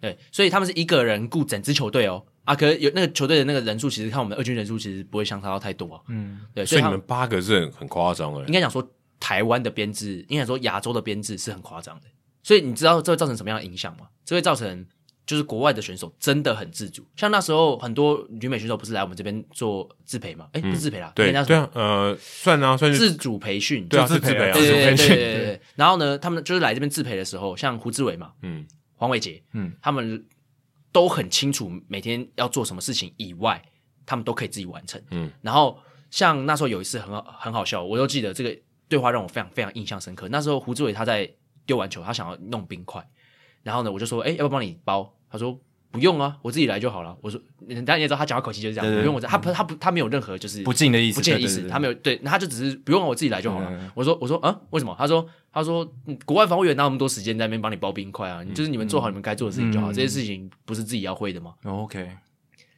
对，所以他们是一个人雇整支球队哦。啊，可是有那个球队的那个人数，其实看我们的二军人数，其实不会相差到太多、啊。嗯，对，所所以以他你们们八个是很很夸张的应。该讲说台湾的编制，应该讲说亚洲的编制是很夸张的。所以你知道这会造成什么样的影响吗？这会造成就是国外的选手真的很自主，像那时候很多旅美选手不是来我们这边做自培嘛？哎、不是自培啦，嗯对人家对啊，呃，算啊，算是自主培训，对啊，自是培自啊培啊，对自培对对对对训。对对。然后呢，他们就是来这边自培的时候，像胡志伟嘛，嗯，黄伟杰，嗯嗯，他们都很清楚每天要做什么事情以外，他们都可以自己完成，嗯嗯。然后像那时候有一次很好很好笑，我都记得这个对话让我非常非常印象深刻。那时候胡志伟他在丢完球，他想要弄冰块，然后呢，我就说，哎、要不要帮你包？他说。不用啊，我自己来就好了。我说，当然你也知道，他讲话口气就是这样，对对不用我这，啊他不，他不，他没有任何就是不敬的意思，不见对意对思，对他没有对，那他就只是不用我自己来就好了。嗯嗯我说我说啊，为什么？他说他说、嗯国外防务员哪有那么多时间在那边帮你包冰块啊？你就是你们做好你们该做的事情就嗯好，这些事情不是自己要会的吗？哦 OK，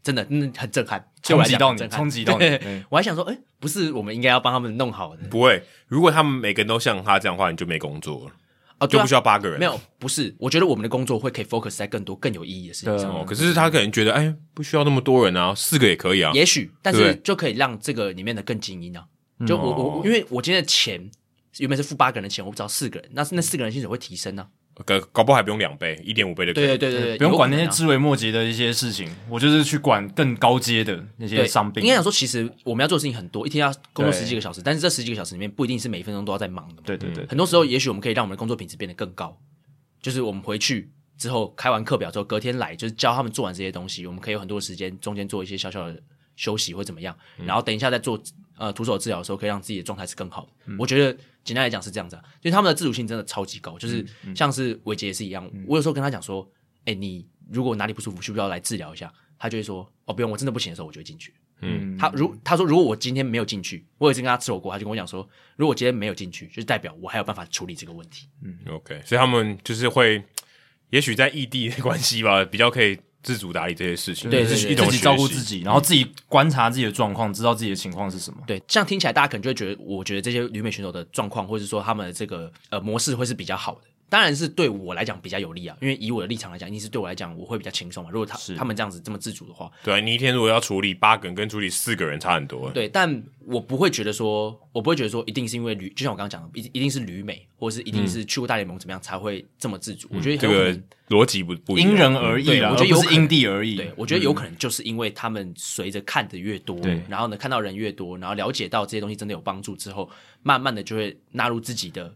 真的，嗯，很震撼，冲击到你对我来讲很震撼冲击到你嗯对对 我还想说，哎、不是我们应该要帮他们弄好的不会，如果他们每个人都像他这样的话，你就没工作了，啊？就对啊不需要八个人。没有，不是，我觉得我们的工作会可以 focus 在更多更有意义的事情上。对啊哦，可是他可能觉得，哎，不需要那么多人啊，四个也可以啊。也许，但对是就可以让这个里面的更精英啊。嗯就哦我我我因为我今天的钱原本是付八个人的钱，我只要四个人，那那四个人薪水会提升啊。搞搞不好还不用两倍，一点五倍就可以。对对对对对，不用有管可那能些枝啊微末节的一些事情，我就是去管更高阶的那些对，伤病。应该讲说，其实我们要做的事情很多，一天要工作十几个小时，但是这十几个小时里面不一定是每一分钟都要在忙的嘛。对对对，很多时候也许我们可以让我们的工作品质变得更高，就是我们回去之后开完课表之后，隔天来就是教他们做完这些东西，我们可以有很多时间中间做一些小小的休息或怎么样，然后等一下再做呃徒手治疗的时候，可以让自己的状态是更好的。我觉得简单来讲是这样子、啊，就是他们的自主性真的超级高，就是像是伟杰也是一样，我有时候跟他讲说，哎、你如果哪里不舒服，需不需要来治疗一下？他就会说，哦，不用，我真的不行的时候，我就会进去。嗯，他如他说，如果我今天没有进去，我有一次跟他吃火锅，他就跟我讲说，如果我今天没有进去，就是代表我还有办法处理这个问题。 OK，所以他们就是会，也许在异地的关系吧， 比较可以自主打理这些事情，对这自对是己一种自己照顾学习自。己，然后自己观察自己的状况，知道自己的情况是什么。对，这样听起来大家可能就会觉得，我觉得这些旅美选手的状况，或者是说他们的这个呃模式会是比较好的。当然是对我来讲比较有利啊，因为以我的立场来讲，一定是对我来讲我会比较轻松嘛。如果他他们这样子这么自主的话，对啊，你一天如果要处理八个人跟处理四个人差很多，对，但我不会觉得说，我不会觉得说，一定是因为旅，就像我刚刚讲的，一一定是旅美，或者是一定是去过大联盟怎么样才会这么自主。我觉得嗯这很有可个能，逻辑不不一样因人而异嗯对啦，我觉得而有不可是能因地而异。对我觉得有可能就是因为他们随着看的越多，嗯对然后呢看到人越多，然后了解到这些东西真的有帮助之后，慢慢的就会纳入自己的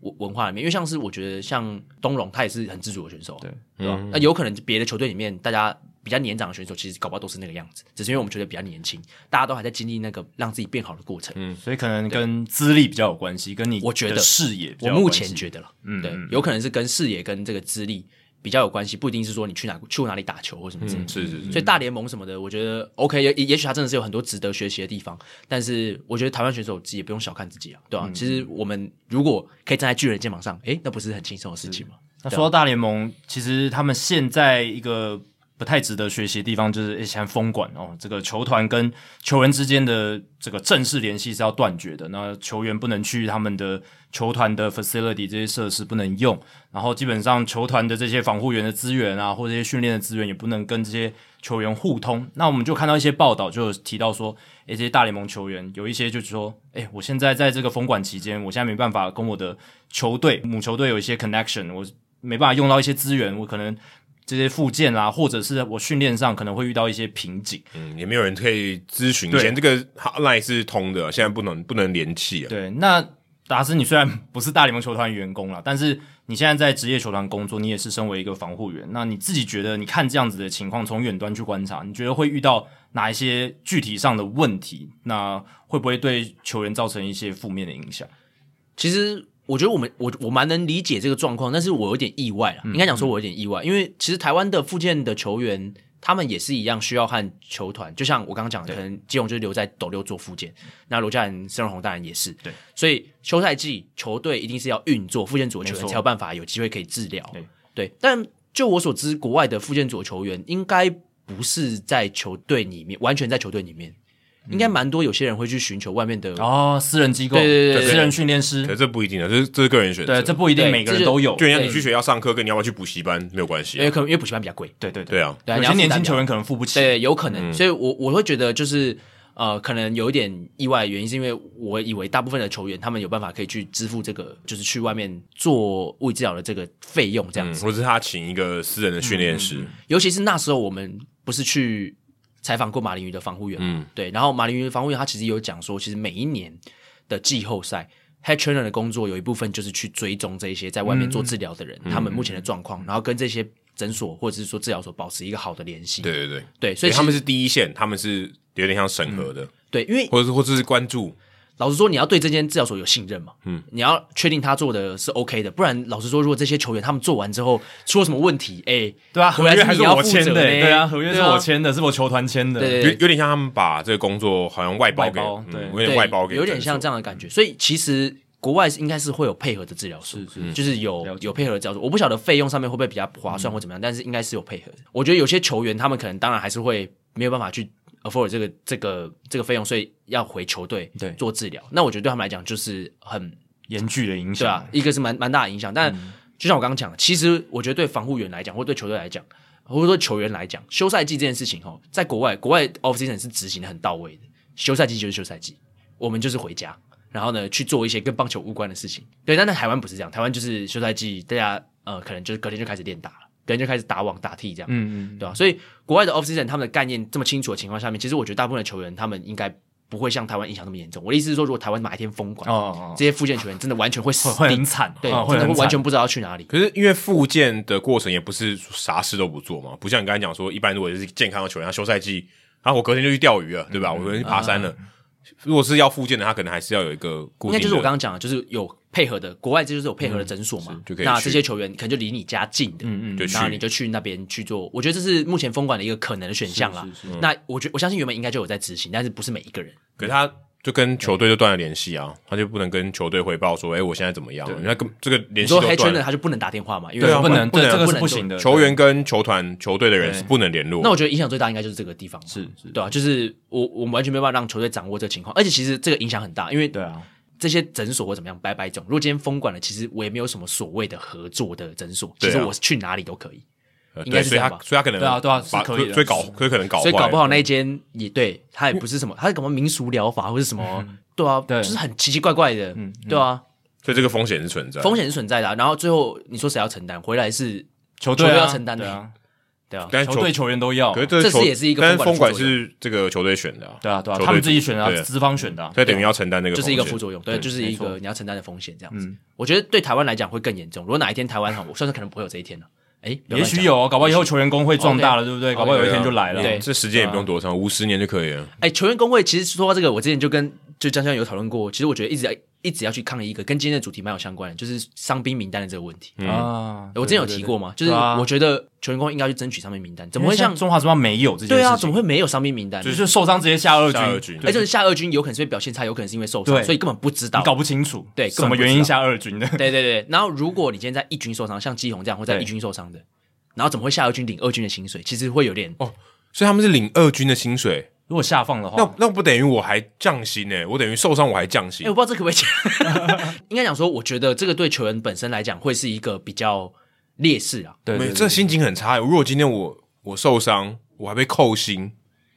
文文化里面。因为像是我觉得像东龙，他也是很自主的选手，对嗯对吧？那有可能别的球队里面大家。比较年长的选手，其实搞不好都是那个样子，只是因为我们觉得比较年轻，大家都还在经历那个让自己变好的过程。嗯所以可能跟资历比较有关系，跟你我觉得的视野比较有关我系。嗯目前觉得了，对，有可能是跟视野跟这个资历比较有关系，不一定是说你去哪去过哪里打球或什么嗯之类的。嗯是是是，所以大联盟什么的，我觉得 OK，也也也许他真的是有很多值得学习的地方，但是我觉得台湾选手自己也不用小看自己啊，对嗯吧、其实我们如果可以站在巨人肩膀上，诶，那不是很轻松的事情吗？那说到大联盟，其实他们现在一个不太值得学习的地方就是，诶现在封管哦，这个球团跟球员之间的这个正式联系是要断绝的。那球员不能去他们的球团的 facility 这些设施不能用，然后基本上球团的这些防护员的资源啊，或这些训练的资源也不能跟这些球员互通。那我们就看到一些报道，就有提到说，诶，这些大联盟球员有一些就是说，诶，我现在在这个封管期间，我现在没办法跟我的球队母球队有一些 connection，我没办法用到一些资源，我可能这些附件啦，或者是我训练上可能会遇到一些瓶颈。嗯，也没有人可以咨询。以对前这个 hotline 是通的，现在不能不能联系啊了。对，那达斯，你虽然不是大联盟球团员工啦，但是你现在在职业球团工作，你也是身为一个防护员，那你自己觉得，你看这样子的情况，从远端去观察，你觉得会遇到哪一些具体上的问题？那会不会对球员造成一些负面的影响？其实我觉得我们我我蛮能理解这个状况，但是我有点意外了。啊嗯应该讲说，我有点意外，因为其实台湾的附件的球员，他们也是一样需要和球团，就像我刚刚讲的，可能基隆就是留在斗六做附件，那罗嘉仁、申荣宏当然也是。对，所以休赛季球队一定是要运作附件组的球没员错才有办法有机会可以治疗。对对，但就我所知，国外的附件组的球员应该不是在球队里面，完全在球队里面。应该蛮多，有些人会去寻求外面的嗯哦，私人机构，对对对私人对训练可师，这不一定的，啊这是这是个人选择。对，这不一定对每个人这就都有。就对人家你去学校上课，跟你要不要去补习班没有关系因啊、为可能因为补习班比较贵，对对对啊，对啊，有些你要负担年轻比较球员可能付不起。对，有可嗯能。所以我我会觉得就是呃，可能有一点意外，原因是因为我以为大部分的球员他们有办法可以去支付这个，就是去外面做物理治疗的这个费用这样嗯，子。或者是他请一个私人的训练师，尤其是那时候我们不是去采访过马林鱼的防护员嗯嗯嘛，对，然后马林鱼的防护员他其实有讲说，其实每一年的季后赛。Head trainer 的工作有一部分就是去追踪这一些在外面做嗯治疗的人，他们目前的状况，然后跟这些诊所或者是说治疗所保持一个好的联系。对对对，对，所所以以他们是是第一线，他们是有点像审核的，对，因为或者是或者是关注，老实说，你要对这间治疗所有信任嘛？嗯，你要确定他做的是 OK 的，不然老实说，如果这些球员他们做完之后出了什么问题，哎、对啊，合回约来还是是你要我负责签的，呢对啊，合约是对啊我签的，是我球团签的，对有有点像他们把这个工作好像外包给，外包对嗯、有点外包给，有点像这样。样的感觉。所以其实国外是应该是会有配合的治疗师，是是就是有嗯了解有配合的治疗师。我不晓得费用上面会不会比较划算或怎么样，但是应该是有配合的。我觉得有些球员他们可能当然还是会没有办法去 afford 这个这个这个费用，所以要回球队对做治疗。那我觉得对他们来讲就是很严峻的影嗯响。对啊，一个是蛮蛮大的影响。但就像我刚刚讲的，其实我觉得对防护员来讲，或对球队来讲，或者说球员来讲，休赛季这件事情哦，在国外国外 off season 是执行的很到位的，休赛季就是休赛季，我们就是回家。然后呢，去做一些跟棒球无关的事情。对，但在台湾不是这样，台湾就是休赛季，大家呃，可能就是隔天就开始练打了，隔天就开始打网打替这样。嗯嗯，对吧、啊所以国外的 off season 他们的概念这么清楚的情况下面，其实我觉得大部分的球员他们应该不会像台湾影响那么严重。我的意思是说，如果台湾哪一天封管，哦哦哦这些复健球员真的完全会死会会定很，惨，对，啊真的很会惨完全不知道要去哪里。可是因为复健的过程也不是啥事都不做嘛，不像你刚才讲说，一般如果是健康的球员，他休赛季，啊，我隔天就去钓鱼了，嗯对吧？我隔天去爬山了。如果是要复健的，他可能还是要有一个固定应该的，就是我刚刚讲的，就是有配合的，国外这就是有配合的诊所嘛是就，可以那去这些球员可能就离你家近的，嗯就去然后你就去那边去做。我觉得这是目前封管的一个可能的选项啦。那我觉我相信原本应该就有在执行，但是不是每一个人。可是他就跟球队就断了联系啊，他就不能跟球队汇报说，哎、我现在怎么样？那跟这个联你系说都黑圈断的了，他就不能打电话嘛，因为对啊不能，不对能这个是能不做行的。球员跟球团、球队的人对是不能联络。那我觉得影响最大应该就是这个地方嘛，是是对啊，就是我我们完全没办法让球队掌握这个情况，而且其实这个影响很大，因为对啊，这些诊所或怎么样，百百种。如果今天封管了，其实我也没有什么所谓的合作的诊所，对其啊实我去哪里都可以。呃应该对，是所以这他样吧所以他可能对啊对啊是把可以的所以搞所以可能搞坏所了，以搞不好那一间也对，它也不是什么，它是什么民俗疗法或是什么，对啊，嗯对嗯就是很奇奇怪怪的，对啊，所以这个风险是存在的。风险是存在的啊、然后最后你说谁要承担？回来是球队啊球队要承担的对啊，对啊，但是球队球员都要，可是对这这是球也是一个但是风风管管的是这个球队选的啊，啊对啊球，队他们自己选的啊对，资方选的啊，所以等于要承担那个，就是一个副作用，对，就是一没个错嗯你要承担的风险这样子。我觉得对台湾来讲会更严重。如果哪一天台湾好，我算是可能不会有这一天了。哎，不要也乱许讲。有，搞不好以后球员工会壮哦大了，对不对？搞不好有一天就来了，对啊这时间也不用多长，五十年就可以了。哎，球员工会其实说到这个，我之前就跟就江江有讨论过。其实我觉得一直要一直要去抗议一个跟今天的主题蛮有相关的，就是伤兵名单的这个问题。啊，我之前有提过嘛，就是对啊我觉得球员工应该去争取伤兵名单，怎怎么会像中华职棒没有这件事情？对啊，怎么会没有伤兵名单呢？就是受伤直接下二军？下二军而且下二军有可能是因为表现差，有可能是因为受伤，对所以根本不知道你。搞不清楚，对什么原因下二军的？ 对对对，然后如果你今天在一军受伤，像基宏这样，或在对一军受伤的，然后怎么会下二军领二军的薪水？其实会有嗯点，所以他们是领二军的薪水，如果下放的话，那那不等于我还降薪呢？我等于受伤我还降薪哎，我，不知道这可不可以讲。 应该讲说，我觉得这个对球员本身来讲会是一个比较劣势啊。对没，这心情很差。如果今天我我受伤，我还被扣薪，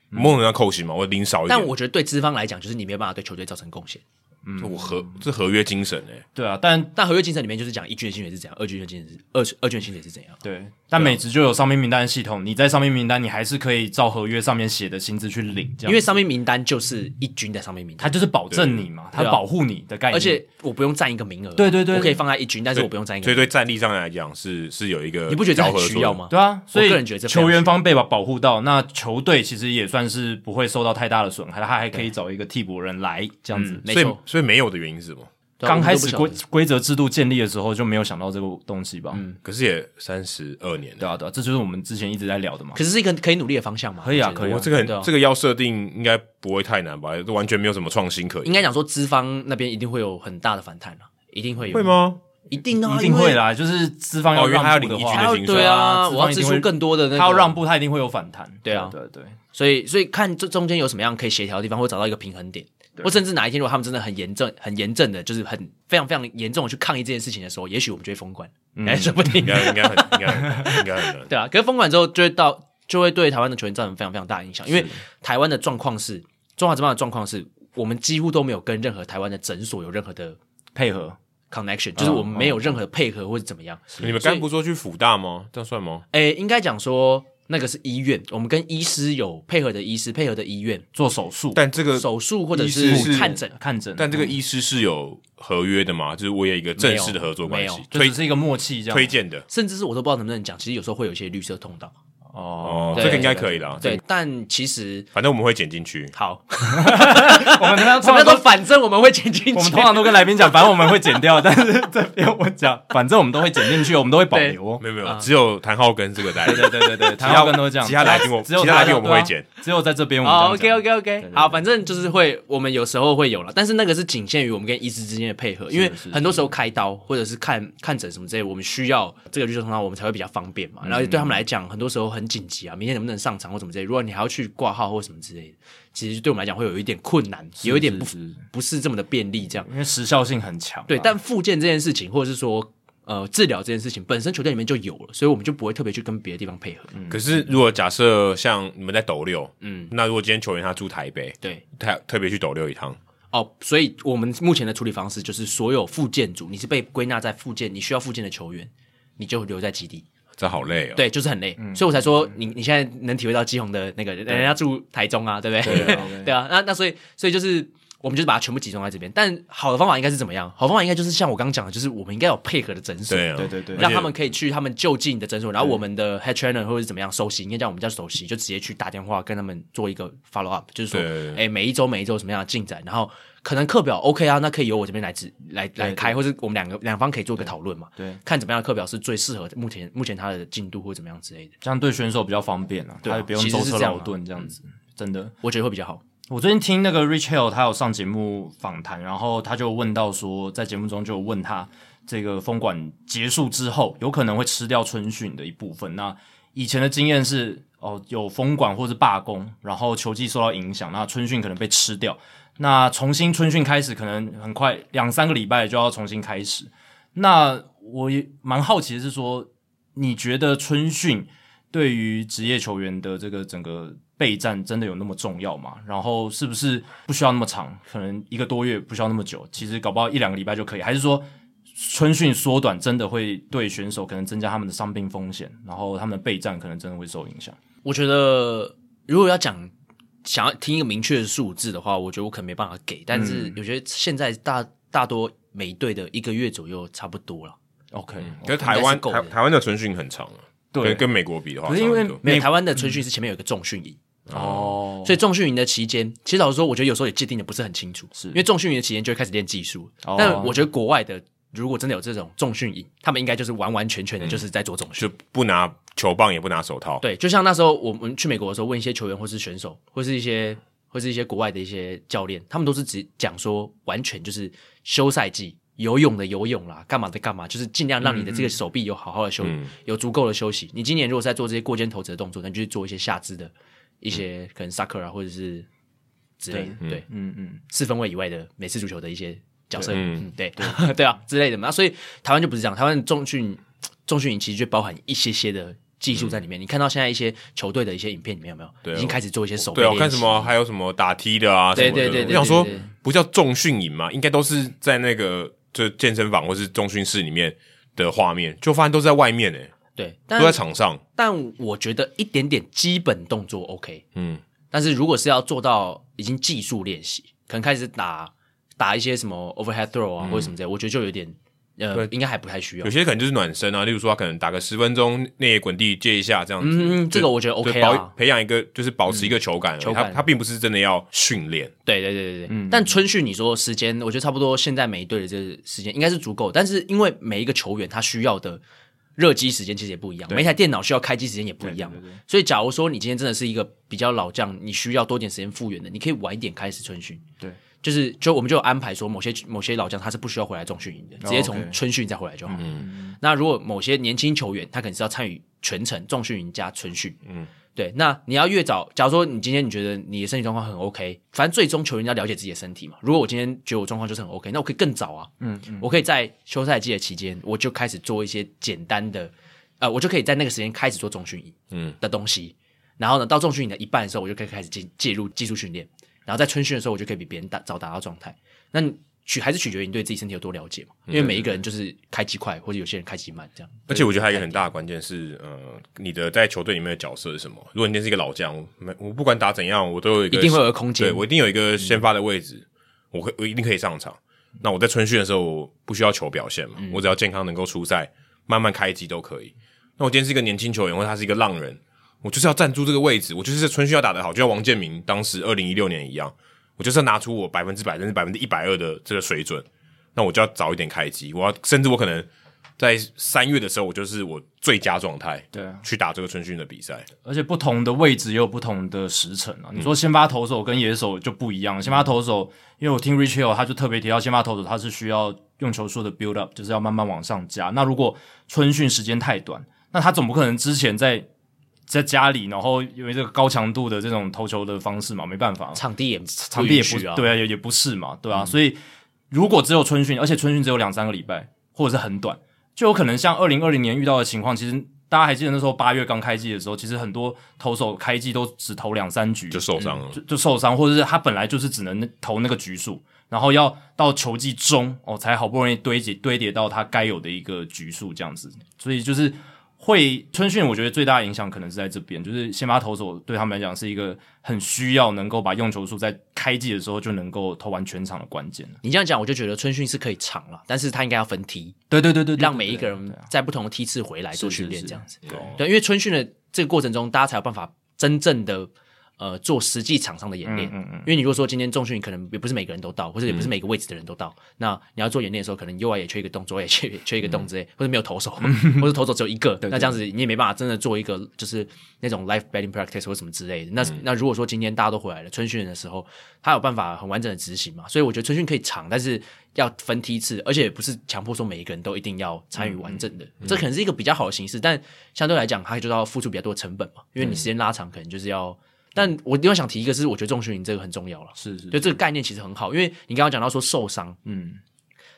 某种人要扣薪嘛，我领少一点。但我觉得对资方来讲，就是你没有办法对球队造成贡献。嗯我合这合约精神哎，对啊，但但合约精神里面就是讲一军的薪水是怎样，二军的薪水是二二军的薪水是怎样。对，啊但美职就有伤病名单系统，你在伤病名单，你还是可以照合约上面写的薪资去领，这样，因为伤病名单就是一军的伤病名单，它就是保证你嘛，它对啊保护你的概念，而且我不用占一个名额，对对对我可以放在一军，但是我不用占一个所名以额。对战力上来讲是是有一个你不觉得这调很和需作要用？吗？对啊，所以个人觉得这非常球员方被保保护到，那球队其实也算是不会受到太大的损害，他还可以找一个替补人来这样子。没所以错所以没有的原因是什么？嗯对嗯啊刚开我始都不规晓得嗯规则制度建立的时候就没有想到这个东西吧？可是也三十二年了对，啊，对啊，这就是我们之前一直在聊的嘛。可是是一个可以努力的方向嘛？可以啊我觉可以得啊我这个很对啊这个要设定应该不会太难吧？这完全没有什么创新可言，应该讲说资方那边一定会有很大的反弹啊，一定会有，会？吗？一定啊，一定因为会，啦，就是资方要哦因为他要让步领的一话，军的他要薪水对啊，资我方要一支定出会更多的那个，他要让步，他一定会有反弹。对啊对对，所以所以看这中间有什么样可以协调的地方，或找到一个平衡点，或甚至哪一天如果他们真的很严正、很严正的，就是很非常非常严重的去抗议这件事情的时候，也许我们就会封管，嗯哎，说不定 应。该应该很应该很应该很难。 对啊，可是封管之后，就会到就会对台湾的球员造成非常非常大的影响，因为台湾的状况是中华职棒的状况是，我们几乎都没有跟任何台湾的诊所有任何的配合 connection，就是哦我们没有任何配合或者怎么样。你们刚才不是说去辅大吗？这样算吗？诶、应该讲说那个是医院，我们跟医师有配合的医师配合的医院做手术，但这个手术或者医师是看诊，看诊，但这个医师是有合约的吗？就是我有一个正式的合作关没系有，就推只是一个默契这样。推荐的甚至是我都不知道能不能讲，其实有时候会有一些绿色通道。哦，哦，对这个应该可以啦。这对个，，但其实反正我们会剪进去。 好，我们通 常通常什么叫都做反正我们会剪进去，我们通常都跟来宾讲，反正我们会剪 掉，但是这边我讲，反正我们都会剪进去，我们都会保留哦。没有没有，只有谭浩跟这个单，对对对对 对，他谭耀根都是这样。其他来宾我只有其他来宾他我们会剪，对啊只有在这边我们哦这样讲 OK OK OK，好，反正就是会，我们有时候会有了，但是那个是仅限于我们跟医师之间的配合，因为很多时候开刀或者是看看诊什么之类，我们需要这个绿色通道，我们才会比较方便嗯嘛。然后对他们来讲，很多时候很紧急啊，明天能不能上场或什么之类，如果你还要去挂号或什么之类的，其实对我们来讲会有一点困难，有一点不是是不是这么的便利这样。因为时效性很强啊。对，但复健这件事情，或者是说呃治疗这件事情，本身球队里面就有了，所以我们就不会特别去跟别的地方配合。啊可是如果假设像你们在斗六，嗯，那如果今天球员他住台北，对，他特别去斗六一趟，哦，所以我们目前的处理方式就是，所有复健组你是被归纳在复健，你需要复健的球员，你就留在基地。这好累哦。对，就是很累，所以我才说你你现在能体会到基宏的那个人人家住台中啊，对不对？ 对啊，那那所以所以就是我们就是把它全部集中在这边。但好的方法应该是怎么样？好方法应该就是像我刚刚讲的，就是我们应该有配合的诊所。对啊，对对对，让他们可以去他们就近的诊所，然后我们的 head trainer 或者是怎么样首席，应该叫我们叫首席，就直接去打电话跟他们做一个 follow up，就是说对对，哎，每一周每一周有什么样的进展，然后可能课表 OK 啊，那可以由我这边来指来来开，或者我们两个两方可以做个讨论嘛，对对，看怎么样的课表是最适合目前目前他的进度或怎么样之类的，这样对选手比较方便啊，啊他也不用其实舟是车这样劳啊顿这样子，真的。我觉得会比较好。我最近听那个 Rich Hill，他有上节目访谈，然后他就问到说，在节目中就有问他，这个封管结束之后，有可能会吃掉春训的一部分。那以前的经验是，哦，有封管或是罢工，然后球季受到影响，那春训可能被吃掉。那重新春训开始，可能很快两三个礼拜就要重新开始。那我也蛮好奇的是说，你觉得春训对于职业球员的这个整个备战真的有那么重要吗？然后是不是不需要那么长？可能一个多月不需要那么久，其实搞不好一两个礼拜就可以，还是说？春训缩短真的会对选手可能增加他们的伤病风险，然后他们的备战可能真的会受影响。我觉得如果要讲想要听一个明确的数字的话，我觉得我可能没办法给，但是我觉得现在大大多每一队的一个月左右差不多了。 OK，、嗯可是台湾应该是够台的台湾的春训很长啊，嗯对跟跟美国比的话，可是因为差很多没美有台湾的春训是前面有一个重训营，哦，所以重训营的期间，其实老实说，我觉得有时候也界定的不是很清楚，是因为重训营的期间就会开始练技术。哦但我觉得国外的如果真的有这种重训营，他们应该就是完完全全的就是在做重训。就不拿球棒也不拿手套，对，就像那时候我们去美国的时候，问一些球员或是选手，或是一些或是一些国外的一些教练，他们都是只讲说完全就是休赛季。游泳的游泳啦，干嘛的干嘛，就是尽量让你的这个手臂有好好的休，有足够的休息。你今年如果是在做这些过肩投掷的动作，那你就去做一些下肢的一些、可能 soccer 啊，或者是之类的，对，嗯嗯，四分位以外的美式足球的一些角色，嗯嗯，对， 对啊之类的嘛。所以台湾就不是这样，台湾的重训重训营其实就包含一些些的技术在里面。你看到现在一些球队的一些影片里面有没有？嗯对已经开始做一些手背对啊，练我习。看什么还有什么打踢的啊，什么的对对对我对想说对对对不叫重训营嘛，应该都是在那个就健身房或是重训室里面的画面，就发现都是在外面欸诶、对，都在但场上，但我觉得一点点基本动作 OK，嗯，但是如果是要做到已经技术练习，可能开始打打一些什么 overhead throw 嗯啊、或者什么之类，我觉得就有点呃，应该还不太需要有。些可能就是暖身啊，例如说他可能打个十分钟内野滚地接一下这样子，嗯嗯这个我觉得就 OK 就保啊嗯培养一个就是保持一个球感而已，球他感他并不是真的要训练，对对对对对，但春训你说时间，我觉得差不多现在每一队的这个时间应该是足够，但是因为每一个球员他需要的热机时间其实也不一样，每一台电脑需要开机时间也不一样，所以假如说你今天真的是一个比较老将，你需要多点时间复原的，你可以晚一点开始春训。对。就是，就我们就有安排说，某些某些老将他是不需要回来重训营的，直接从 OK 春训再回来就好。哦嗯，那如果某些年轻球员，他可能是要参与全程重训营加春训，对，那你要越早，假如说你今天你觉得你的身体状况很 OK，反正最终球员要了解自己的身体嘛。如果我今天觉得我状况就是很 OK，那我可以更早啊，嗯，我可以在休赛季的期间，我就开始做一些简单的，呃，我就可以在那个时间开始做重训营，嗯的东西。然后呢，到重训营的一半的时候，我就可以开始进介入技术训练。然后在春训的时候，我就可以比别人达早达到状态。那你取还是取决于你对自己身体有多了解嘛，因为每一个人就是开机快，或者有些人开机慢这样。而且我觉得还有一个很大的关键是，呃，你的在球队里面的角色是什么？如果你今天是一个老将，我没我不管打怎样，我都有一个一定会有个空间嗯对我一定有一个先发的位置，我可我一定可以上场。那我在春训的时候，我不需要求表现嘛，嗯我只要健康能够出赛，慢慢开机都可以。那我今天是一个年轻球员，或者他是一个浪人，我就是要站住这个位置，我就是在春训要打得好，就像王建民当时二零一六年一样，我就是要拿出我百分之百甚至百分之一百二的这个水准，那我就要早一点开机，我要甚至我可能在三月的时候，我就是我最佳状态，对啊去打这个春训的比赛，而且不同的位置也有不同的时辰啊。你说先发投手跟野手就不一样，先发投手，因为我听 Rich Hill 他就特别提到，先发投手他是需要用球数的 build up，就是要慢慢往上加。那如果春训时间太短，那他总不可能之前在在家里，然后因为这个高强度的这种投球的方式嘛，没办法，场地也场地也允许不啊，嗯对啊，也也不是嘛，对啊，所以如果只有春训，而且春训只有两三个礼拜，或者是很短，就有可能像二零二零年遇到的情况，其实。大家还记得那时候八月刚开季的时候，其实很多投手开季都只投两三局，就嗯受伤了。就就受伤，或者是他本来就是只能投那个局数，然后要到球季中哦，才好不容易堆积堆叠到他该有的一个局数这样子。所以就是会春训，我觉得最大的影响可能是在这边，就是先发投手对他们来讲是一个很需要能够把用球数在开季的时候就能够投完全场的关键。你这样讲，我就觉得春训是可以长了，但是他应该要分梯，对对对对，对让每一个对人啊在不同的梯次回来做是训是练，是这样子。对对，因为春训的这个过程中，大家才有办法真正的呃做实际场上的演练。嗯嗯因为你如果说今天重训可能也不是每个人都到，或者也不是每个位置的人都到，那你要做演练的时候，可能右外也缺一个动，左外也缺缺一个嗯动之类，或者没有投手， 或者投手只有一个，那这样子你也没办法真的做一个就是那种 live batting practice 或什么之类的。那、那如果说今天大家都回来了，春训的时候他有办法很完整的执行嘛，所以我觉得春训可以长，但是要分梯次，而且也不是强迫说每一个人都一定要参与完整的，这可能是一个比较好的形式，但相对来讲，它就是要付出比较多的成本嘛，因为你时间拉长，可能就是要。但我另外想提一个是，我觉得重训营这个很重要了。是是，就这个概念其实很好，因为你刚刚讲到说受伤，嗯，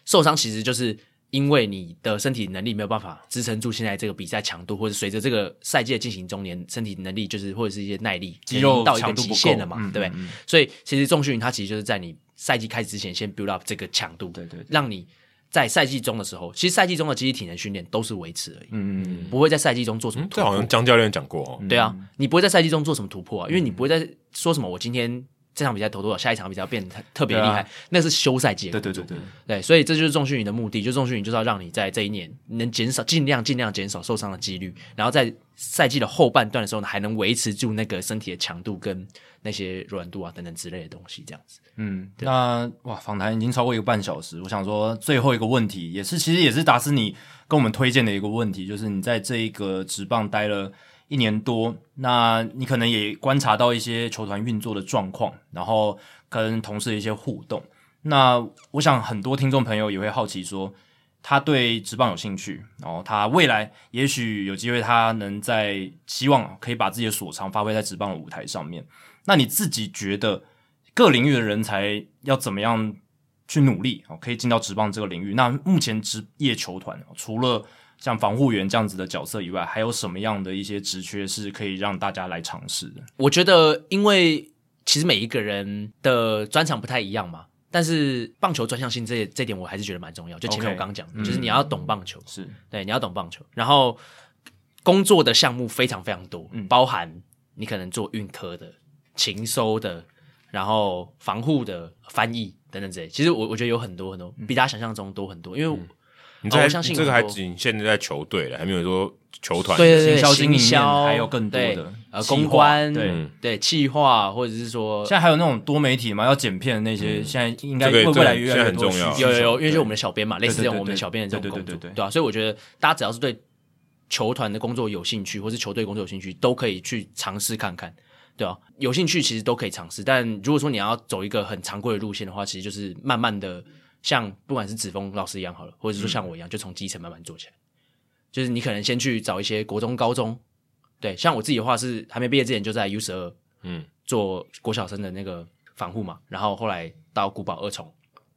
受伤其实就是因为你的身体能力没有办法支撑住现在这个比赛强度，或者随着这个赛季的进行中年，身体能力就是或者是一些耐力肌肉已经到一强个度极不限够了嘛，嗯对不对？所以其实重训它其实就是在你赛季开始之前先 build up 这个强度，对对对让你在赛季中的时候，其实赛季中的肌体体能训练都是维持而已，嗯嗯不会在赛季中做什么嗯，突这破。好像江教练讲过哦。对啊，你不会在赛季中做什么突破啊，因为你不会在说什么我今天这场比赛投多少，下一场比赛要变得特特别厉对害，啊那是休赛季的对工作。对对对，对，所以这就是重训营的目的，就重训营就是要让你在这一年能减少尽量尽量减少受伤的几率，然后在赛季的后半段的时候呢，还能维持住那个身体的强度跟那些柔软度啊等等之类的东西，这样子。嗯，那哇，访谈已经超过一个半小时，我想说最后一个问题，也是其实也是达斯你跟我们推荐的一个问题，就是你在这一个职棒待了一年多，那你可能也观察到一些球团运作的状况，然后跟同事的一些互动。那我想很多听众朋友也会好奇说，他对职棒有兴趣，然后他未来也许有机会，他能在希望可以把自己的所长发挥在职棒的舞台上面。那你自己觉得各领域的人才要怎么样去努力哦，可以进到职棒这个领域？那目前职业球团哦除了像防护员这样子的角色以外，还有什么样的一些职缺是可以让大家来尝试的？我觉得，因为其实每一个人的专长不太一样嘛，但是棒球专项性这这点我还是觉得蛮重要。就前面 OK，我刚讲的嗯就是你要懂棒球，是对，你要懂棒球，然后工作的项目非常非常多，嗯包含你可能做运科的、勤收的，然后防护的、翻译等等之类。其实我我觉得有很多很嗯多，比大家想象中多很多，因为我、你哦这我相信这个还很多仅限在球队了，还没有说球团。对对对，行销经营面销还有更多对的呃企公划关，对对对企划或者是说现在还有那种多媒体嘛，要剪片的那些，现在应该这个会这个未来越来越多现在很重要需求有有有，因为对就我们的小编嘛，类似对这对种对我们的小编的这种工对作，对对对对对啊，所以我觉得大家只要是对球团的工作有兴趣，或是球队工作有兴趣，都可以去尝试看看，对啊，有兴趣其实都可以尝试，但如果说你要走一个很常规的路线的话，其实就是慢慢的，像不管是子峰老师一样好了，或者是说嗯像我一样，就从基层慢慢做起来，就是你可能先去找一些国中、高中，对，像我自己的话是还没毕业之前就在 U 十二，嗯，做国小生的那个防护嘛，然后后来到古堡二重，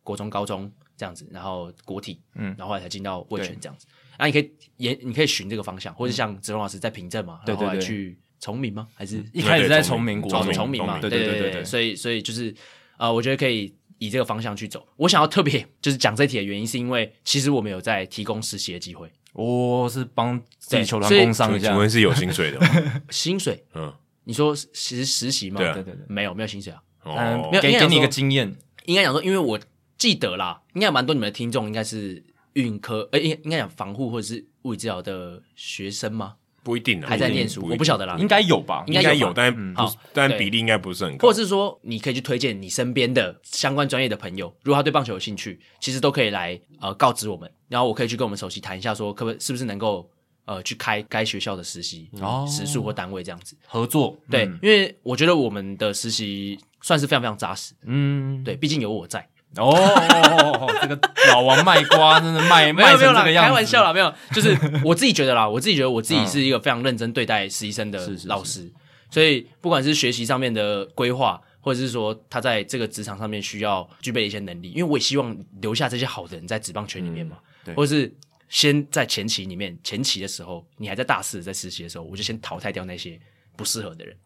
国中、高中这样子，然后国体，嗯嗯，然后后来才进到卫对权这样子。那、你可以也你可以循这个方向，或者像子龙老师在平镇嘛，对然后后来对对去崇明吗？还是一开始在崇明国对中，对崇明崇嘛？对明对对对对对，所以所以就是呃，我觉得可以以这个方向去走。我想要特别就是讲这题的原因，是因为其实我们有在提供实习的机会，我哦是帮自己对球团所以工商请一下请，问是有薪水的 吗？薪水。嗯，你说实实习吗？对啊对对对，没有没有薪水啊。嗯哦，没有给应给该讲你一个说经验，应该讲说，因为我记得啦，应该有蛮多你们的听众应该是运科，呃，应应该讲防护或者是物理治疗的学生吗？不一定啊，还在念书，我不晓得啦。啊应该有吧？嗯应应该有吧嗯该有，但不是好，但对比例应该不是很高或。者是说，你可以去推荐你身边的相关专业的朋友，如果他对棒球有兴趣，其实都可以来呃告知我们，然后我可以去跟我们首席谈一下说可不是不是能够呃去开该学校的实习、哦嗯时数或单位这样子。合作，对，因为我觉得我们的实习算是非常非常扎实，嗯，对，毕竟有我在。哦，哦哦哦这个老王卖瓜真的卖没有卖成没有啦这个样子，嗯开玩笑啦，没有， 就是我自己觉得啦，我自己觉得我自己是一个非常认真对待实习生的是是是老师，所以不管是学习上面的规划，或者是说他在这个职场上面需要具备的一些能力，因为我也希望留下这些好的人在职棒圈里面嘛，嗯对或者是先在前期里面，前期的时候你还在大四在实习的时候，我就先淘汰掉那些不适合的人。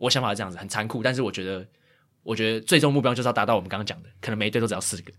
我想法是这样子，很残酷，但是我觉得，我觉得最终目标就是要达到我们刚刚讲的，可能每一队都只要四个，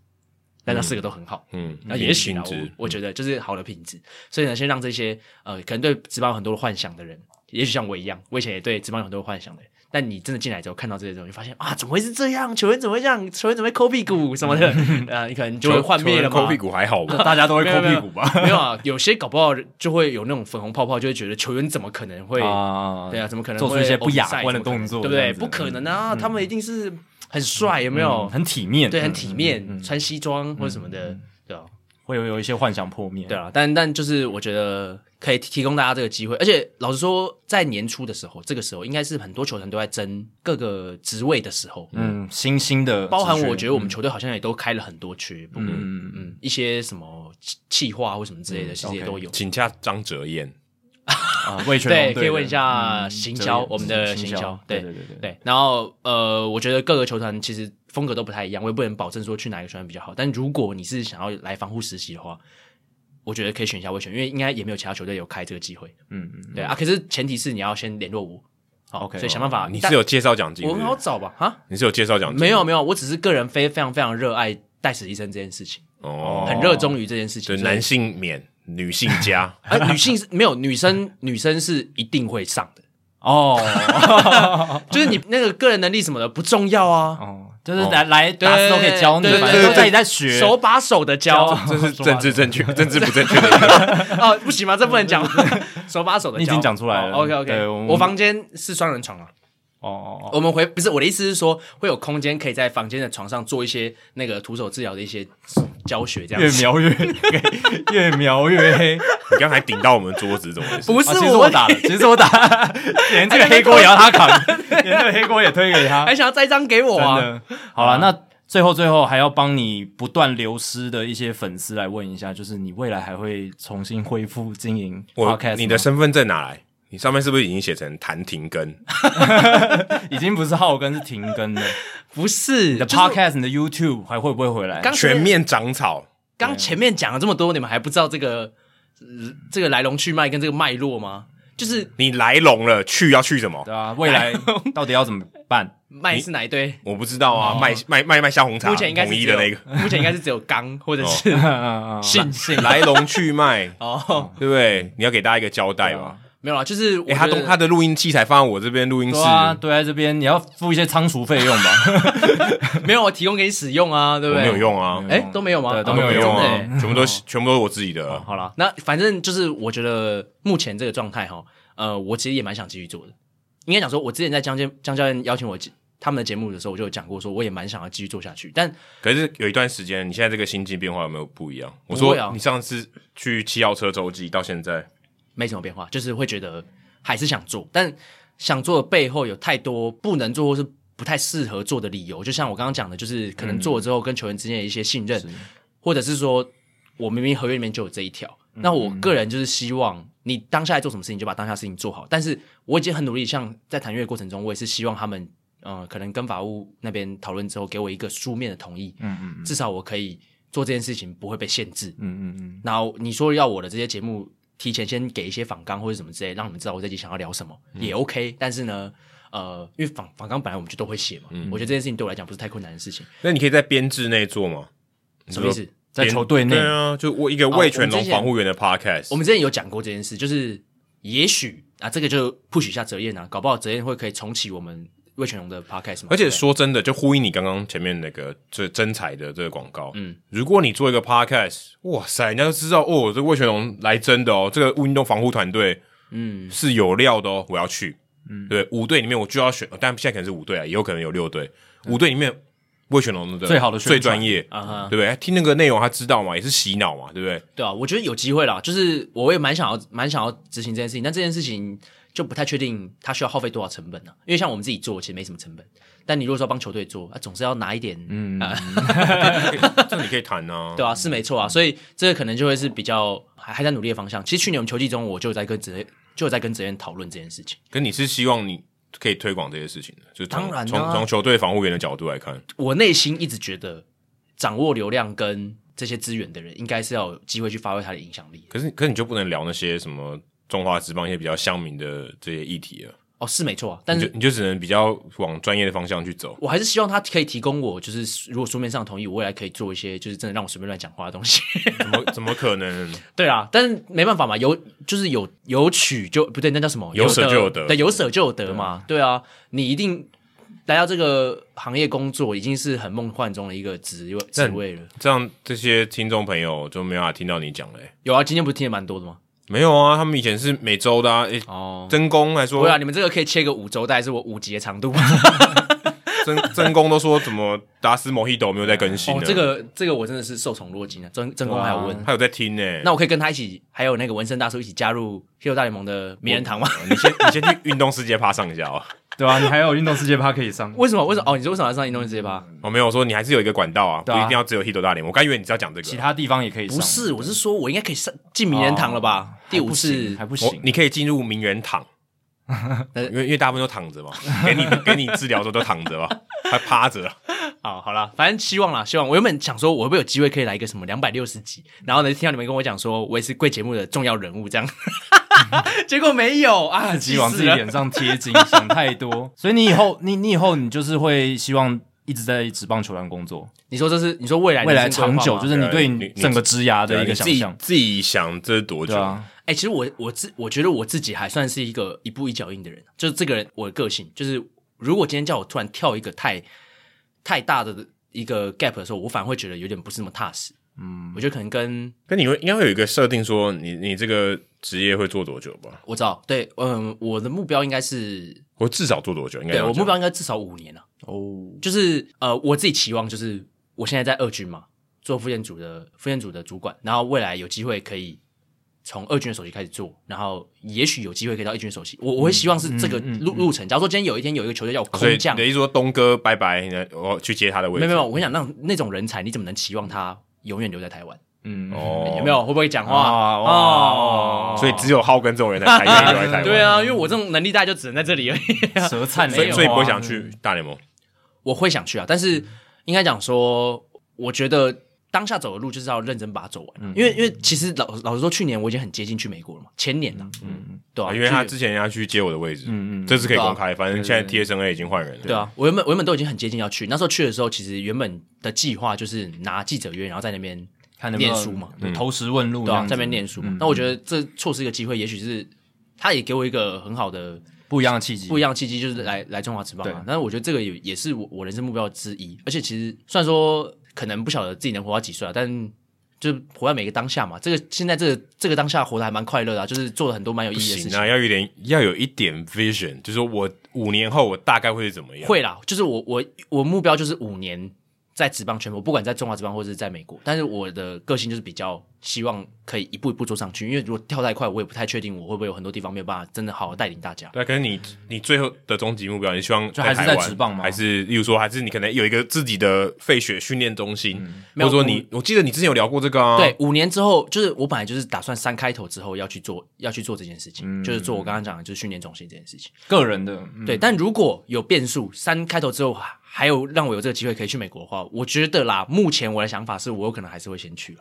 但那四个都很好。嗯，那啊也许啦，品我质嗯我觉得就是好的品质，所以呢，先让这些呃可能对职棒有很多的幻想的人，也许像我一样，我以前也对职棒有很多的幻想的人，但你真的进来之后看到这些东西，发现啊，怎么会是这样？球员怎么会这样？球员怎么会抠屁 股什么的？呃，你可能就会幻灭球了员嘛抠。屁股还好吧？大家都会没抠有没屁有股吧？ 没有啊，有些搞不好就会有那种粉红泡泡，就会觉得球员怎么可能会啊对啊，怎么可能做出会一些不雅 offside，观的怎么可动能作对不对？这样不子可能啊，他们一定是很帅，有没有嗯？很体面，对，很嗯体嗯面，穿西装或者什么的，对啊吧？会有有一些幻想破灭，对啊，但但就是我觉得可以提提供大家这个机会，而且老实说，在年初的时候，这个时候应该是很多球团都在争各个职位的时候，嗯，新兴的，包含我觉得我们球队好像也都开了很多缺，嗯，嗯嗯嗯，一些什么气气化或什么之类的，其实也 OK 都有。请下张哲彦，啊，魏全龙队对，可以的问一下行销，哲我们的行行销，对对对对对。对。然后呃，我觉得各个球团其实风格都不太一样，我也不能保证说去哪个球团比较好。但如果你是想要来防护实习的话，我觉得可以选一下卫权，因为应该也没有其他球队有开这个机会。嗯嗯，对啊，可是前提是你要先联络我。好 OK 哦所以想办法。你啊但是有介绍奖金是我不很是，好找吧？哈，你是有介绍奖金，哦没有没有，我只是个人非非常非常热爱带实习生这件事情，哦，很热衷于这件事情。对，所以男性免，女性加，哎，女性是没 有，女生女生是一定会上的，哦就是你那个个人能力什么的不重要啊，哦，就是来来打死都可以对教你，对对反正对都在你在学，手把手的教教这是说 政吧治正确， 政治不正确的一个。哦，不行吗？这不能讲， 手把手的教。你已经讲出来了 OK 对 OK，我们我房间是双人床啊，哦哦哦，我们回不是我的意思是说会有空间可以在房间的床上做一些那个徒手治疗的一些教学这越样子。描越越描越黑。你刚才顶到我们桌子，怎么回事？不啊是其实我我打的，其实我打的， 连这个黑锅也要他扛， 连这个黑锅也推给他 还。想要栽赃给我真啊？的，好了，那最后最后还要帮你不断流失的一些粉丝来问一下，就是你未来还会重新恢复经营我 podcast？吗你的身份证拿来，你上面是不是已经写成谭廷根？已经不是浩根，是停更 了。不是你的就是 podcast、你的 YouTube 还会不会回来？刚全面长草，刚前面讲了这么多，你们还不知道这个、呃这个来龙去脉跟这个脉络吗？就是你来龙了，去要去什么？对啊，未 来到底要怎么办？脉是哪一堆？我不知道啊，卖卖卖卖虾红茶，目前应该是统一只的有 那个，哦目前应该是只有刚或者是 嗯嗯嗯信，信来龙去脉哦，对不对？你要给大家一个交代对嘛啊。没有啦，就是我哎，他觉东得他的录音器材放在我这边录音室对，啊，对啊，这边你要付一些仓储费用吧？没有我提供给你使用啊，对我不对？没有，用啊，没有哎，都没有吗？对都我没有有用用真的耶啊，全部都是全部都是我自己哦的。好啦，那反正就是我觉得目前这个状态哈，呃，我其实也蛮想继续做的。应该讲说，我之前在江教江教练邀请我他们的节目的时候，我就有讲过说，我也蛮想要继续做下去，但可是有一段时间，你现在这个心境变化有没有不一样？我不会啊说你上次去七号车周记到现在，没什么变化，就是会觉得还是想做，但想做的背后有太多不能做或是不太适合做的理由。就像我刚刚讲的，就是可能做了之后跟球员之间的一些信任，或者是说我明明合约里面就有这一条。那我个人就是希望你当下在做什么事情，就把当下事情做好。但是我已经很努力，像在谈约的过程中，我也是希望他们，呃，可能跟法务那边讨论之后，给我一个书面的同意，嗯嗯至少我可以做这件事情不会被限制。嗯嗯嗯，然后你说要我的这些节目提前先给一些访纲或者什么之类，让你们知道我这集想要聊什么、嗯也 OK。但是呢，呃，因为访访纲本来我们就都会写嘛，嗯我觉得这件事情对我来讲不是太困难的事情。那你可以在编制内做吗？什么意思？在编球队内对啊，就我一个哦魏全龙防护员的 podcast，、我们之前有讲过这件事，就是也许啊，这个就 push 一下泽燕啊，搞不好泽燕会可以重启我们魏全龙的 podcast 嘛。而且对不对说真的，就呼应你刚刚前面那个这真彩的这个广告，嗯嗯，如果你做一个 podcast，哇塞，人家就知道哦，这个魏全龙来真的哦，这个运动防护团队嗯，是有料的哦，我要去，嗯，对，五队里面我就要选，但现在可能是五队啊，也有可能有六队，嗯五队里面魏全龙的最好的宣传最专业啊哈对不对？听那个内容他知道嘛，也是洗脑嘛，对不对？ 对啊，我觉得有机会啦，就是我也蛮想要蛮想要执行这件事情，但这件事情就不太确定它需要耗费多少成本呢、啊因为像我们自己做，其实没什么成本，但你如果说帮球队做，啊，总是要拿一点，嗯，这你可以谈啊，对啊，是没错啊，所以这个可能就会是比较还还在努力的方向。其实去年我们球季中，我就有在跟职就有在跟职员讨论这件事情。可你是希望你可以推广这些事情的，就是从当然啊从从球队防护员的角度来看，我内心一直觉得，掌握流量跟这些资源的人，应该是要有机会去发挥他的影响力。可是可是你就不能聊那些什么中华职棒一些比较乡民的这些议题了，哦，是没错啊，但你是就你就只能比较往专业的方向去走。我还是希望他可以提供我，就是如果书面上同意，我未来可以做一些就是真的让我随便乱讲话的东西。 怎么怎么可能？对啊，但是没办法嘛，有就是有有取就不对，那叫什么？有舍得就有得对，有舍就有得嘛。对啊，你一定来到这个行业工作，已经是很梦幻中的一个职位职位了。这样这些听众朋友就没办法听到你讲嘞、欸有啊，今天不是听的蛮多的吗？没有啊，他们以前是每周的啊，诶、哦，真功还不说会啊，你们这个可以切个五周，大概是我五集的长度吧。真真功都说怎么达斯摩希斗没有在更新 哦呢，？这个这个我真的是受宠若惊啊！真真空还有问，他有在听呢、那我可以跟他一起，还有那个纹身大叔一起加入 Hero 大联盟的名人堂吗？你先你先去运动世界趴上一 下哦。对啊，你还有运动世界趴可以上。为什么？为什么？哦，你说为什么要上运动直接吧？嗯哦，没有，我说你还是有一个管道啊，对啊不一定要只有 Hito 大联盟。我刚以为你是要讲这个，其他地方也可以上，不是，我是说我应该可以上进名人堂了吧？第五次哦还不我行，你可以进入名人 躺，因为因为大部分都躺着嘛，给你给你治疗的时候都躺着吧，还趴着。啊好，好了，反正希望啦，希望。我原本想说，我会不会有机会可以来一个什么两百六十集，然后呢，听到你们跟我讲说我也是贵节目的重要人 物这样，结果没有啊，自气己往自死己了。脸上贴 金，想太多。所以你以后，你你以后你就是会希望一直在职棒球团工作，你说这是哎你说未来未来人生规划啊长吗久就是你对对你你整个职涯啊的一你个自想己象，自己想这是多久对？啊，哎、其实我我自我觉得我自己还算是一个一步一脚印的人，就是这个人我的个性，就是如果今天叫我突然跳一个太太大的一个 gap 的时候，我反而会觉得有点不是那么踏实。嗯，我觉得可能跟跟你会应该会有一个设定，说你你这个职业会做多久吧？我知道，对，嗯，我的目标应该是，我至少做多久？应该这对样我讲目标应该至少五年了、哦，就是呃，我自己期望就是我现在在二军嘛，做副建组的副建组的主管，然后未来有机会可以从二军的首席开始做，然后也许有机会可以到一军首席。我我会希望是这个嗯路、路程。假如说今天有一天有一个球队叫我哦所以空你降，的没意思说东哥拜拜，那我去接他的位有置？没有，我跟你讲，那那种人才你怎么能期望他永远留在台湾？嗯，哦，有没啊有？会不会讲话？哇哇哦所以只有浩跟这种人才才 愿意留在台湾。对，啊，因为我这种能力大概就只能在这里而已。舌灿所莲以花，啊所以不会想去大联嗯盟。我会想去啊，但是应该讲说，我觉得当下走的路就是要认真把它走完，啊因为因为其实老老实说，去年我已经很接近去美国了嘛，前年啦，嗯，对啊，因为他去之前要去接我的位置，嗯嗯，这是可以啊公开，反正现在 TSA 已经换人了，对啊，我原本我原本都已经很接近要去，那时候去的时候，其实原本的计划就是拿记者约，然后在那边看能不能念书嘛，对投石问路对啊，子在那边念书嘛，那我觉得这错失一个机会，也许是他也给我一个很好的不一样的契机，不一样的契机，就是来嗯来中华职棒对嘛。但是我觉得这个也也是我我人生目标之一。而且其实虽然说可能不晓得自己能活到几岁啊，但就是活在每个当下嘛。这个现在这个这个当下活得还蛮快乐的、啊，就是做了很多蛮有意不义的事行情。啊，要有一点要有一点 vision，就是说我五年后我大概会是怎么样？会啦，就是我我我目标就是五年在职棒全部，不管在中华职棒或者是在美国。但是我的个性就是比较希望可以一步一步做上去，因为如果跳太快，我也不太确定我会不会有很多地方没有办法真的好好带领大家。对啊，可是你你最后的终极目标，你希望就还是台在湾职棒吗还是例如说，还是你可能有一个自己的废血训练中心，或嗯没者有说你，我记得你之前有聊过这个啊，对，，五年之后，就是我本来就是打算三开头之后要去做，要去做这件事情，嗯就是做我刚刚讲的，就是训练中心这件事情。个人的，嗯对，但如果有变数，三开头之后还还有让我有这个机会可以去美国的话，我觉得啦，目前我的想法是我有可能还是会先去了。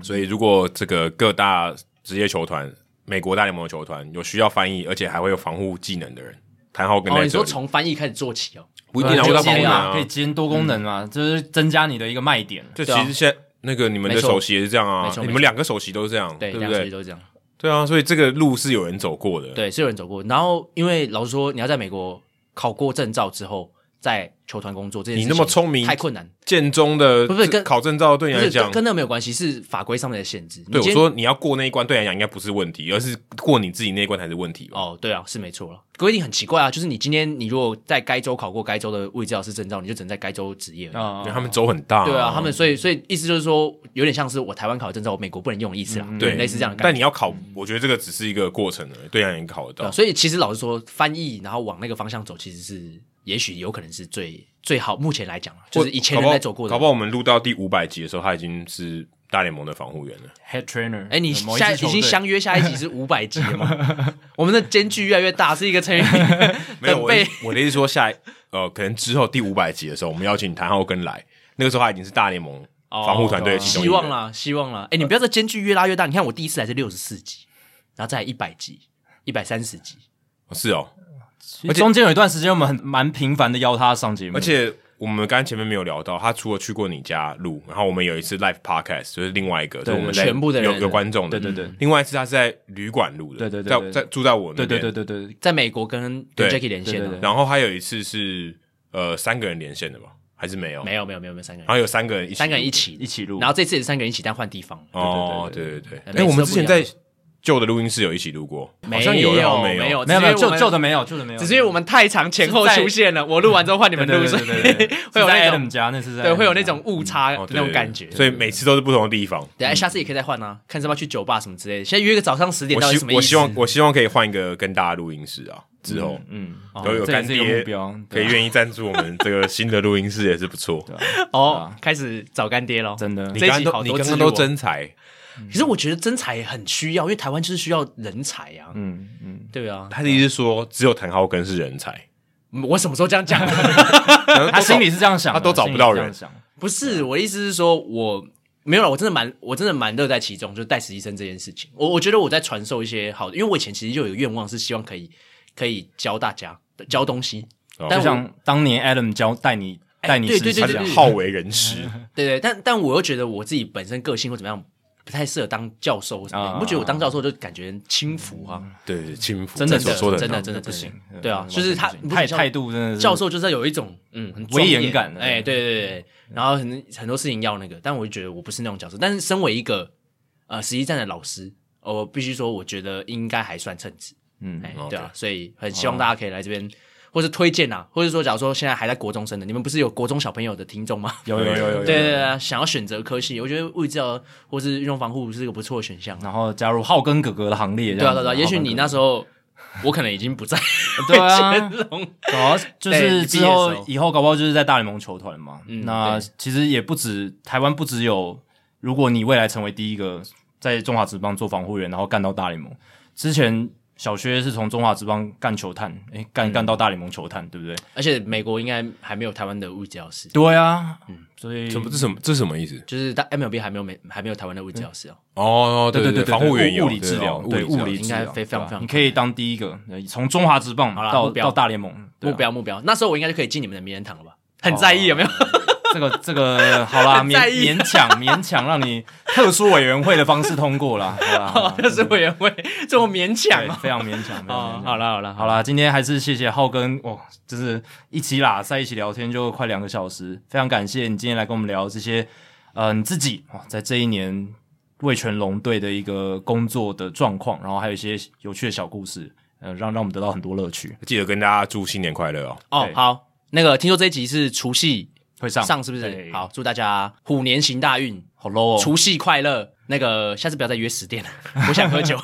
所以如果这个各大职业球团、美国大联盟的球团有需要翻译，而且还会有防护技能的人，谭浩跟哦，在你这说里从翻译开始做起哦，不一对啊定拿可不以到防护兼能啊，可以啊，兼多功能嘛，就是增加你的一个卖点。就其对啊实现在那个你们的没错首席也是这样啊没，错你没们错两个首席都是这样，对，不两个对其实？都是这样，对啊，所以这个路是有人走过的，对，是有人走过。然后因为老实说，你要在美国考过证照之后，在球团工作这件事你情，那么聪明太困难，建中的不是跟考证照对不你来是讲跟。跟那没有关系，是法规上面的限制。你对，我今天说你要过那一关，对你来讲应该不是问题，而是过你自己那一关才是问题吧？哦，对啊，是没错了。规定很奇怪啊，就是你今天你如果在该州考过该州的卫教师证照，你就只能在该州职业而已。啊因为他们州很大、哦对啊，他们所以所以意思就是说，有点像是我台湾考的证照，我美国不能用的意思啦，对类似这样的感但觉。你要考，我觉得这个只是一个过程而已，对啊，你考得对啊到。所以其实老实说，翻译然后往那个方向走，其实是也许有可能是最最好，目前来讲啊就是以前人在走过的。搞不好搞不好我们录到第五百集的时候，他已经是大联盟的防 护员了。 Head trainer，哎，你呃某一下已支球经队相约下一集是五百集了吗？ 我们的间距越来越大，是一个成语。没有，我被我的意思说下一，呃，可能之后第五百集的时候，我们邀请谭浩根来，那个时候他已经是大联盟防护团队的其中一哦希员望啦，希望啦。哎，你不要这间距越拉越大。你看我第一次来是六十四集，然后再一百集，一百三十集。是哦，嗯其实中间有一段时间，我们很蛮频繁的邀他上节目，而且我们刚刚前面没有聊到，他除了去过你家录，然后我们有一次 live podcast，就是另外一个，就是我们在全部的人有有观众的，嗯对对对。另外一次他是在旅馆录的，对对对对在在住在我那对边，对对对对，在美国跟跟对 Jackie 连线对的对，对然后还有一次是呃三个人连线的吧，还是没有？没有没有没有没有三个然人，后有三个人一起录，三个人一起一，起录，然后这次也是三个人一起，但换地方了。哦，对对对对对。哎，呃每次我们都之前不一在样旧的录音室有一起录过，好像没有，然后没有，没有没有，哦只是旧因为旧我的们没有，旧的没有，只是因为我们太长前后是在出现了，我录完之后换你们对录，对所以对对 对会有在那 Adam 种家，那是在 对会有 Adam 那家种误差哦对那对种对感觉。所以每次都是不同的地方。对，哎，下次也可以再换啊，看是不是要去酒吧什么之类的。现在约个早上十点我到底希什么意思？我希望我希望可以换一个跟大家录音室啊，之后嗯，哦有有这也干是一个爹目标，可对以啊愿意赞助我们这个新的录音室也是不错。哦，开始找干爹喽。真的你这一刚刚集都好你多刚自刚都我真才，可是我觉得真才很需要，因为台湾就是需要人才呀、嗯嗯，对啊，他的意思是说，只有谭浩根是人才，我什么时候这 样讲？他心里是这样想的，他都找不到人心里是这样想不是，我的意思是说，我没有了，我真的蛮，我真的蛮乐在其中，就是带实习生这件事情。我我觉得我在传授一些好的，因为我以前其实就有一个愿望是希望可以可以教大家教东西，哦但就我像当年 Adam 教带你哎带你对实习他对这是样，好为人师，对对，但但我又觉得我自己本身个性或怎么样不太适合当教授或什么的，啊你不觉得我当教授就感觉轻浮啊？对，轻浮，真的所说真很的好真的不行，对啊，就是他完全你不行不觉态得像态度真的是教授就是有一种嗯很威严庄严感的哎，对对对，然后很很多事情要那个，但我就觉得我不是那种角色，但是身为一个呃实习站的老师，呃我必须说，我觉得应该还算称职，嗯哎， OK 对啊，所以很希望大家可以来这边。或是推荐啊，或者说，假如说现在还在国中生的，你们不是有国中小朋友的听众吗？有有有有有，对对对啊，想要选择科系，我觉得物理治疗或是运动防护是一个不错的选项。啊然后加入浩根哥哥的行列，对啊对啊对啊，也许你那时时候我可能已经不在 对啊乾隆候，然后就是对之毕业的时后候以后搞不好就是在大联盟球团嘛。嗯那对其实也不止台湾，不只有如果你未来成为第一个在中华职棒做防护员，然后干到大联盟，之前小薛是从中华职棒干球探，诶，干干到大联盟球探，对不对？而且美国应该还没有台湾的物理治疗师，对啊，所以什么？这什么？这什么意思？就是大 MLB 还没有美还没有台湾的物理治疗师哦。哦，对对对，防护员有物理治疗，对对哦物物理理治治应该疗非常非常你可以当第一个，呃从中华职棒好啦到目标到大联盟对啊目标目标，那时候我应该就可以进你们的名人堂了吧？很在意有没有？这个这个好啦，很勉 在意勉强勉强让你特殊委员会的方式通过啦，好啦，好啦就是委员会这么勉强对哦。非常勉强，非常哦勉，好强。了好了好好了，啦，今天还是谢谢浩跟哇，就是一起拉塞一起聊天，就快两个小时，非常感谢你今天来跟我们聊这些，呃，你自己哇，在这一年魏全龙队的一个工作的状况，然后还有一些有趣的小故事，呃，让让我们得到很多乐趣。记得跟大家祝新年快乐哦！哦对好，那个听说这一集是除夕会上上是不对是？好，祝大家虎年行大运，好 low 哦，除夕快乐。那个下次不要再约十点了，我想喝酒。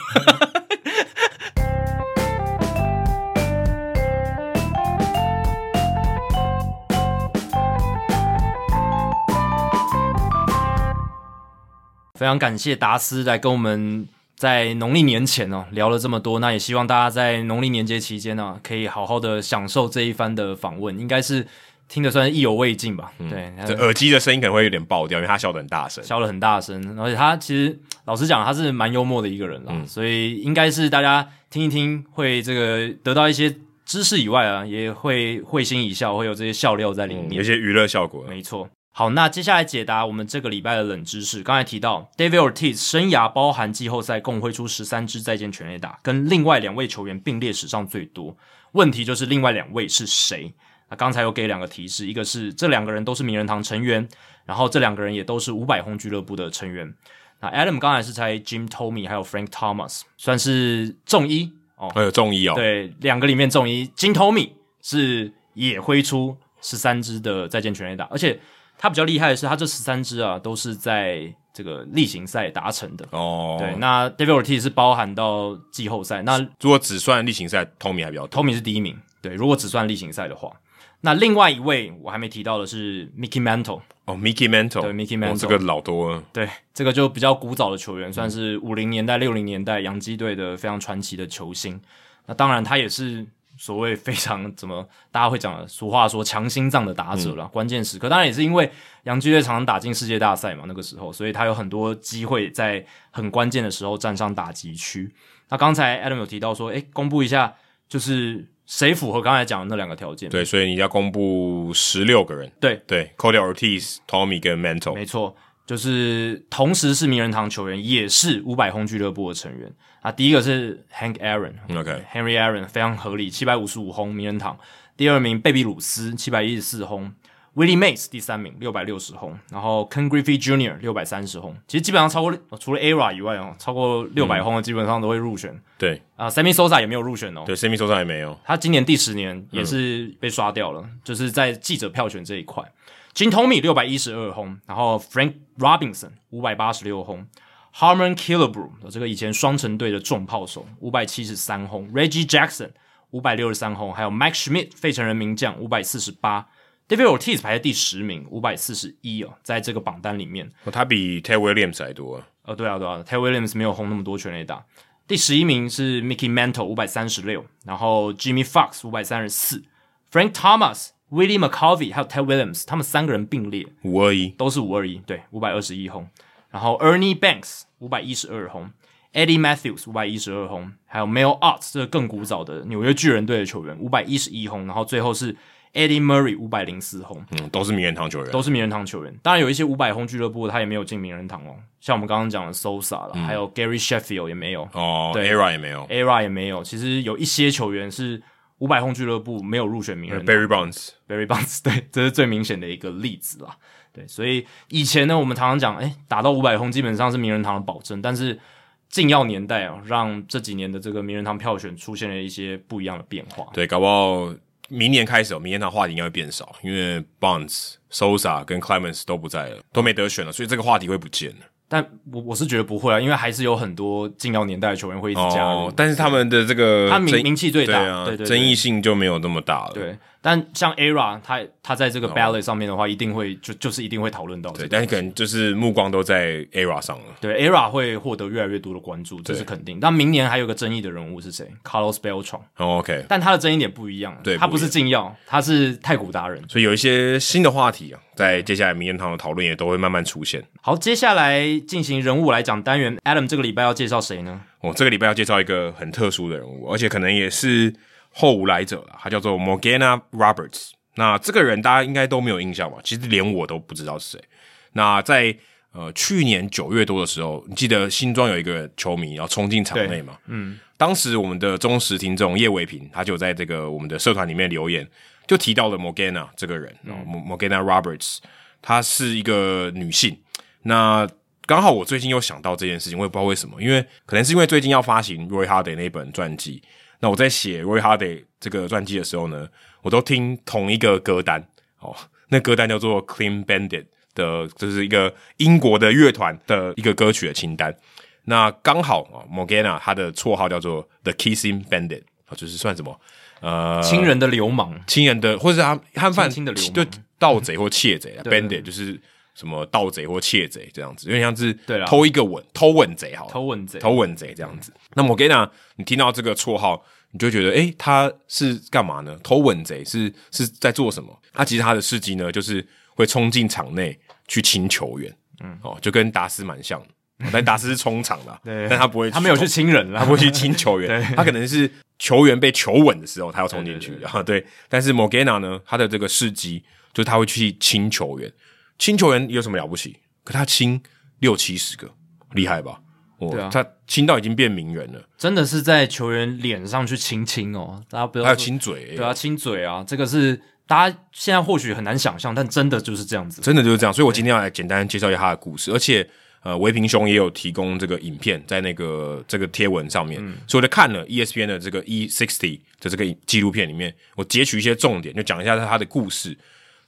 非常感谢达斯来跟我们在农历年前哦聊了这么多，那也希望大家在农历年节期间呢、哦可以好好的享受这一番的访问，应该是听得算是意犹未尽吧？对，嗯这耳机的声音可能会有点爆掉，因为他笑得很大声。笑了很大声，而且他其实老实讲，他是蛮幽默的一个人啦，嗯所以应该是大家听一听，会这个得到一些知识以外啊，也会会心一笑，会有这些笑料在里嗯面。有一些娱乐效果，没错。好，那接下来解答我们这个礼拜的冷知识。刚才提到，David Ortiz 生涯包含季后赛共挥出十三支再见全垒打，跟另外两位球员并列史上最多。问题就是另外两位是谁？那刚才有给两个提示，一个是这两个人都是名人堂成员，然后这两个人也都是五百轰俱乐部的成员。那 Adam 刚才是猜 Jim Tomey 还有 Frank Thomas，算是中一哦，还有中医哦，对，两个里面中一金头米是也挥出十三支的再见全垒打，而且他比较厉害的是，他这十三支啊都是在这个例行赛达成的。哦，对，那 David Ortiz 是包含到季后赛，那如果只算例行赛，Tommy 还比较多。头米是第一名。对，如果只算例行赛的话，那另外一位我还没提到的是 Mickey Mantle，哦，Mickey Mantle，对，Mickey 哦 Mantle 这个老多了，对，这个就比较古早的球员，算是五零年代、六零年代洋基队的非常传奇的球星。那当然，他也是所谓非常怎么大家会讲的俗话说强心脏的打者啦，关键时刻当然也是因为洋基队常常打进世界大赛嘛，那个时候，所以他有很多机会在很关键的时候站上打击区。那刚才 Adam 有提到说，诶，公布一下，就是谁符合刚才讲的那两个条件？对，所以你要公布十六个人，对，对，扣掉 Ortiz、Tommy 跟 Mantle，没错，就是同时是名人堂球员，也是五百轰俱乐部的成员啊。第一个是 Hank Aaron，嗯，OK Henry Aaron 非常合理，七百五十五轰名人堂。第二名贝比鲁斯七百一十四轰，Willie Mays 第三名六百六十轰，然后 Ken Griffey Jr. 六百三十轰。其实基本上超过哦除了 ERA 以外哦，超过六百轰的基本上都会入选对啊。Sammy Sosa 也没有入选哦，对，Sammy 手上也没有，他今年第十年也是被刷掉了，就是在记者票选这一块。金 m 米六百一十二轰，然后 Frank Robinson 五百八十六轰，Harmon Killebrew 这个以前双城队的重炮手五百七十三轰，Reggie Jackson 五百六十三轰，还有 Mike Schmidt 费城人名将五百四十八，David Ortiz 排在第十名五百四十一哦，在这个榜单里面。哦他比 Ted Williams 还多啊，呃，对啊，对啊 t e r Williams 没有轰那么多全垒打。第十一名是 Mickey Mantle 五百三十六，然后 Jimmy Fox 五百三十四，Frank Thomas、Willie McCovey 还有 t e r Williams 他们三个人并列，五二一，都是五二一，对，五百二十一轰。然后 Ernie Banks 五百一十二轰，Eddie Matthews 五百一十二轰，还有 Mel Ott 这个更古早的纽约巨人队的球员五百一十一轰，然后最后是 Eddie Murray 五百零四轰，嗯，都是名人堂球员，都是名人堂球员。当然有一些五百轰俱乐部他也没有进名人堂哦，像我们刚刚讲的 Sosa 嗯了，还有 Gary Sheffield 也没有哦对，ERA 也没有，Era 也没有。其实有一些球员是五百轰俱乐部没有入选名人堂。 ，Barry Bonds， Barry Bonds，对， 这是最明显的一个例子啦。对，所以以前呢，我们常常讲，哎，打到五百轰基本上是名人堂的保证，但是禁药年代啊，让这几年的这个名人堂票选出现了一些不一样的变化。对，搞不好明年开始哦，明年他话题应该会变少，因为 Bonds、Sosa 跟 Clemens 都不在了，都没得选了，所以这个话题会不见了。但我我是觉得不会啊，因为还是有很多禁药年代的球员会一直加入。哦，但是他们的这个他名争名气最大对啊，对对对争议性就没有那么大了。对，但像 ERA，他他在这哦个 ballot 上面的话，一定会就就是一定会讨论到这对，个。但是可能就是目光都在 ERA 上了。对 ERA 会获得越来越多的关注，这是肯定。但明年还有个争议的人物是谁？Carlos Beltran。哦 OK，但他的争议点不一样，对他不不一是禁药，他是太古达人。所以有一些新的话题啊，在接下来名人堂的讨论也都会慢慢出现。好，接下来进行人物来讲单元，Adam 这个礼拜要介绍谁呢？我这个礼拜要介绍一个很特殊的人物，而且可能也是后无来者了。他叫做 Morgana Roberts。那这个人大家应该都没有印象吧？其实连我都不知道是谁。那在呃去年九月多的时候，你记得新庄有一个球迷要冲进场内嘛？嗯，当时我们的忠实听众叶伟平，他就在这个我们的社团里面留言，就提到了 Morgana 这个人、哦 Mo- Morgana Roberts，她是一个女性。那刚好我最近又想到这件事情，我也不知道为什么，因为可能是因为最近要发行 Roy Hardy 那本传记。那我在写 Roy Hardy 这个传记的时候呢，我都听同一个歌单哦，那歌单叫做 Clean Bandit 的，就是一个英国的乐团的一个歌曲的清单。那刚好啊、哦、，Morgana 她的绰号叫做 The Kissing Bandit，哦就是算什么呃亲人的流氓，亲人的，或者是他汉犯亲亲的流氓就盗贼或窃贼 啊对，bandit 就是什么盗贼或窃贼这样子，有点像是对啦偷一个吻，偷吻贼好了，偷吻贼。偷吻贼这样子。那 Morgana，你听到这个绰号，你就觉得，诶、他是干嘛呢？偷吻贼是是在做什么？他其实他的事迹呢，就是会冲进场内去亲球员，嗯，哦，就跟达斯蛮像的，哦但达斯是冲场的啊， 对但他不会，他没有去亲人他啦，不会去亲球 员，他可能是球员被球吻的时候，他要冲进去啊。对，但是 Morgana 呢，他的这个事迹就是他会去亲球员，亲球员有什么了不起？可他亲六七十个，厉害吧？哦，对啊他亲到已经变名人了，真的是在球员脸上去亲亲哦，大家不要还有说亲嘴、对啊，亲嘴啊，这个是大家现在或许很难想象，但真的就是这样子。真的就是这样。所以我今天要来简单介绍一下他的故事，而且呃，维平兄也有提供这个影片在那个这个贴文上面，所以我就看了 ESPN 的这个 E sixty 的这个纪录片里面，我截取一些重点，就讲一下他的故事。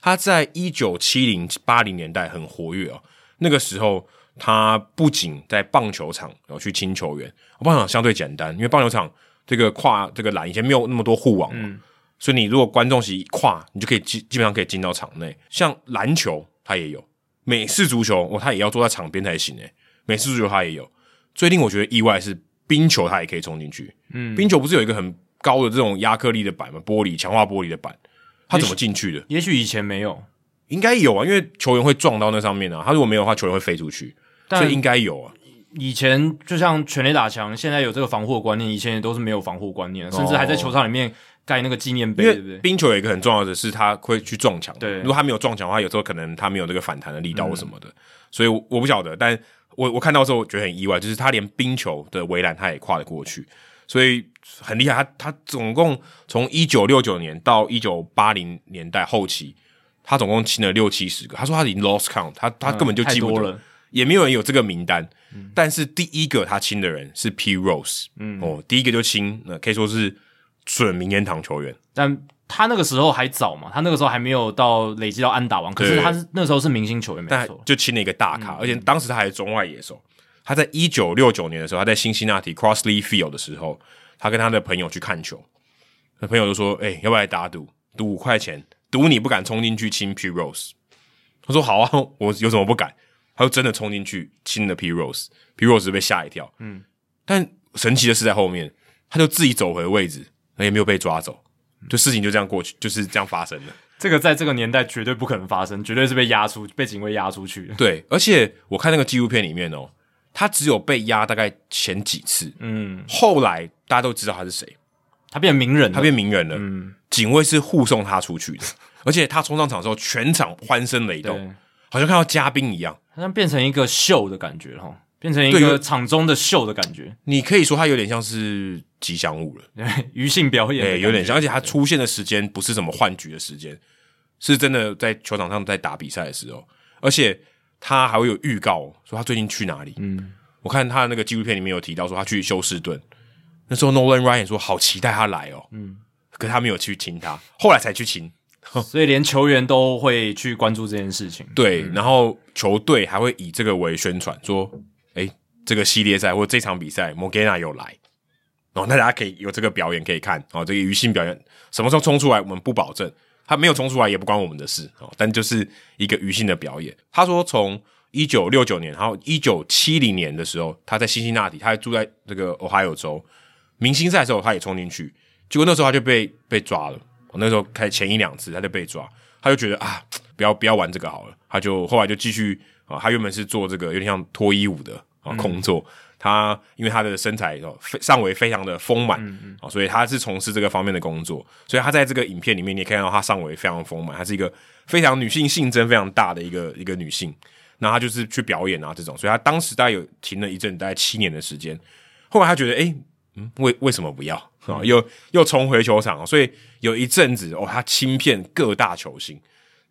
他在一九七零八零年代很活跃哦，那个时候他不仅在棒球场然后去亲球员，棒球场相对简单，因为棒球场这个跨这个栏以前没有那么多护网嘛，所以你如果观众席一跨，你就可以基基本上可以进到场内。像篮球它也有，美式足球哦，它也要坐在场边才行诶。美式足球它也有。最令我觉得意外是冰球，它也可以冲进去。嗯，冰球不是有一个很高的这种亚克力的板吗？玻璃强化玻璃的板，它怎么进去的？也许以前没有，应该有啊，因为球员会撞到那上面啊。他如果没有的话，球员会飞出去，但所以应该有啊。以前就像全垒打墙，现在有这个防护的观念，以前也都是没有防护观念，甚至还在球场里面盖那个纪念碑，因对不对为？冰球有一个很重要的是，它会去撞墙。对嗯如果他没有撞墙的话，有时候可能他没有这个反弹的力道或什么的，所以我我不晓得。但我我看到之后，我觉得很意外，就是他连冰球的围栏他也跨得过去，所以很厉害。他他总共从一九六九年到一九八零年代后期，他总共亲了六七十个。他说他已经 lost count，他他根本嗯就太记不多得了。嗯也没有人有这个名单。但是第一个他亲的人是 P Rose，嗯，哦，第一个就亲，那、可以说是准名人堂球员。但他那个时候还早嘛，他那个时候还没有到累积到安打王，可是对他是那时候是明星球员，没但错。嗯就亲了一个大咖，而且当时他还是中外野手。他在一九六九年的时候，他在辛辛那提 Crossley Field 的时候，他跟他的朋友去看球，那朋友就说：“哎、要不要来打赌？赌 五块钱，赌你不敢冲进去亲 P Rose。”他说：“好啊，我有什么不敢？”他就真的冲进去亲了 P Rose，P Rose 被吓一跳，嗯，但神奇的是在后面，他就自己走回位置，也没有被抓走，就事情就这样过去，就是这样发生了。这个在这个年代绝对不可能发生，绝对是被压出被警卫压出去的。对，而且我看那个纪录片里面哦，他只有被压大概前几次，嗯，后来大家都知道他是谁，他变名人了，他变名人了，嗯警卫是护送他出 去的，而且他冲上场之后，全场欢声雷对动，，好像看到嘉宾一样。好像变成一个秀的感觉哈，变成一对个有场中的秀的感觉，你可以说他有点像是吉祥物了，对， 余兴表演哎、的感觉，有点像，而且他出现的时间不是什么换局的时间，是真的在球场上在打比赛的时候，而且他还会有预告哦说他最近去哪里。嗯，我看他的那个纪录片里面有提到说他去休斯顿，那时候 Nolan Ryan 说好期待他来哦，嗯，可他没有去亲他，后来才去亲。所以连球员都会去关注这件事情。对，然后球队还会以这个为宣传，说，哎，这个系列赛或这场比赛 Morgana 有来，然后大家可以有这个表演可以看，哦，这个余兴表演什么时候冲出来，我们不保证，他没有冲出来也不关我们的事，哦，但就是一个余兴的表演。他说从一九六九年，然后一九七零年的时候，他在辛辛那提，他还住在这个 Ohio 州，明星赛的时候他也冲进去，结果那时候他就被被抓了。我那时候开前一两次他就被抓，他就觉得啊，不要不要玩这个好了，他就后来就继续啊，他原本是做这个有点像脱衣舞的啊工作。他因为他的身材哦非上围非常的丰满啊，所以他是从事这个方面的工作，所以他在这个影片里面你也可以看到他上围非常丰满，她是一个非常女性性征非常大的一个一个女性。那她就是去表演啊这种，所以她当时大概有停了一阵，大概七年的时间。后来她觉得，诶。嗯，为为什么不要啊？又又重回球场，哦所以有一阵子哦，他亲遍各大球星，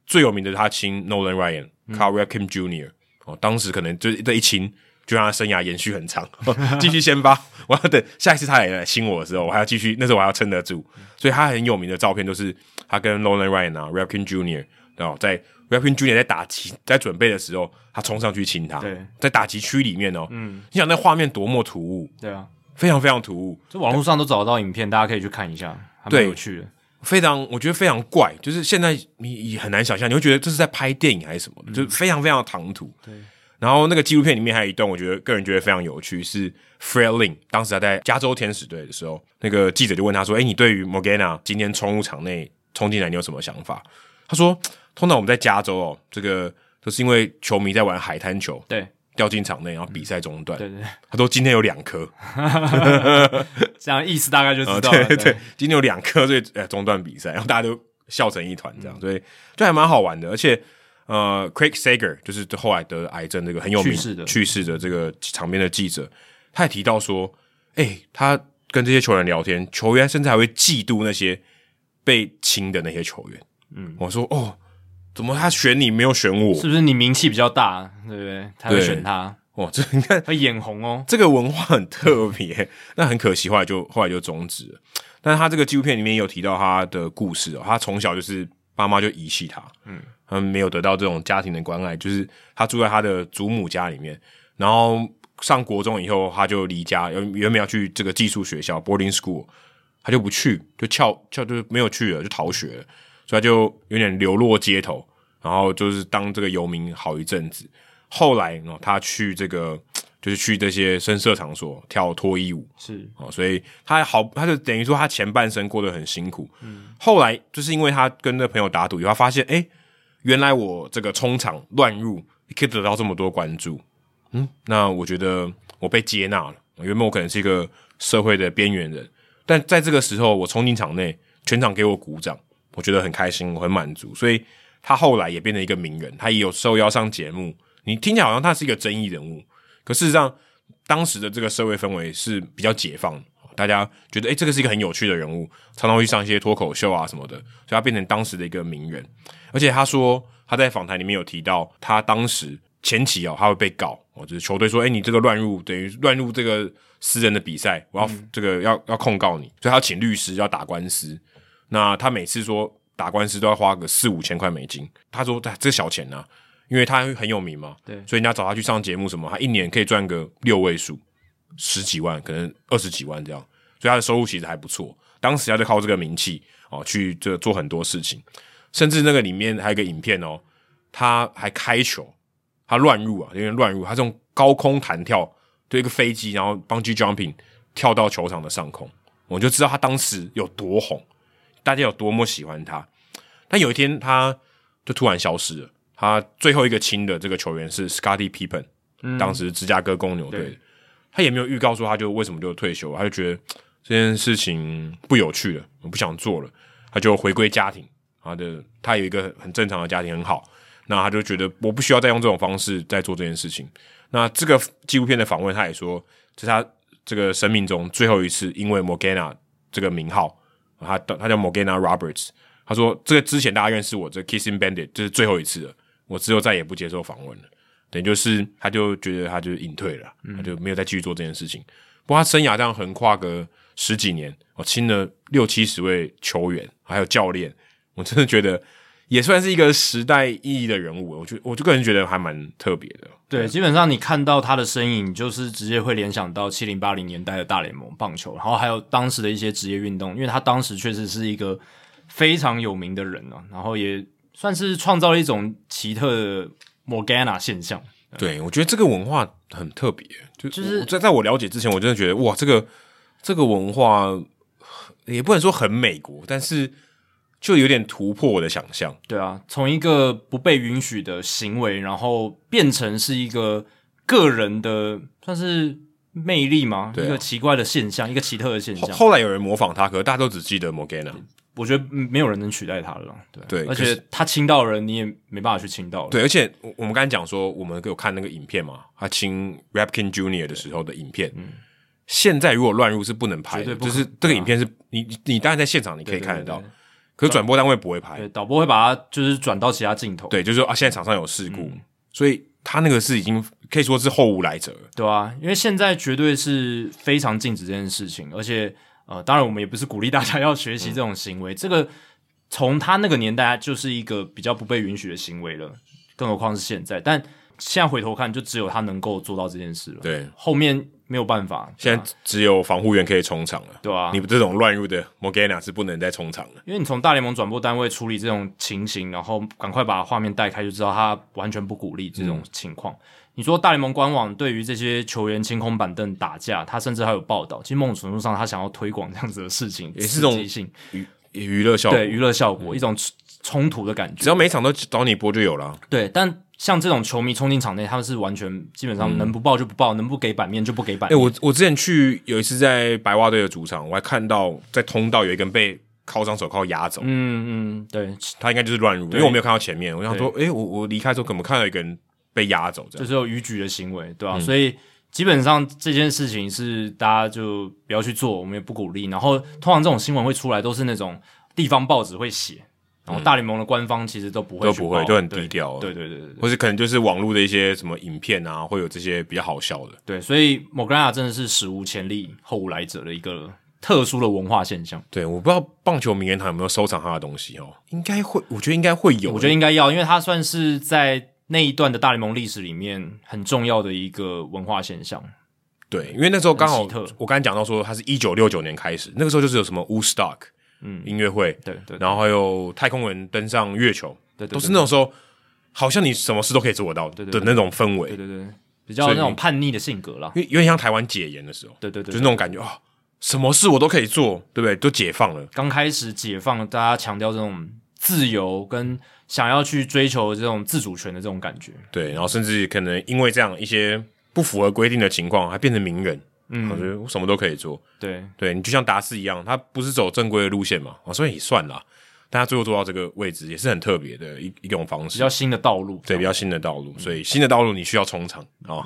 最有名的他亲 Nolan Ryan、c a r r i Kim Jr. 哦，当时可能就是这一亲，就让他生涯延续很长，哦 继续先发。我要等下一次他也来亲我的时候，我还要继续，那时候我还要撑得住。所以他很有名的照片就是他跟 Nolan Ryan 啊 r a p k i n Jr. 然后在 r a p k i n Jr. 在打击在准备的时候，他冲上去亲他，对在打击区里面哦，嗯，你想那画面多么突兀，对啊，非常非常突兀。这网络上都找得到影片，大家可以去看一下，还蛮对有趣的。非常，我觉得非常怪，就是现在你你很难想象，你会觉得这是在拍电影还是什么，就是非常非常唐突。对。然后那个纪录片里面还有一段，我觉得个人觉得非常有趣，是 Fred Lin 当时他在加州天使队的时候，那个记者就问他说：“哎，你对于 Morgana 今天冲入场内冲进来，你有什么想法？”他说：“通常我们在加州哦，这个都是因为球迷在玩海滩球，对掉进场内，然后比赛中断。对对，对 他说今天有两颗，这样意思大概就知道了。哦对对对，今天有两颗，所以呃中断比赛，然后大家都笑成一团，这嗯样，所以就还蛮好玩的。而且呃，Craig Sager 就是后来得癌症这个很有名去世的去世的这个场边的记者，他也提到说，哎、他跟这些球员聊天，球员甚至还会嫉妒那些被亲的那些球员。嗯，我说哦，怎么他选你没有选我？是不是你名气比较大，对不对？才会对选他，哇，哦这你看会眼红哦。这个文化很特别， 那很可惜，后来就后来就终止了。但是他这个纪录片里面也有提到他的故事哦，他从小就是爸妈就遗弃他，嗯，他没有得到这种家庭的关爱，就是他住在他的祖母家里面，然后上国中以后他就离家，原原本要去这个寄宿学校 boarding school，他就不去，就翘翘就是没有去了，就逃学了，所以他就有点流落街头，然后就是当这个游民好一阵子。后来哦，他去这个就是去这些深色场所跳脱衣舞是哦，所以他好，他就等于说他前半生过得很辛苦。后来就是因为他跟那朋友打赌以后，他发现哎、诶原来我这个冲场乱入可以得到这么多关注，嗯，那我觉得我被接纳了。原本我可能是一个社会的边缘人，但在这个时候我冲进场内，全场给我鼓掌，我觉得很开心，我很满足。所以他后来也变成一个名人，他也有受邀上节目。你听起来好像他是一个争议人物，可事实上当时的这个社会氛围是比较解放的。大家觉得，诶、这个是一个很有趣的人物，常常会去上一些脱口秀啊什么的，所以他变成当时的一个名人。而且他说他在访谈里面有提到，他当时前期哦，他会被告哦，就是球队说，哎、你这个乱入，等于乱入这个私人的比赛，我要、这个要要控告你，所以他要请律师要打官司。那他每次说打官司都要花个四五千块美金，他说哎这小钱呢、因为他很有名嘛，对所以人家找他去上节目什么，他一年可以赚个六位数，十几万，可能二十几万这样，所以他的收入其实还不错。当时他就靠这个名气哦，去这做很多事情。甚至那个里面还有一个影片哦，他还开球，他乱入啊，有点乱入，他是用高空弹跳，对一个飞机，然后 bungee jumping 跳到球场的上空，我就知道他当时有多红，大家有多么喜欢他。但有一天，他就突然消失了。他最后一个亲的这个球员是 Scotty Pippen，、当时芝加哥公牛队的对，他也没有预告说他就为什么就退休，他就觉得这件事情不有趣了，我不想做了，他就回归家庭。他的他有一个很正常的家庭，很好。那他就觉得我不需要再用这种方式再做这件事情。那这个纪录片的访问，他也说这是他这个生命中最后一次因为 Morgana 这个名号，他他叫 Morgana Roberts，他说这个之前大家认识我这 Kissing Bandit，这是最后一次了，我之后再也不接受访问了。等于就是他就觉得他就隐退了，他就没有再继续做这件事情。不过他生涯这样横跨个十几年，我亲了六七十位球员，还有教练，我真的觉得也算是一个时代意义的人物。我觉我就个人觉得还蛮特别的。对，基本上你看到他的身影，你就是直接会联想到七零八零年代的大联盟棒球，然后还有当时的一些职业运动，因为他当时确实是一个非常有名的人啊，然后也算是创造了一种奇特的 Morgana 现象。对，我觉得这个文化很特别，就就是我在在我了解之前，我真的觉得哇，这个这个文化也不能说很美国，但是就有点突破我的想象。对啊，从一个不被允许的行为，然后变成是一个个人的算是魅力吗？对啊一个奇怪的现象，一个奇特的现后象。后来有人模仿他，可是大家都只记得 Morgana。我觉得嗯没有人能取代他了啦，对啊对而可且是他亲到的人，你也没办法去亲到了。对，而且我我们刚才讲说，我们有看那个影片嘛，他亲 Rapkin Junior 的时候的影片。现在如果乱入是不能拍嗯绝对的，不就可啊是这个影片是你你你当然在现场你可以对对看得到对对，可是转播单位不会拍对，。导播会把它就是转到其他镜头，对，就是说啊，现在场上有事嗯故，所以他那个是已经可以说是后无来者了。对啊，因为现在绝对是非常禁止这件事情，而且呃，当然我们也不是鼓励大家要学习这种行嗯为，这个从他那个年代就是一个比较不被允许的行为了，更何况是现在。但现在回头看，就只有他能够做到这件事了，，对，后面没有办法。现对啊在只有防护员可以冲场了。对啊，你这种乱入的 Morgana 是不能再冲场了。因为你从大联盟转播单位处理这种情形，然后赶快把画面带开，就知道他完全不鼓励这种情况。你说大联盟官网对于这些球员清空板凳打架，他甚至还有报道，其实某种程度上他想要推广这样子的事情，也是一种嗯刺激性娱娱乐效果，对娱乐效果，一种冲冲突的感只觉。要每场都找你播就有了。啊对，但像这种球迷冲进场内，他们是完全基本上能不报就不报，能不给版面就不给版哎、面。嗯我我之前去有一次在白袜队的主场，我还看到在通道有一个人被铐上手铐压走，嗯嗯，对，他应该就是乱入，因为我没有看到前面。我想说，哎、我我离开的时候怎么看到一个人被压走这就样？是有逾矩的行为，对吧、所以基本上这件事情是大家就不要去做，我们也不鼓励。然后通常这种新闻会出来，都是那种地方报纸会写，然后大联盟的官方其实都不会都去不会报都很对低调对对对对对或是可能就是网络的一些什么影片啊，会有这些比较好笑的。对，所以 Morgana 真的是史无前例、后无来者的一个特殊的文化现象。对，我不知道棒球名人堂有没有收藏他的东西哦，应该会，我觉得应该会有。欸我觉得应该要，因为它算是在那一段的大联盟历史里面很重要的一个文化现象。对，因为那时候刚好很奇特我刚才讲到说，他是一九六九年开始，那个时候就是有什么 Woodstock，嗯，音乐会，对对然后还有太空人登上月球，对对对都是那种时候，好像你什么事都可以做得到的对对那种氛对围，对对，比较所以那你种叛逆的性格啦。因为有点像台湾解严的时候，对对对就是那种感觉啊、什么事我都可以做，对不对？都解放了，刚开始解放，大家强调这种自由跟想要去追求这种自主权的这种感觉。对，然后甚至可能因为这样一些不符合规定的情况，还变成名人，嗯，我觉得我什么都可以做，对，对你就像达斯一样，他不是走正规的路线嘛，啊，所以也算啦。但他最后做到这个位置，也是很特别的一一种方比式，较新的嗯道路，对比较新的道路。所以新的道路你需要冲场啊，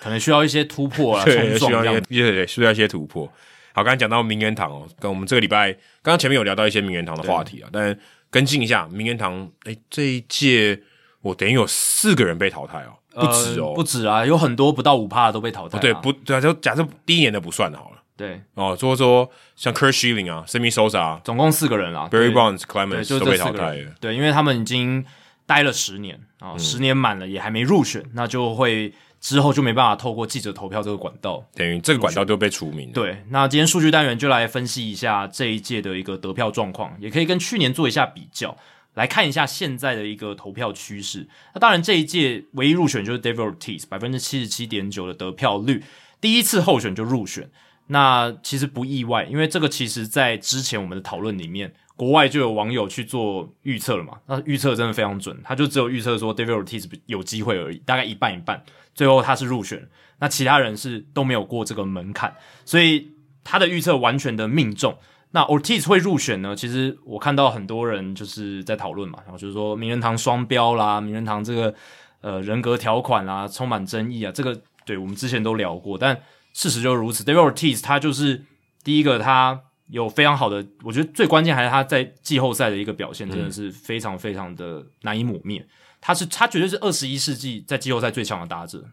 可能需要一些突破啊， 对，冲需撞这要一些，样。对对对，需要一些突破。好，刚才讲到名人堂哦，跟我们这个礼拜刚刚前面有聊到一些名人堂的话题啊，但跟进一下名人堂，哎，这一届我等于有四个人被淘汰哦，不止哦，呃不止啊，有很多不到五趴都被淘汰、啊。对不对啊？就假设第一年的不算好了对，哦，所以说像 Kurt Schilling 啊、Sammy Sosa 啊、总共四个人啦对 Barry Bonds、对， Clemens 就都这被四淘个汰了嗯人。。对，因为他们已经待了十年啊，十年满了也还没入选，那就会之后就没办法透过记者投票这个管道等于这个管道就被除名了。对，那今天数据单元就来分析一下这一届的一个得票状况，也可以跟去年做一下比较。来看一下现在的一个投票趋势。那当然，这一届唯一入选就是 David Ortiz，百分之七十七点九的得票率，第一次候选就入选。那其实不意外，因为这个其实在之前我们的讨论里面，国外就有网友去做预测了嘛。那预测真的非常准，他就只有预测说 David Ortiz 有机会而已，大概一半一半。最后他是入选，那其他人是都没有过这个门槛，所以他的预测完全的命中。那 Ortiz 会入选呢？其实我看到很多人就是在讨论嘛，然后就是说名人堂双标啦，名人堂这个呃人格条款啦，充满争议啊。这个对我们之前都聊过，但事实就是如此。David Ortiz 他就是第一个，他有非常好的，我觉得最关键还是他在季后赛的一个表现，真的是非常非常的难以抹灭。他是他绝对是二十一世纪在季后赛最强的打者，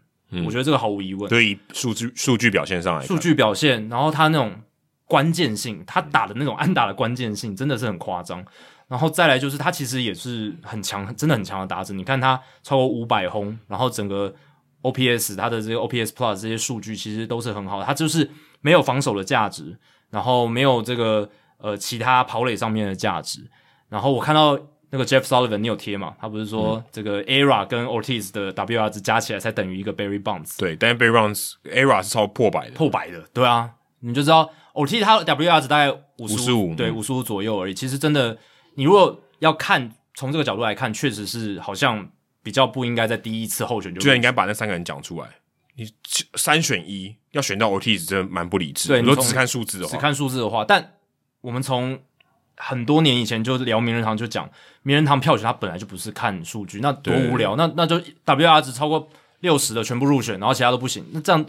我觉得这个毫无疑问。对于数据数据表现上来看，数据表现，然后他那种关键性，他打的那种安打的关键性真的是很夸张。然后再来就是他其实也是很强，真的很强的打者。你看他超过五百轰，然后整个 OPS 他的这个 OPS Plus 这些数据其实都是很好的，他就是没有防守的价值，然后没有这个呃其他跑垒上面的价值。然后我看到那个 Jeff Sullivan 你有贴嘛？他不是说这个 ERA 跟 Ortiz 的 WR 值加起来才等于一个 Barry Bonds，对，但是 b a r r o n s ERA 是超破百的，破百的，对啊，你就知道 OT 它 WR 值大概五55对嗯五十五左右而已。其实真的，你如果要看从这个角度来看，确实是好像比较不应该在第一次候选就居然应该把那三个人讲出来。你三选一，要选到 Ortiz 真的蛮不理智。对你说你从只看数字的只话，看数字的话，但我们从很多年以前就聊名人堂，就讲名人堂票选，它本来就不是看数据，那多无聊。那那就 WR 值超过六十的全部入选，然后其他都不行，那这样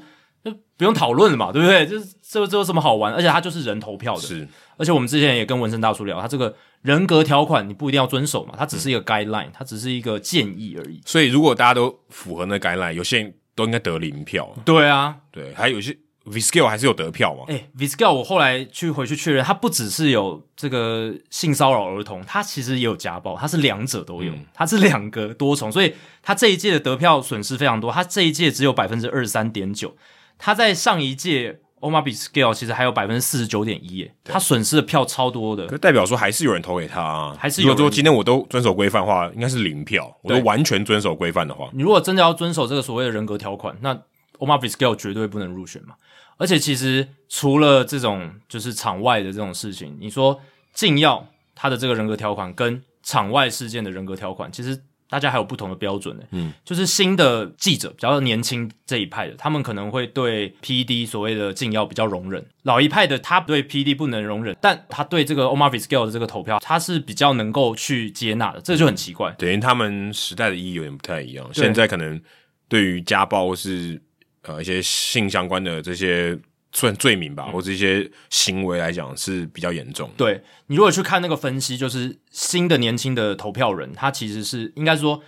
就不用讨论了嘛，对不对？这这这有什么好玩？而且它就是人投票的，是而且我们之前也跟纹身大叔聊，他这个人格条款你不一定要遵守嘛，它只是一个 guideline，、它只是一个建议而已。所以如果大家都符合那橄榄，有些人都应该得零票。对啊，对，还有一些 Viscal 还是有得票嘛？哎、v i s c a l 我后来去回去确认，他不只是有这个性骚扰儿童，他其实也有家暴，他是两者都有，他是两个多重，所以他这一届的得票损失非常多，他这一届只有百分之二三点九，他在上一届 Omar b i s c a l 其实还有百分之四十九点一，他损失的票超多的可，代表说还是有人投给他、啊，还是有人如果说今天我都遵守规范的话，应该是零票。我都完全遵守规范的话，你如果真的要遵守这个所谓的人格条款，那 Omar b r i s k e l 绝对不能入选嘛。而且其实除了这种就是场外的这种事情，你说禁药他的这个人格条款跟场外事件的人格条款，其实大家还有不同的标准呢、嗯，就是新的记者比较年轻这一派的，他们可能会对 PD 所谓的禁药比较容忍，老一派的他对 PD 不能容忍，但他对这个 Omar b r i s k e l 的这个投票，他是比较能够去接纳的，这就很奇怪。等于他们时代的意义有点不太一样。现在可能对于家暴或是呃一些性相关的这些算罪名吧，或者一些行为来讲是比较严重的。对你如果去看那个分析，就是新的年轻的投票人，他其实是应该说，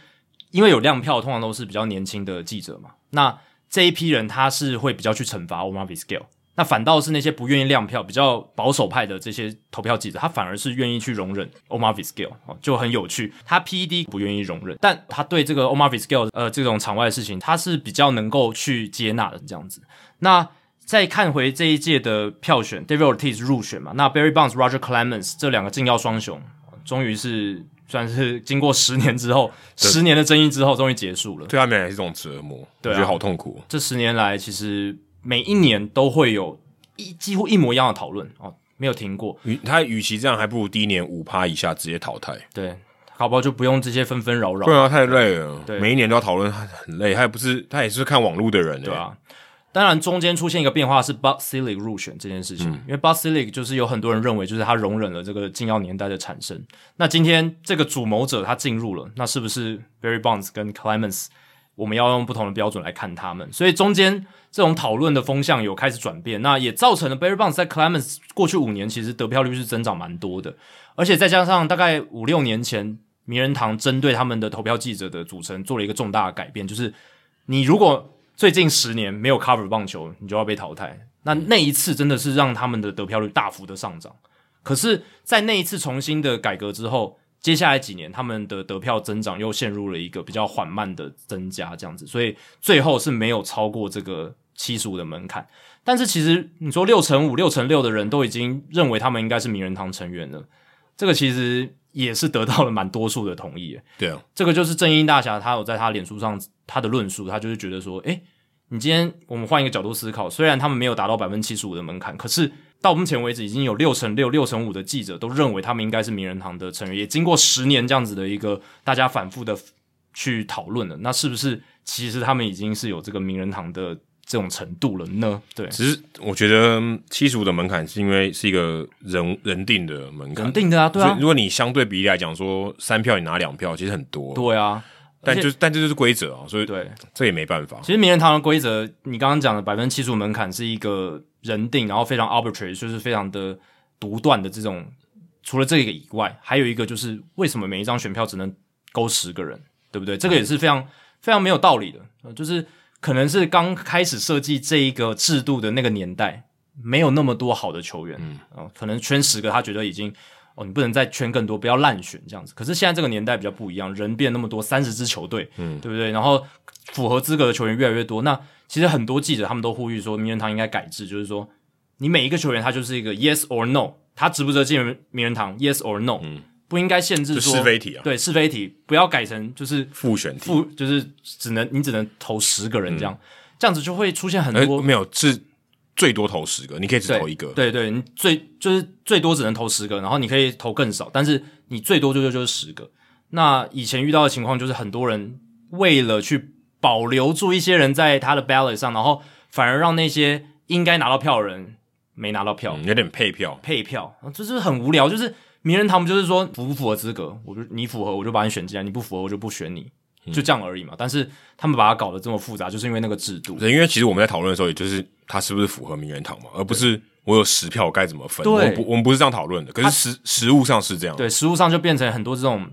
因为有亮票，通常都是比较年轻的记者嘛。那这一批人他是会比较去惩罚 Omar b i s c a l 那反倒是那些不愿意亮票、比较保守派的这些投票记者，他反而是愿意去容忍 Omar b i s c a l 哦，就很有趣。他 PED 不愿意容忍，但他对这个 Omar b i s c a l 呃这种场外的事情，他是比较能够去接纳的这样子。那再看回这一届的票选，David Ortiz 入选嘛，那 Barry Bonds、Roger Clemens 这两个禁药双雄，终于是算是经过十年之后，十年的争议之后，终于结束了。对他们来讲是一种折磨，对啊我觉得好痛苦。这十年来，其实每一年都会有一几乎一模一样的讨论哦，没有停过。与他与其这样，还不如第一年五趴以下直接淘汰。对，搞不好就不用这些纷纷扰扰对。啊，太累了对，每一年都要讨论，很累。他也不是，他也是看网络的人、欸，对啊。当然，中间出现一个变化是 Bob Silic 入选这件事情，因为 Bob Silic 就是有很多人认为，就是他容忍了这个禁药年代的产生。那今天这个主谋者他进入了，那是不是 Barry Bonds 跟 Clemens 我们要用不同的标准来看他们？所以中间这种讨论的风向有开始转变，那也造成了 Barry Bonds 在 Clemens 过去五年其实得票率是增长蛮多的，而且再加上大概五六年前名人堂针对他们的投票记者的组成做了一个重大的改变，就是你如果最近十年没有 cover 棒球，你就要被淘汰。那那一次真的是让他们的得票率大幅的上涨。可是，在那一次重新的改革之后，接下来几年他们的得票增长又陷入了一个比较缓慢的增加，这样子，所以最后是没有超过这个七十五的门槛。但是其实你说六成五、六成六的人都已经认为他们应该是名人堂成员了，这个其实也是得到了蛮多数的同意耶。对啊，这个就是正义大侠，他有在他脸书上他的论述，他就是觉得说，诶，你今天我们换一个角度思考，虽然他们没有达到百分之七十五的门槛，可是到目前为止已经有六成六、六成五的记者都认为他们应该是名人堂的成员，也经过十年这样子的一个大家反复的去讨论了，那是不是其实他们已经是有这个名人堂的这种程度了呢？对，只是我觉得七十五的门槛是因为是一个人人定的门槛，肯定的啊，对所啊以，如果你相对比例来讲说三票你拿两票，其实很多，对啊，但而且就是但这就是规则啊，所以对。这也没办法。啊其实名人堂的规则，你刚刚讲的百分之七十五门槛是一个人定，然后非常 arbitrary，就是非常的独断的这种。除了这个以外，还有一个就是为什么每一张选票只能勾十个人，对不对？这个也是非常非常没有道理的，呃就是可能是刚开始设计这一个制度的那个年代，没有那么多好的球员，嗯、可能圈十个，他觉得已经。哦，你不能再圈更多，不要滥选这样子。可是现在这个年代比较不一样，人变那么多，三十支球队，嗯，对不对？然后符合资格的球员越来越多，那其实很多记者他们都呼吁说，名人堂应该改制，就是说你每一个球员他就是一个 yes or no，他值不值得进名人堂 yes or no，、不应该限制嗯就是说是非题啊对是非题，不要改成就是复选题，负，就是只能你只能投十个人这样，这样子就会出现很呃，多、嗯没有是最多投十个，你可以只对投一个，对对，你最就是最多只能投十个，然后你可以投更少，但是你最多最多就是十个。那以前遇到的情况就是很多人为了去保留住一些人在他的 ballot 上，然后反而让那些应该拿到票的人没拿到票，嗯，有点配票，配票，啊这就是很无聊。就是名人堂不就是说符不符合资格，我就你符合我就把你选进来，你不符合我就不选你，嗯就这样而已嘛。但是他们把它搞得这么复杂，就是因为那个制度。对，因为其实我们在讨论的时候，也就是他是不是符合名人堂嘛，而不是我有十票我该怎么分。对我们不，我们不是这样讨论的。可是实实物上是这样，对，实物上就变成很多这种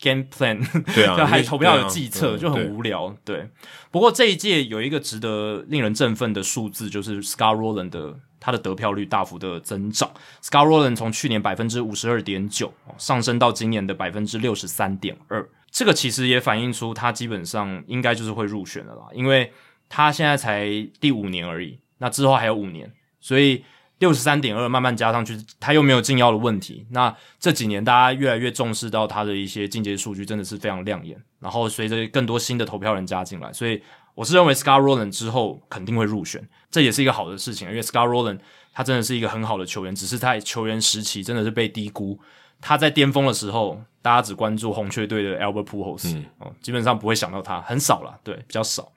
game plan，对啊 就还因为投票对啊有计策，嗯就对很无聊。对，不过这一届有一个值得令人振奋的数字，就是 Scar Roland 的他的得票率大幅的增长。Scar Roland 从去年百分之五十二点九哦上升到今年的百分之六十三点二，这个其实也反映出他基本上应该就是会入选的啦，因为他现在才第五年而已，那之后还有五年，所以六十三点二慢慢加上去，他又没有禁药的问题。那这几年大家越来越重视到他的一些进阶数据，真的是非常亮眼。然后随着更多新的投票人加进来，所以我是认为 Scar Roland 之后肯定会入选，这也是一个好的事情，因为 Scar Roland 他真的是一个很好的球员，只是在球员时期真的是被低估。他在巅峰的时候，大家只关注红雀队的 Albert Pujols，、哦，基本上不会想到他，很少啦，对，比较少。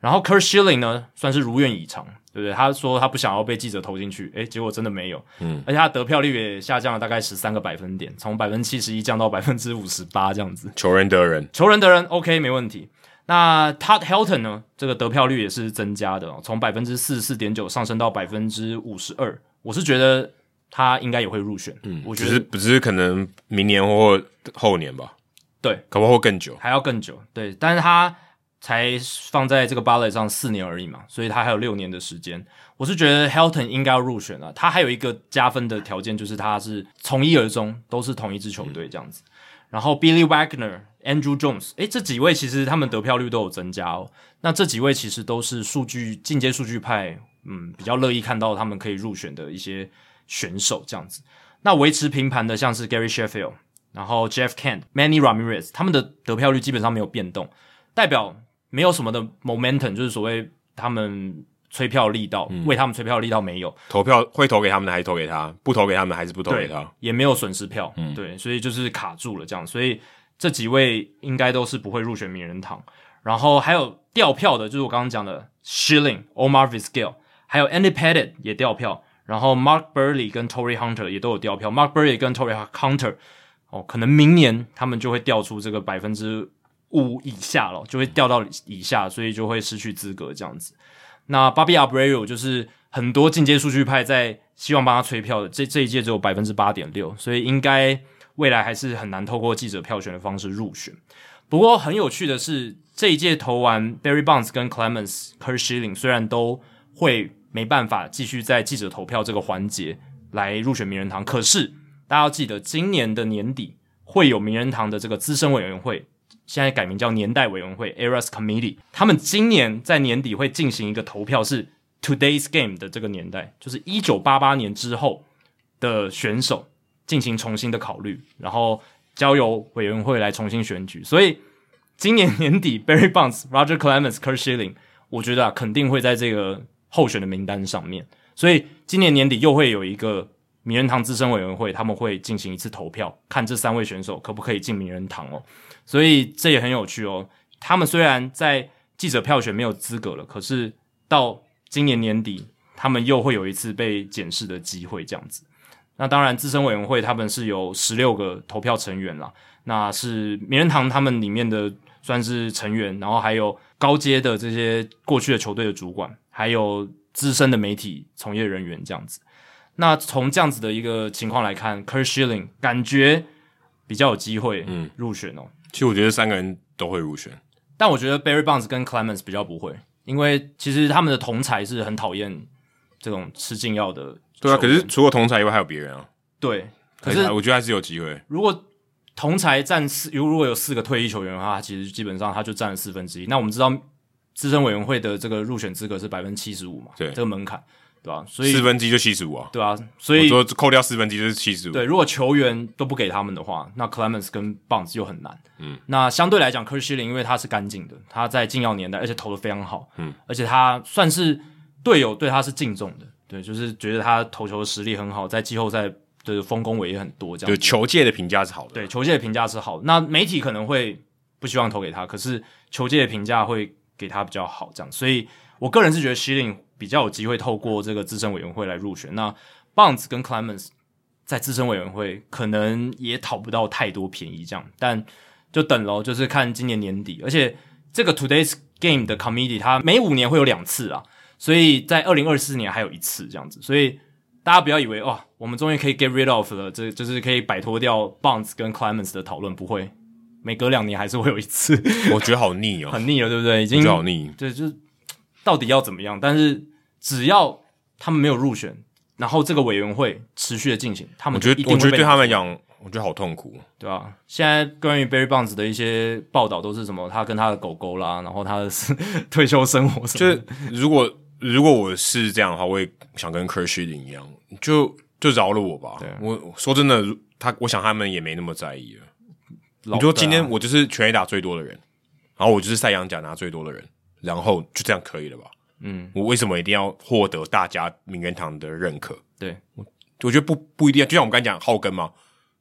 然后 Kurt Schilling 呢，算是如愿以偿，对不对？他说他不想要被记者投进去，诶，结果真的没有，嗯，而且他得票率也下降了大概十三个百分点，从百分之七十一降到百分之五十八这样子。求人得人，求人得人，OK，没问题。那 Todd Helton 呢？这个得票率也是增加的、哦，从百分之四十四点九上升到百分之五十二。我是觉得他应该也会入选，嗯，我觉只得是只是可能明年或后年吧，对，搞不好会更久。还要更久，对，但是他才放在这个 ballot 上四年而已嘛，所以他还有六年的时间。我是觉得 Helton 应该要入选了，他还有一个加分的条件就是他是从一而终，都是同一支球队这样子。然后 Billy Wagner、Andrew Jones，诶，这几位其实他们得票率都有增加哦。那这几位其实都是数据进阶数据派，嗯，比较乐意看到他们可以入选的一些选手这样子。那维持平盘的像是 Gary Sheffield，然后 Jeff Kent、Manny Ramirez，他们的得票率基本上没有变动，代表没有什么的 momentum，就是所谓他们吹票力道，为他们吹票力道没有，投票会投给他们的还是投给他，不投给他们的还是不投对给他。，嗯也没有损失票，对，所以就是卡住了这样，所以这几位应该都是不会入选名人堂。然后还有掉票的，就是我刚刚讲的 Shilling、Omar Vizquel，还有 Andy Pettit 也掉票，然后 Mark Burley 跟 Tory Hunter 也都有掉票，Mark Burley 跟 Tory Hunter 哦，可能明年他们就会掉出这个百分之五以下了，就会掉到以下，所以就会失去资格这样子。那 Bobby Abreu 就是很多进阶数据派在希望帮他吹票的，这这一届只有百分之八点六，所以应该未来还是很难透过记者票选的方式入选。不过很有趣的是，这一届投完 Barry Bonds 跟 Clemens k e r s h i l l i n g 虽然都会没办法继续在记者投票这个环节来入选名人堂，可是大家要记得，今年的年底会有名人堂的这个资深委员会现在改名叫年代委员会 （Eras Committee），他们今年在年底会进行一个投票，是 Today's Game 的这个年代，就是一九八八年之后的选手进行重新的考虑，然后交友委员会来重新选举。所以今年年底，Barry Bonds、Roger Clemens、Kurt Schilling，我觉得啊，肯定会在这个候选的名单上面。所以今年年底又会有一个名人堂资深委员会，他们会进行一次投票，看这三位选手可不可以进名人堂哦。所以这也很有趣哦。他们虽然在记者票选没有资格了，可是到今年年底，他们又会有一次被检视的机会，这样子。那当然，资深委员会他们是有十六个投票成员啦，那是名人堂他们里面的算是成员，然后还有高阶的这些过去的球队的主管，还有资深的媒体从业人员这样子。那从这样子的一个情况来看 k e r Schilling 感觉比较有机会嗯入选哦。其实我觉得三个人都会入选，但我觉得 Barry Bonds 跟 Clemens 比较不会，因为其实他们的同才是很讨厌这种吃禁药的球对员。啊。可是哎除了同才以外，还有别人啊。对，可是还我觉得还是有机会。如果同才占四，如如果有四个退役球员的话，他其实基本上他就占了四分之一。那我们知道资深委员会的这个入选资格是百分之七十五嘛，对这个门槛，对吧、所以四分之一就七十五啊，对啊，所我以说扣掉四分之一就是七十五。对，如果球员都不给他们的话，那 Clemens 跟 Bonds 就很难。嗯，那相对来讲 k e r s h i l i n 因为他是干净的，他在禁药年代，而且投的非常好，嗯，而且他算是队友对他是敬重的，对，就是觉得他投球的实力很好，在季后赛的丰功伟业很多，这样就球界的评价是好的。对，球界的评价是好，那媒体可能会不希望投给他，可是球界的评价会给他比较好，这样。所以我个人是觉得 Shilling 比较有机会透过这个资深委员会来入选。那 Bonds 跟 Clemens 在资深委员会可能也讨不到太多便宜，这样，但就等咯，就是看今年年底。而且这个 Today's Game 的 Committee 它每五年会有两次啊，所以在二零二四年还有一次这样子，所以大家不要以为哇，我们终于可以 get rid of 了，这就是可以摆脱掉 Bonds 跟 Clemens 的讨论，不会，每隔两年还是会有一次， 我觉得好腻哦，很腻了，对不对？已经我觉得好腻。对，就是到底要怎么样？但是只要他们没有入选，然后这个委员会持续的进行，他我们觉就一得定我觉会得被对他们来讲，我觉得好痛苦。对啊，现在关于 Barry Bonds 的一些报道都是什么？他跟他的狗狗啦，然后他的 退休生活什就么的，是如果如果我是这样的话，我也想跟 k e r s h i n 一样，就就饶了我吧。我我说真的，如他我想他们也没那么在意了。老你说对啊今天我就是全 A 打最多的人，然后我就是赛扬奖拿最多的人，然后就这样可以了吧？嗯，我为什么一定要获得大家名人堂的认可？对我觉得不不一定要，就像我们刚才讲浩根嘛，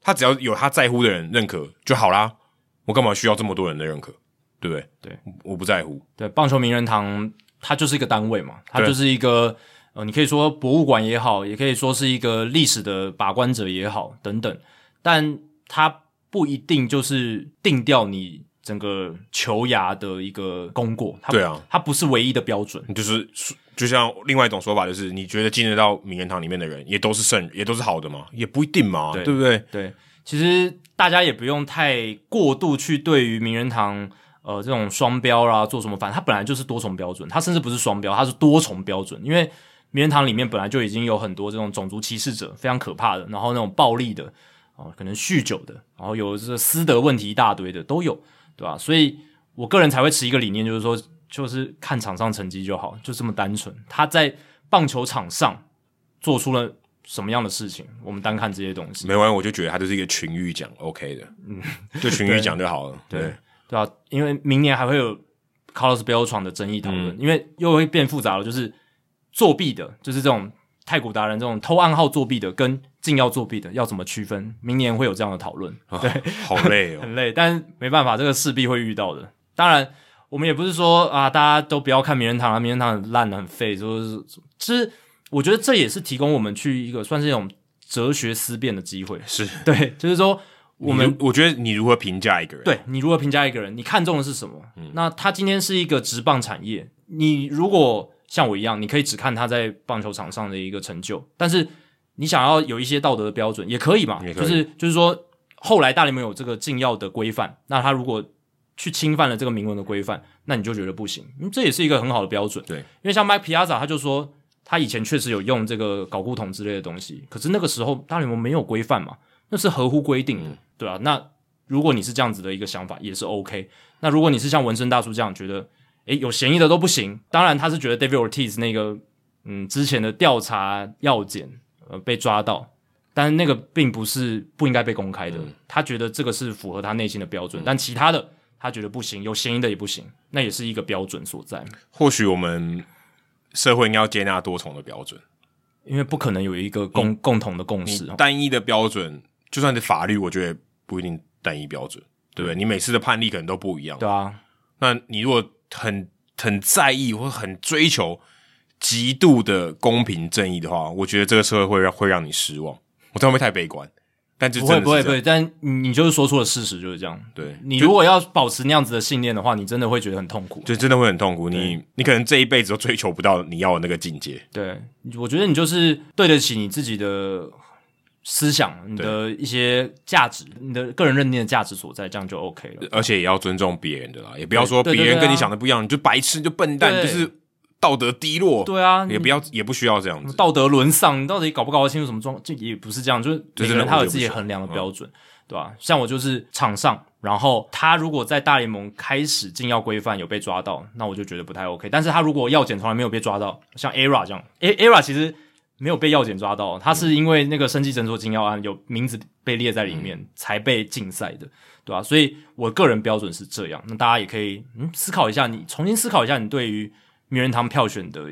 他只要有他在乎的人认可就好啦。我干嘛需要这么多人的认可？对不对？对我，我不在乎。对，棒球名人堂它就是一个单位嘛，它对就是一个呃，你可以说博物馆也好，也可以说是一个历史的把关者也好，等等，但它不一定就是定掉你整个球涯的一个功过，它对啊，它不是唯一的标准，就是就像另外一种说法，就是你觉得进得到名人堂里面的人，也都是圣人，也都是好的嘛，也不一定嘛，对对不对？对，其实大家也不用太过度去对于名人堂呃这种双标啦做什么反，它本来就是多重标准，它甚至不是双标，它是多重标准，因为名人堂里面本来就已经有很多这种种族歧视者，非常可怕的，然后那种暴力的哦、可能酗酒的，然后有这私德问题一大堆的都有，对吧、所以我个人才会持一个理念，就是说，就是看场上成绩就好，就这么单纯。他在棒球场上做出了什么样的事情，我们单看这些东西。没完，我就觉得他就是一个群欲奖，OK 的，嗯，就群欲奖就好了。对，对啊，因为明年还会有 Carlos Beltran 的争议讨嗯论，因为又会变复杂了，就是作弊的，就是这种太古达人这种偷暗号作弊的，跟禁药作弊的要怎么区分？明年会有这样的讨论，对，好累哦。很累，但没办法，这个势必会遇到的。当然，我们也不是说啊，大家都不要看名人堂啊，名人堂很烂很废，就是其实我觉得这也是提供我们去一个算是一种哲学思辨的机会。是对，就是说 我我们们，我觉得你如何评价一个人？，对你如何评价一个人，你看中的是什么？那他今天是一个职棒产业，你如果像我一样，你可以只看他在棒球场上的一个成就，但是你想要有一些道德的标准也可以嘛，也可就以是就是说，后来大联盟有这个禁药的规范，那他如果去侵犯了这个明文的规范，那你就觉得不行，嗯这也是一个很好的标准。对因为像 Mike Piazza 他就说，他以前确实有用这个搞固酮之类的东西，可是那个时候大联盟没有规范嘛，那是合乎规定嗯的，对啊，那如果你是这样子的一个想法，也是 OK。那如果你是像纹身大叔这样觉得，诶，有嫌疑的都不行，当然他是觉得 David Ortiz 那个嗯之前的调查要件呃被抓到，但那个并不是不应该被公开的。他觉得这个是符合他内心的标准，但其他的他觉得不行，有嫌疑的也不行，那也是一个标准所在。或许我们社会应该要接纳多重的标准，因为不可能有一个共、共同的共识哦。单一的标准，就算是法律，我觉得也不一定单一标准，对不对？你每次的判例可能都不一样。对啊，那你如果很很在意或很追求极度的公平正义的话，我觉得这个社会会让会让你失望。我这样会不会太悲观？但就不真的会是不会这不样会，但你你就是说出了事实，就是这样。对你就如果要保持那样子的信念的话，你真的会觉得很痛苦。就真的会很痛苦。你你可能这一辈子都追求不到你要的那个境界。对，我觉得你就是对得起你自己的思想、你的一些价值、你的个人认定的价值所在，这样就 OK 了。而且也要尊重别人的啦，也不要说对对别对人跟对啊你想的不一样，你就白痴，你就笨蛋，对你就是道德低落。对啊，也不要，也不需要这样你子。道德沦丧，你到底搞不搞得清楚什么状？这也不是这样，就是这每真的个人他我有就自不嗯己行衡量的标准，对吧、像我就是场上，然后他如果在大联盟开始禁药规范有被抓到，那我就觉得不太 OK。但是他如果药检从来没有被抓到，像 ERA 这样，E- ERA 其实没有被药检抓到，他嗯是因为那个生技诊所禁药案有名字被列在里面、嗯才被禁赛的，对吧、所以我个人标准是这样，那大家也可以嗯思考一下你，重新思考一下你对于名人堂票选的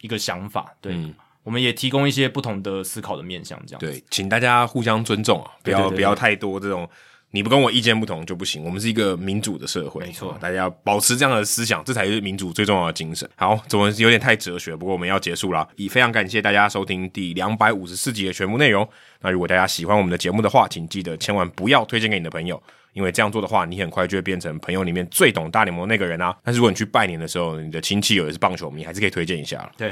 一个想法，对。嗯我们也提供一些不同的思考的面向，这样。对，请大家互相尊重啊，不要对对对不要太多这种你不跟我意见不同就不行。我们是一个民主的社会，没错啊大家要保持这样的思想，这才是民主最重要的精神。好，怎么有点太哲学，不过我们要结束了，也非常感谢大家收听第两百五十四集的全部内容。那如果大家喜欢我们的节目的话，请记得千万不要推荐给你的朋友。因为这样做的话，你很快就会变成朋友里面最懂大联盟的那个人啊。但是如果你去拜年的时候，你的亲戚有也是棒球迷，还是可以推荐一下啦对，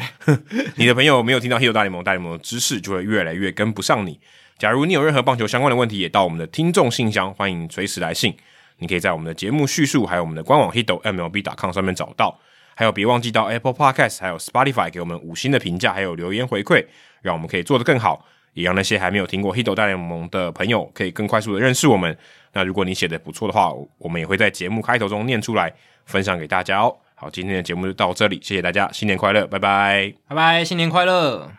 你的朋友没有听到《h e o 大联盟》，大联盟的知识就会越来越跟不上你。假如你有任何棒球相关的问题，也到我们的听众信箱，欢迎随时来信。你可以在我们的节目叙述，还有我们的官网 hito mlb.com 上面找到。还有，别忘记到 Apple Podcast 还有 Spotify 给我们五星的评价，还有留言回馈，让我们可以做得更好，也让那些还没有听过《Hito 大联盟》的朋友可以更快速的认识我们。那如果你写的不错的话，我们也会在节目开头中念出来，分享给大家哦。好，今天的节目就到这里，谢谢大家，新年快乐，拜拜。拜拜，新年快乐！